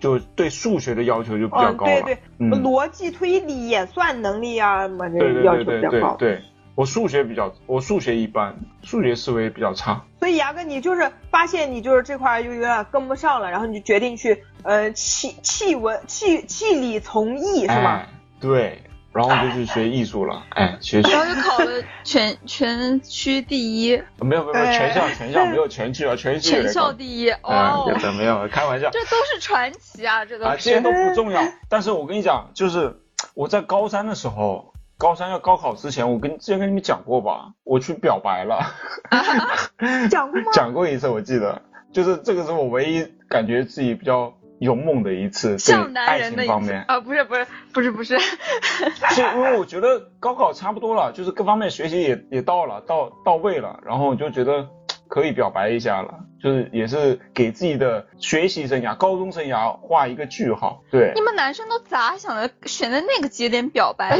Speaker 3: 就、就对数学的要求就比较
Speaker 2: 嗯，
Speaker 3: 高了。
Speaker 2: 对对，
Speaker 3: 嗯
Speaker 2: 逻辑推理、演算能力啊什么
Speaker 3: 对
Speaker 2: 的要求
Speaker 3: 对
Speaker 2: 比
Speaker 3: 对对
Speaker 2: 较
Speaker 3: 对
Speaker 2: 高。
Speaker 3: 对，我数学比较，我数学一般，数学思维比较差。
Speaker 2: 所以牙哥，你就是发现你就是这块儿就有点跟不上了，然后你就决定去呃弃弃文弃弃理从艺是吧？
Speaker 3: 哎？对，然后我就去学艺术了，哎，学学
Speaker 4: 然后就考了全全区第一，
Speaker 3: 没有没有没有
Speaker 2: 哎
Speaker 3: 全校全校没有全区啊，全区有
Speaker 4: 全
Speaker 3: 点
Speaker 4: 校
Speaker 3: 高
Speaker 4: 第一，
Speaker 3: 啊，
Speaker 4: 哦
Speaker 3: 有，的没有，开玩笑。
Speaker 4: 这都是传奇啊，这都
Speaker 3: 啊，这些
Speaker 4: 是
Speaker 3: 都。不重要。但是我跟你讲，就是我在高三的时候，高三要高考之前，我跟之前跟你们讲过吧，我去表 白了，哎
Speaker 2: 讲过吗？
Speaker 3: 讲过一次，我记得，就是这个是我唯一感觉自己比较有梦的一次，
Speaker 4: 像
Speaker 3: 对
Speaker 4: 男
Speaker 3: 爱
Speaker 4: 人
Speaker 3: 情
Speaker 4: 的一
Speaker 3: 方
Speaker 4: 次
Speaker 3: 面，
Speaker 4: 啊，不是不是不是不 是，
Speaker 3: 是因为我觉得高考差不多了，就是各方面学习也也到了，到到位了，然后我就觉得可以表白一下了，就是也是给自己的学习生涯、高中生涯画一个句号。对，
Speaker 4: 你们男生都咋想的？选在那个节点表 白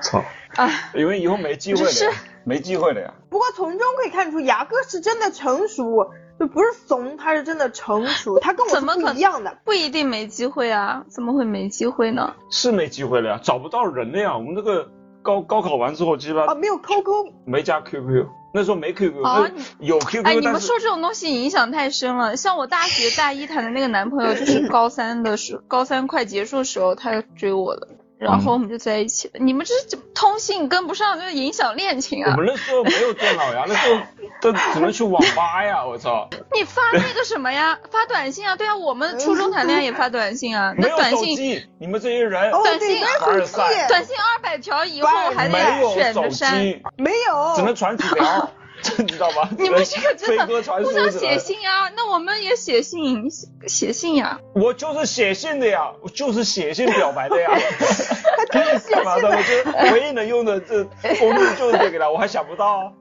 Speaker 3: 操，
Speaker 4: 啊？
Speaker 3: 因为以后没机会了
Speaker 4: 是
Speaker 3: 呀，没机会了呀。
Speaker 2: 不过从中可以看出，牙哥是真的成熟，就不是怂，他是真的成 熟，他跟我是
Speaker 4: 怎么
Speaker 2: 不
Speaker 4: 可
Speaker 2: 一样的。
Speaker 4: 不一定没机会啊，怎么会没机会呢？
Speaker 3: 是没机会了呀，找不到人了呀。我们这个高高考完之后，基本
Speaker 2: 哦，
Speaker 3: 上
Speaker 2: 没有抠抠，
Speaker 3: 没加 QQ，那时候没 QQ，、
Speaker 4: 啊
Speaker 3: 那有 QQ，、
Speaker 4: 哎，你
Speaker 3: 但
Speaker 4: 们
Speaker 3: 是
Speaker 4: 说这种东西影响太深了。像我大学大一谈的那个男朋友，就是高三的时候，高三快结束的时候，他就追我了，然后我们就在一起了。你们这这通信跟不上，就是影响恋情
Speaker 3: 我
Speaker 4: 啊！
Speaker 3: 们那时候没有电脑呀，那时候 都只能去网吧呀，我操，
Speaker 4: 你发那个什么呀？发短信啊？对啊，我们初中谈恋爱也发短信啊。
Speaker 3: 没
Speaker 4: 那
Speaker 3: 有
Speaker 4: 短
Speaker 3: 手
Speaker 4: 信，
Speaker 3: 机，你们这些人。
Speaker 2: 哦，
Speaker 4: 短
Speaker 2: 对，
Speaker 4: 信
Speaker 2: 没
Speaker 3: 凡尔
Speaker 2: 有手
Speaker 3: 赛
Speaker 2: 机，
Speaker 4: 短信二百条以后还
Speaker 3: 没
Speaker 4: 得
Speaker 3: 有
Speaker 4: 选
Speaker 3: 手
Speaker 4: 着删。哦
Speaker 3: 机，
Speaker 2: 没有，
Speaker 3: 只能传纸 条， 你知道吗？
Speaker 4: 你们这个真
Speaker 3: 飞鸽传
Speaker 4: 的
Speaker 3: 书
Speaker 4: 互相
Speaker 3: 只
Speaker 4: 写
Speaker 3: 能
Speaker 4: 信啊？那我们也写信，写写信啊呀、
Speaker 3: 我就是写信的呀，我就是写信表白的呀。 干嘛的？我就唯一能用的这工具就是这个了，我还想不到、啊。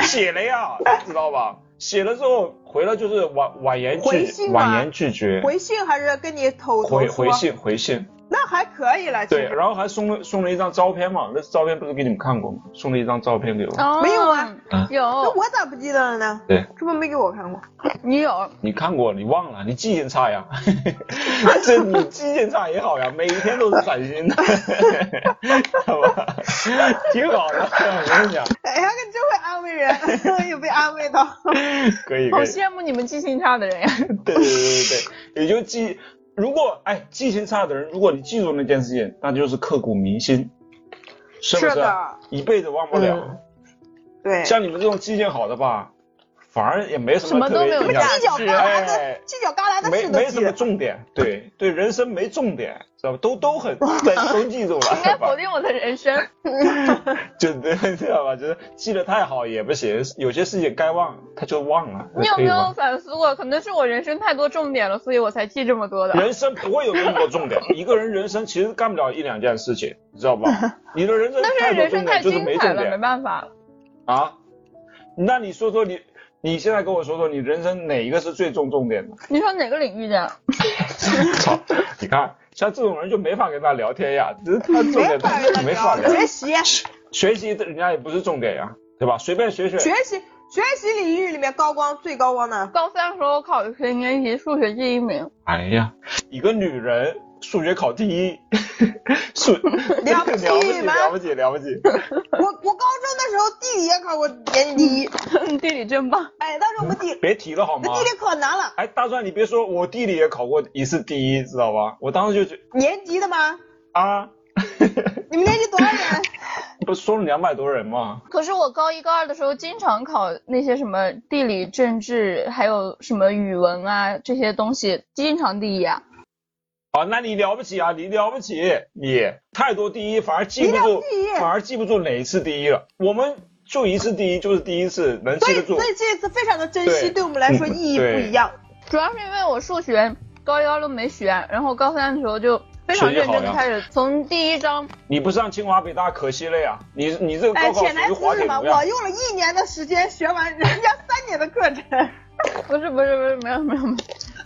Speaker 3: 写了呀，知道吧？写了之后回了就是婉婉言
Speaker 2: 回
Speaker 3: 拒
Speaker 2: 信吗
Speaker 3: 婉言拒绝，
Speaker 2: 回信还是跟你口头
Speaker 3: 回
Speaker 2: 说
Speaker 3: 回，信回信。
Speaker 2: 啊那还可以了，其
Speaker 3: 对，
Speaker 2: 实
Speaker 3: 然后还送了送了一张照片嘛，那照片不是给你们看过吗？送了一张照片给我。
Speaker 4: 哦
Speaker 2: 没有啊？那
Speaker 4: 有，
Speaker 2: 我咋不记得了呢？
Speaker 3: 对，
Speaker 2: 这不没给我看过？
Speaker 4: 你有。
Speaker 3: 你看过，你忘了，你记性差呀。这你记性差也好呀，每一天都是崭新的，好吧？挺好的，我跟你讲，
Speaker 2: 哎呀，真会安慰人， 有被安慰 到。
Speaker 3: 可以
Speaker 1: 好
Speaker 3: 可以，
Speaker 1: 羡慕你们记性差的 人呀！
Speaker 3: 对对对对对，也就记，如果哎记性差的人，如果你记住那件事情，那就是刻骨铭心，是不
Speaker 2: 是的嗯
Speaker 3: 一辈子忘不了。
Speaker 2: 对，
Speaker 3: 像你们这种记性好的吧，反而也没什么
Speaker 1: 什么都
Speaker 3: 特别
Speaker 1: 没有
Speaker 3: 影响
Speaker 2: 犄角旮旯
Speaker 3: 啊哎
Speaker 2: 的，犄角旮旯的
Speaker 3: 没
Speaker 2: 事都
Speaker 3: 没
Speaker 2: 记
Speaker 3: 什么
Speaker 2: 得。
Speaker 3: 重点， 对对，人生没重点，知道吧？都都很都都记住了，
Speaker 1: 应该
Speaker 3: 是
Speaker 1: 否
Speaker 3: 吧？
Speaker 1: 定我的人生。
Speaker 3: 就对， 知道吧？就是记得太好也不行，有些事情该忘他就忘了，
Speaker 1: 你有
Speaker 3: 可以
Speaker 1: 没有
Speaker 3: 忘。
Speaker 1: 反思过？可能是我人生太多重点了，所以我才记这么多的。
Speaker 3: 人生不会有那么多重点，一个人人生其实干不了一两件事情，你知道吧？你 的人生
Speaker 1: 但
Speaker 3: 太
Speaker 1: 是
Speaker 3: 多
Speaker 1: 人
Speaker 3: 重
Speaker 1: 生太
Speaker 3: 点就是
Speaker 1: 精
Speaker 3: 没
Speaker 1: 彩
Speaker 3: 重
Speaker 1: 了，没
Speaker 3: 点
Speaker 1: 办法。
Speaker 3: 啊。那你说说你，你现在跟我说说你人生哪一个是最重重点的？
Speaker 1: 你说哪个领域的？
Speaker 3: 操，你看像这种人就没法跟他聊天呀，只是他重点
Speaker 2: 没法
Speaker 3: 他
Speaker 2: 跟他
Speaker 3: 没法
Speaker 2: 聊
Speaker 3: 聊。
Speaker 2: 学习，啊
Speaker 3: 学习的人家也不是重点呀，对吧？随便学学，
Speaker 2: 学习，学习领域里面高光最高光的，
Speaker 1: 高三时候考的全年级数学第一名，
Speaker 3: 哎呀，一个女人数学考 第一，数
Speaker 2: 了不起
Speaker 3: 了不起
Speaker 2: 吗
Speaker 3: 了不起了不起，
Speaker 2: 我我高中的时候地理也考过年级第一，
Speaker 1: 地理真棒。
Speaker 2: 哎，当时我们地
Speaker 3: 别提了好吗
Speaker 2: 那？地理可难了，
Speaker 3: 哎，大帅，你别说，我地理也考过一次第一，知道吧？我当时就觉
Speaker 2: 年级的吗？
Speaker 3: 啊，
Speaker 2: 你们年级多少 人？
Speaker 3: 不是说了两百多人吗？
Speaker 1: 可是我高一高二的时候经常考那些什么地理、政治，还有什么语文啊这些东西，经常第一啊。
Speaker 3: 啊，那你了不起啊，你了不起，你太多第一反而记不
Speaker 2: 你了
Speaker 3: 住
Speaker 2: 不起，
Speaker 3: 反而记不住哪一次第一了。我们就一次第一就是第一次，能
Speaker 2: 所
Speaker 3: 记
Speaker 2: 以
Speaker 3: 得住
Speaker 2: 所。以这一次非常的珍惜，
Speaker 3: 对嗯
Speaker 2: 对我们来说意义不一样。
Speaker 1: 主要是因为我数学高一高二都没学，然后高三的时候就非常认真地开始从第一章
Speaker 3: 你不上清华北大可惜了呀，你你这个
Speaker 2: 哎，
Speaker 3: 高考
Speaker 2: 且
Speaker 3: 属
Speaker 2: 来
Speaker 3: 于滑
Speaker 2: 自
Speaker 3: 铁
Speaker 2: 嘛，
Speaker 3: 卢
Speaker 2: 我
Speaker 3: 呀。
Speaker 2: 用了一年的时间学完人家三年的课程，
Speaker 1: 不是不是不是没有没有 没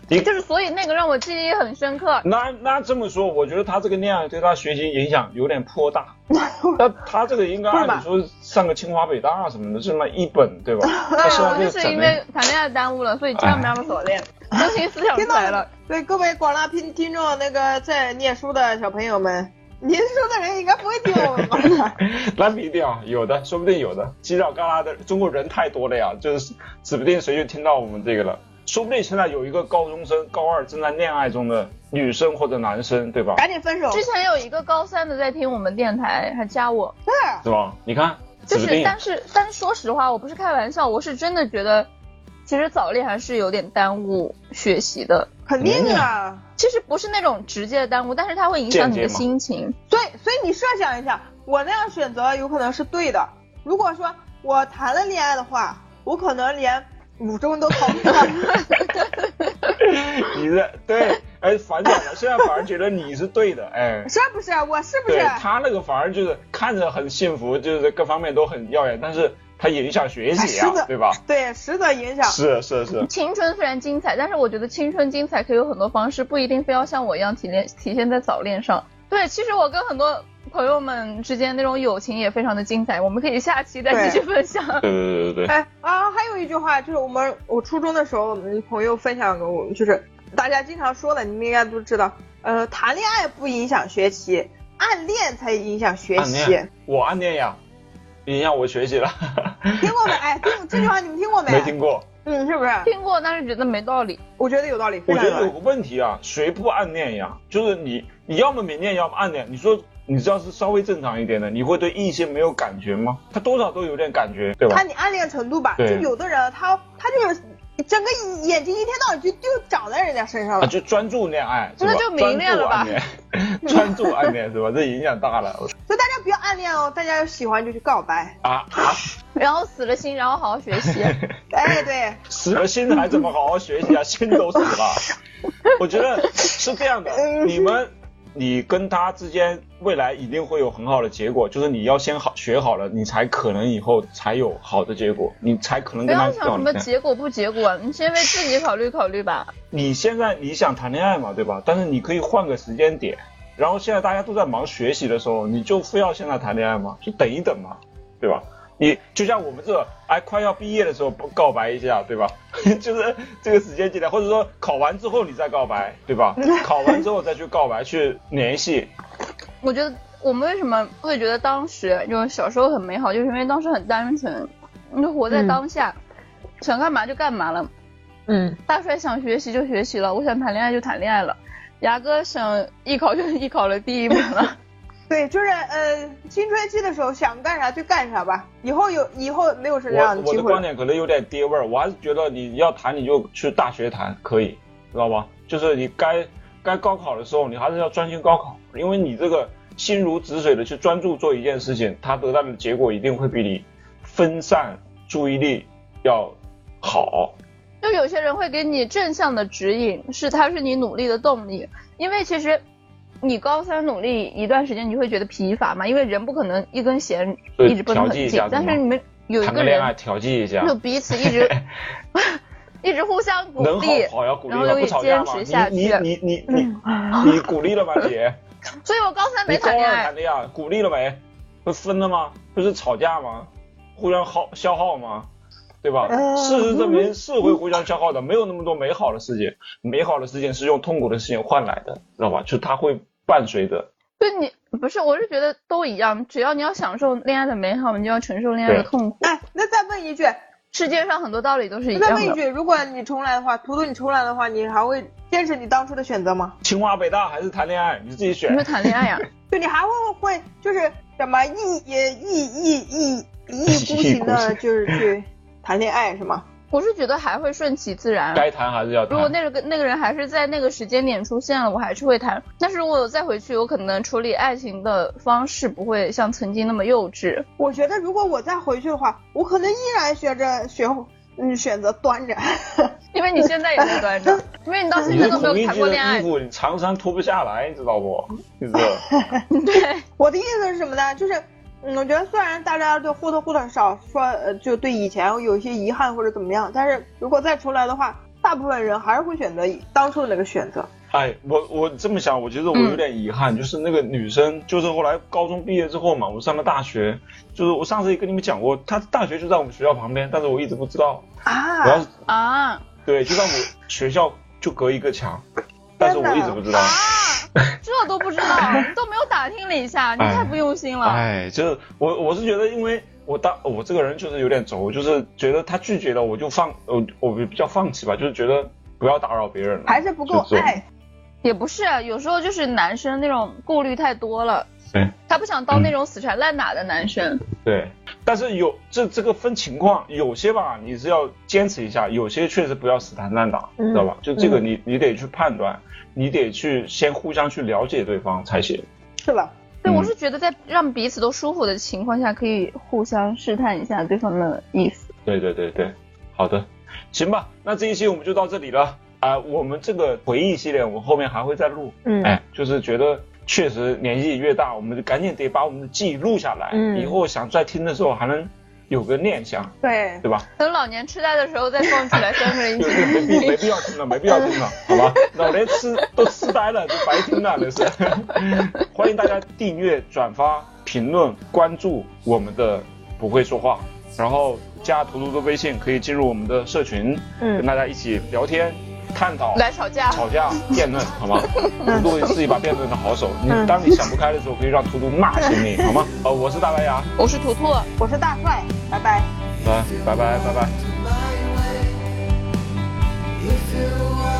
Speaker 3: 你
Speaker 1: 有，就是所以那个让我记忆很深刻。
Speaker 3: 那那这么说，我觉得他这个恋爱对他学习影响有点颇大。那他这个应该
Speaker 2: 不是吧
Speaker 3: 按理说上个清华北大什么的，这么一本对吧？他
Speaker 1: 对
Speaker 3: 现
Speaker 1: 啊，就
Speaker 3: 在就是整
Speaker 1: 因
Speaker 3: 的
Speaker 1: 为谈恋爱耽误了，所以千万不要早恋，
Speaker 3: 哎
Speaker 1: 中心思想
Speaker 2: 听
Speaker 1: 出
Speaker 2: 到
Speaker 1: 来
Speaker 2: 了
Speaker 1: 了。
Speaker 2: 吗？对各位广大听听众，那个在念书的小朋友们，念书的人应该不会听我们吧？
Speaker 3: 那不一定啊，有的，说不定有的。犄角旮旯的中国人太多了呀，就是指不定谁就听到我们这个了。说不定现在有一个高中生、高二正在恋爱中的女生或者男生，对吧？
Speaker 2: 赶紧分手！
Speaker 1: 之前有一个高三的在听我们电台，还加我，
Speaker 2: 是
Speaker 3: 是吧？你看，
Speaker 1: 就
Speaker 3: 指不
Speaker 1: 是
Speaker 3: 定
Speaker 1: 但是但是说实话，我不是开玩笑，我是真的觉得，其实早恋还是有点耽误学习的。
Speaker 2: 肯定啊。
Speaker 1: 其实不是那种直接的耽误，但是它会影响你的心情。
Speaker 2: 所以，所以你设想一下，我那样选择有可能是对的。如果说我谈了恋爱的话，我可能连五中都考不上。
Speaker 3: 你的对，哎，反转了，现在反而觉得你是对的，哎。
Speaker 2: 是不是？我是不是
Speaker 3: 对？他那个反而就是看着很幸福，就是各方面都很耀眼，但是他影响学习
Speaker 2: 哎
Speaker 3: 呀、
Speaker 2: 是的啊
Speaker 3: 对吧？
Speaker 2: 对，实则影响。
Speaker 3: 是是是，
Speaker 1: 青春虽然精彩，但是我觉得青春精彩可以有很多方式，不一定非要像我一样体现体现在早恋上。对，其实我跟很多朋友们之间那种友情也非常的精彩，我们可以下期再继续分享。
Speaker 3: 对对对对对，
Speaker 2: 哎啊，还有一句话就是我们我初中的时候，我们朋友分享给我们，就是大家经常说的，你们应该都知道，呃，谈恋爱不影响学习，暗恋才影响学
Speaker 3: 暗
Speaker 2: 习。
Speaker 3: 恋，我暗恋呀，影响我学习了，
Speaker 2: 听过没？哎，听这句话你们听过没？
Speaker 3: 没听过。
Speaker 2: 嗯，是不是？
Speaker 1: 听过，但是觉得没道理。
Speaker 2: 我觉得有道理，非
Speaker 3: 我
Speaker 2: 常
Speaker 3: 觉
Speaker 2: 有道
Speaker 3: 得有
Speaker 2: 理。
Speaker 3: 个问题啊，谁不暗恋呀？就是你，你要么明恋，要么暗恋。你说，你知道是稍微正常一点的，你会对异性没有感觉吗？他多少都有点感觉，对吧
Speaker 2: 看？你暗恋程度吧，就
Speaker 3: 对
Speaker 2: 有的人他他就是整个眼睛一天到晚就就长在人家身上
Speaker 3: 啊，
Speaker 2: 了。
Speaker 3: 就专注恋爱，是吧
Speaker 1: 那就明恋了吧？
Speaker 3: 专注暗恋 专注暗恋是吧？这影响大了
Speaker 2: 所以大家不要暗恋哦，大家有喜欢就去告 白。
Speaker 3: 啊啊！
Speaker 1: 然后死了心，然后好好学 习。
Speaker 2: 哎，对，
Speaker 3: 死了心还怎么好好学习啊？心都死了。我觉得是这样的，你们，你跟他之间未来一定会有很好的结果，就是你要先好学好了，你才可能以后才有好的结果，你才可能
Speaker 1: 不
Speaker 3: 跟他
Speaker 1: 要想什么结果不结果，你先为自己考虑考虑吧。
Speaker 3: 你现在你想谈恋爱嘛，对吧？但是你可以换个时间点，然后现在大家都在忙学习的时候，你就非要现在谈恋爱吗？就等一等嘛，对吧？你就像我们这哎快要毕业的时候不告白一下，对吧？ 就是这个时间节点，或者说考完之后你再告白，对吧？考完之后再去告白去联系，
Speaker 1: 我觉得我们为什么会觉得当时就是小时候很美好，就是因为当时很单纯，你就活在当下，想干嘛就干嘛了。
Speaker 2: 嗯，
Speaker 1: 大帅想学习就学习了，我想谈恋爱就谈恋爱了，牙哥想艺考就艺考了第一名了。
Speaker 2: 对，就是呃，青春期的时候想干啥就干啥吧，以后有以后没有什么样
Speaker 3: 我
Speaker 2: 的
Speaker 3: 我
Speaker 2: 机
Speaker 3: 的
Speaker 2: 会
Speaker 3: 观
Speaker 2: 了。
Speaker 3: 点可能有点跌味儿，我还是觉得你要谈你就去大学谈可以，知道吧？就是你该该高考的时候，你还是要专心高考，因为你这个心如止水的去专注做一件事情，它得到的结果一定会比你分散注意力要好。
Speaker 1: 就有些人会给你正向的指引，是他是你努力的动力，因为其实。你高三努力一段时间，你会觉得疲乏嘛？因为人不可能一根弦
Speaker 3: 对
Speaker 1: 一直绷得
Speaker 3: 调剂
Speaker 1: 很
Speaker 3: 一
Speaker 1: 紧
Speaker 3: 下，子
Speaker 1: 但
Speaker 3: 嘛
Speaker 1: 是你们有一
Speaker 3: 谈个
Speaker 1: 个
Speaker 3: 恋
Speaker 1: 人
Speaker 3: 爱调剂一下，
Speaker 1: 就彼此一 直一直互相鼓
Speaker 3: 能好
Speaker 1: 励，
Speaker 3: 好要鼓励
Speaker 1: 然后
Speaker 3: 了，
Speaker 1: 就
Speaker 3: 不吵架
Speaker 1: 坚持
Speaker 3: 嘛？
Speaker 1: 下
Speaker 3: 你
Speaker 1: 去
Speaker 3: 你你 你你你鼓励了吗，姐？
Speaker 1: 所以我高三没
Speaker 3: 你高
Speaker 1: 谈恋
Speaker 3: 二
Speaker 1: 爱
Speaker 3: 谈。恋爱，鼓励了没？不是分了吗？不是吵架吗？互相耗消耗吗？对吧？
Speaker 2: 嗯
Speaker 3: 事实证明是会互相消耗的，没有那么多美好的事情，美好的事情是用痛苦的事情换来的，知道吧？就它会伴随着。
Speaker 1: 就你不是，我是觉得都一样，只要你要享受恋爱的美好，你就要承受恋爱的
Speaker 3: 对
Speaker 1: 痛苦。
Speaker 2: 哎，那再问一句，
Speaker 1: 世界上很多道理都是一
Speaker 2: 再
Speaker 1: 样
Speaker 2: 问一
Speaker 1: 的。
Speaker 2: 句，如果你重来的话，图图你重来的话，你还会坚持你当初的选择吗？
Speaker 3: 清华北大还是谈恋爱，你自己选
Speaker 1: 你。会谈恋爱呀、
Speaker 2: 就你还会会就是什么一也一一一 一意孤行的，就是去谈恋爱是吗？
Speaker 1: 我是觉得还会顺其自然。
Speaker 3: 该谈还是要
Speaker 1: 如果
Speaker 3: 谈。
Speaker 1: 那个那个人还是在那个时间点出现了，我还是会谈。但是如果我再回去，我可能处理爱情的方式不会像曾经那么幼稚。
Speaker 2: 我觉得如果我再回去的话，我可能依然学着学嗯选择端着。
Speaker 1: 因为你现在也在端 着，因为你到现
Speaker 3: 你
Speaker 1: 在
Speaker 3: 是
Speaker 1: 都
Speaker 3: 同
Speaker 1: 没
Speaker 3: 一
Speaker 1: 有谈
Speaker 3: 季
Speaker 1: 过
Speaker 3: 的
Speaker 1: 恋
Speaker 3: 衣
Speaker 1: 爱。
Speaker 3: 服，你长衫脱不下来，你知道不？你知道。
Speaker 1: 对，
Speaker 2: 我的意思是什么呢？就是，嗯，我觉得虽然大家对或多或少说，呃，就对以前有一些遗憾或者怎么样，但是如果再重来的话，大部分人还是会选择当初的那个选择。
Speaker 3: 哎，我我这么想，我觉得我
Speaker 2: 嗯
Speaker 3: 有点遗憾，就是那个女生，就是后来高中毕业之后嘛，我上了大学，就是我上次也跟你们讲过，她大学就在我们学校旁边，但是我一直不知道。我要
Speaker 2: 啊
Speaker 3: 是
Speaker 1: 啊，
Speaker 3: 对，就在我学校就隔一个墙，但是
Speaker 2: 啊
Speaker 3: 我一直不知道。
Speaker 1: 这都不知道，你都没有打听了一下，你
Speaker 3: 哎
Speaker 1: 太不用心了。
Speaker 3: 哎，就是我我是觉得，因为我当我这个人就是有点轴，就是觉得她拒绝了，我就放我我比较放弃吧，就是觉得不要打扰别人了，
Speaker 2: 还是不够
Speaker 3: 就这种
Speaker 2: 爱。
Speaker 1: 也不是，有时候就是男生那种顾虑太多了。
Speaker 3: 对
Speaker 1: 他不想当那种死缠烂打的男生。
Speaker 3: 对，但是有这这个分情况，有些吧你是要坚持一下，有些确实不要死缠烂打，
Speaker 2: 嗯
Speaker 3: 知道吧？就这个你你得去判断，你得去先互相去了解对方才行。
Speaker 2: 是的，
Speaker 1: 对，
Speaker 3: 嗯
Speaker 1: 我是觉得在让彼此都舒服的情况下，可以互相试探一下对方的意思。
Speaker 3: 对对对对，好的，行吧，那这一期我们就到这里了啊、我们这个回忆系列，我后面还会再录。
Speaker 2: 嗯
Speaker 3: 哎，就是觉得确实年纪越大，我们就赶紧得把我们的记忆录下来，
Speaker 2: 嗯
Speaker 3: 以后想再听的时候还能有个念想，
Speaker 2: 对，
Speaker 3: 对吧？
Speaker 1: 等老年痴呆的时候再放出来三个人一
Speaker 3: 就
Speaker 1: 起
Speaker 3: 是没必没必要听了，没必要听了，好吧？老连痴都痴呆了，就白听了，这是。欢迎大家订阅、转发、评论、关注我们的不会说话，然后加图图的微信，可以进入我们的社群，跟
Speaker 2: 嗯，
Speaker 3: 大家一起聊天、探讨、
Speaker 1: 来吵架。
Speaker 3: 吵架、辩论，好吗？图图是一把辩论的好手，你
Speaker 2: 嗯
Speaker 3: 当你想不开的时候，可以让图图骂醒你，好吗？呃，我是大白牙，
Speaker 1: 我是图图。
Speaker 2: 我是大帅，拜拜。
Speaker 3: 来，拜拜，拜拜。
Speaker 5: My way, if you want. oh, oh,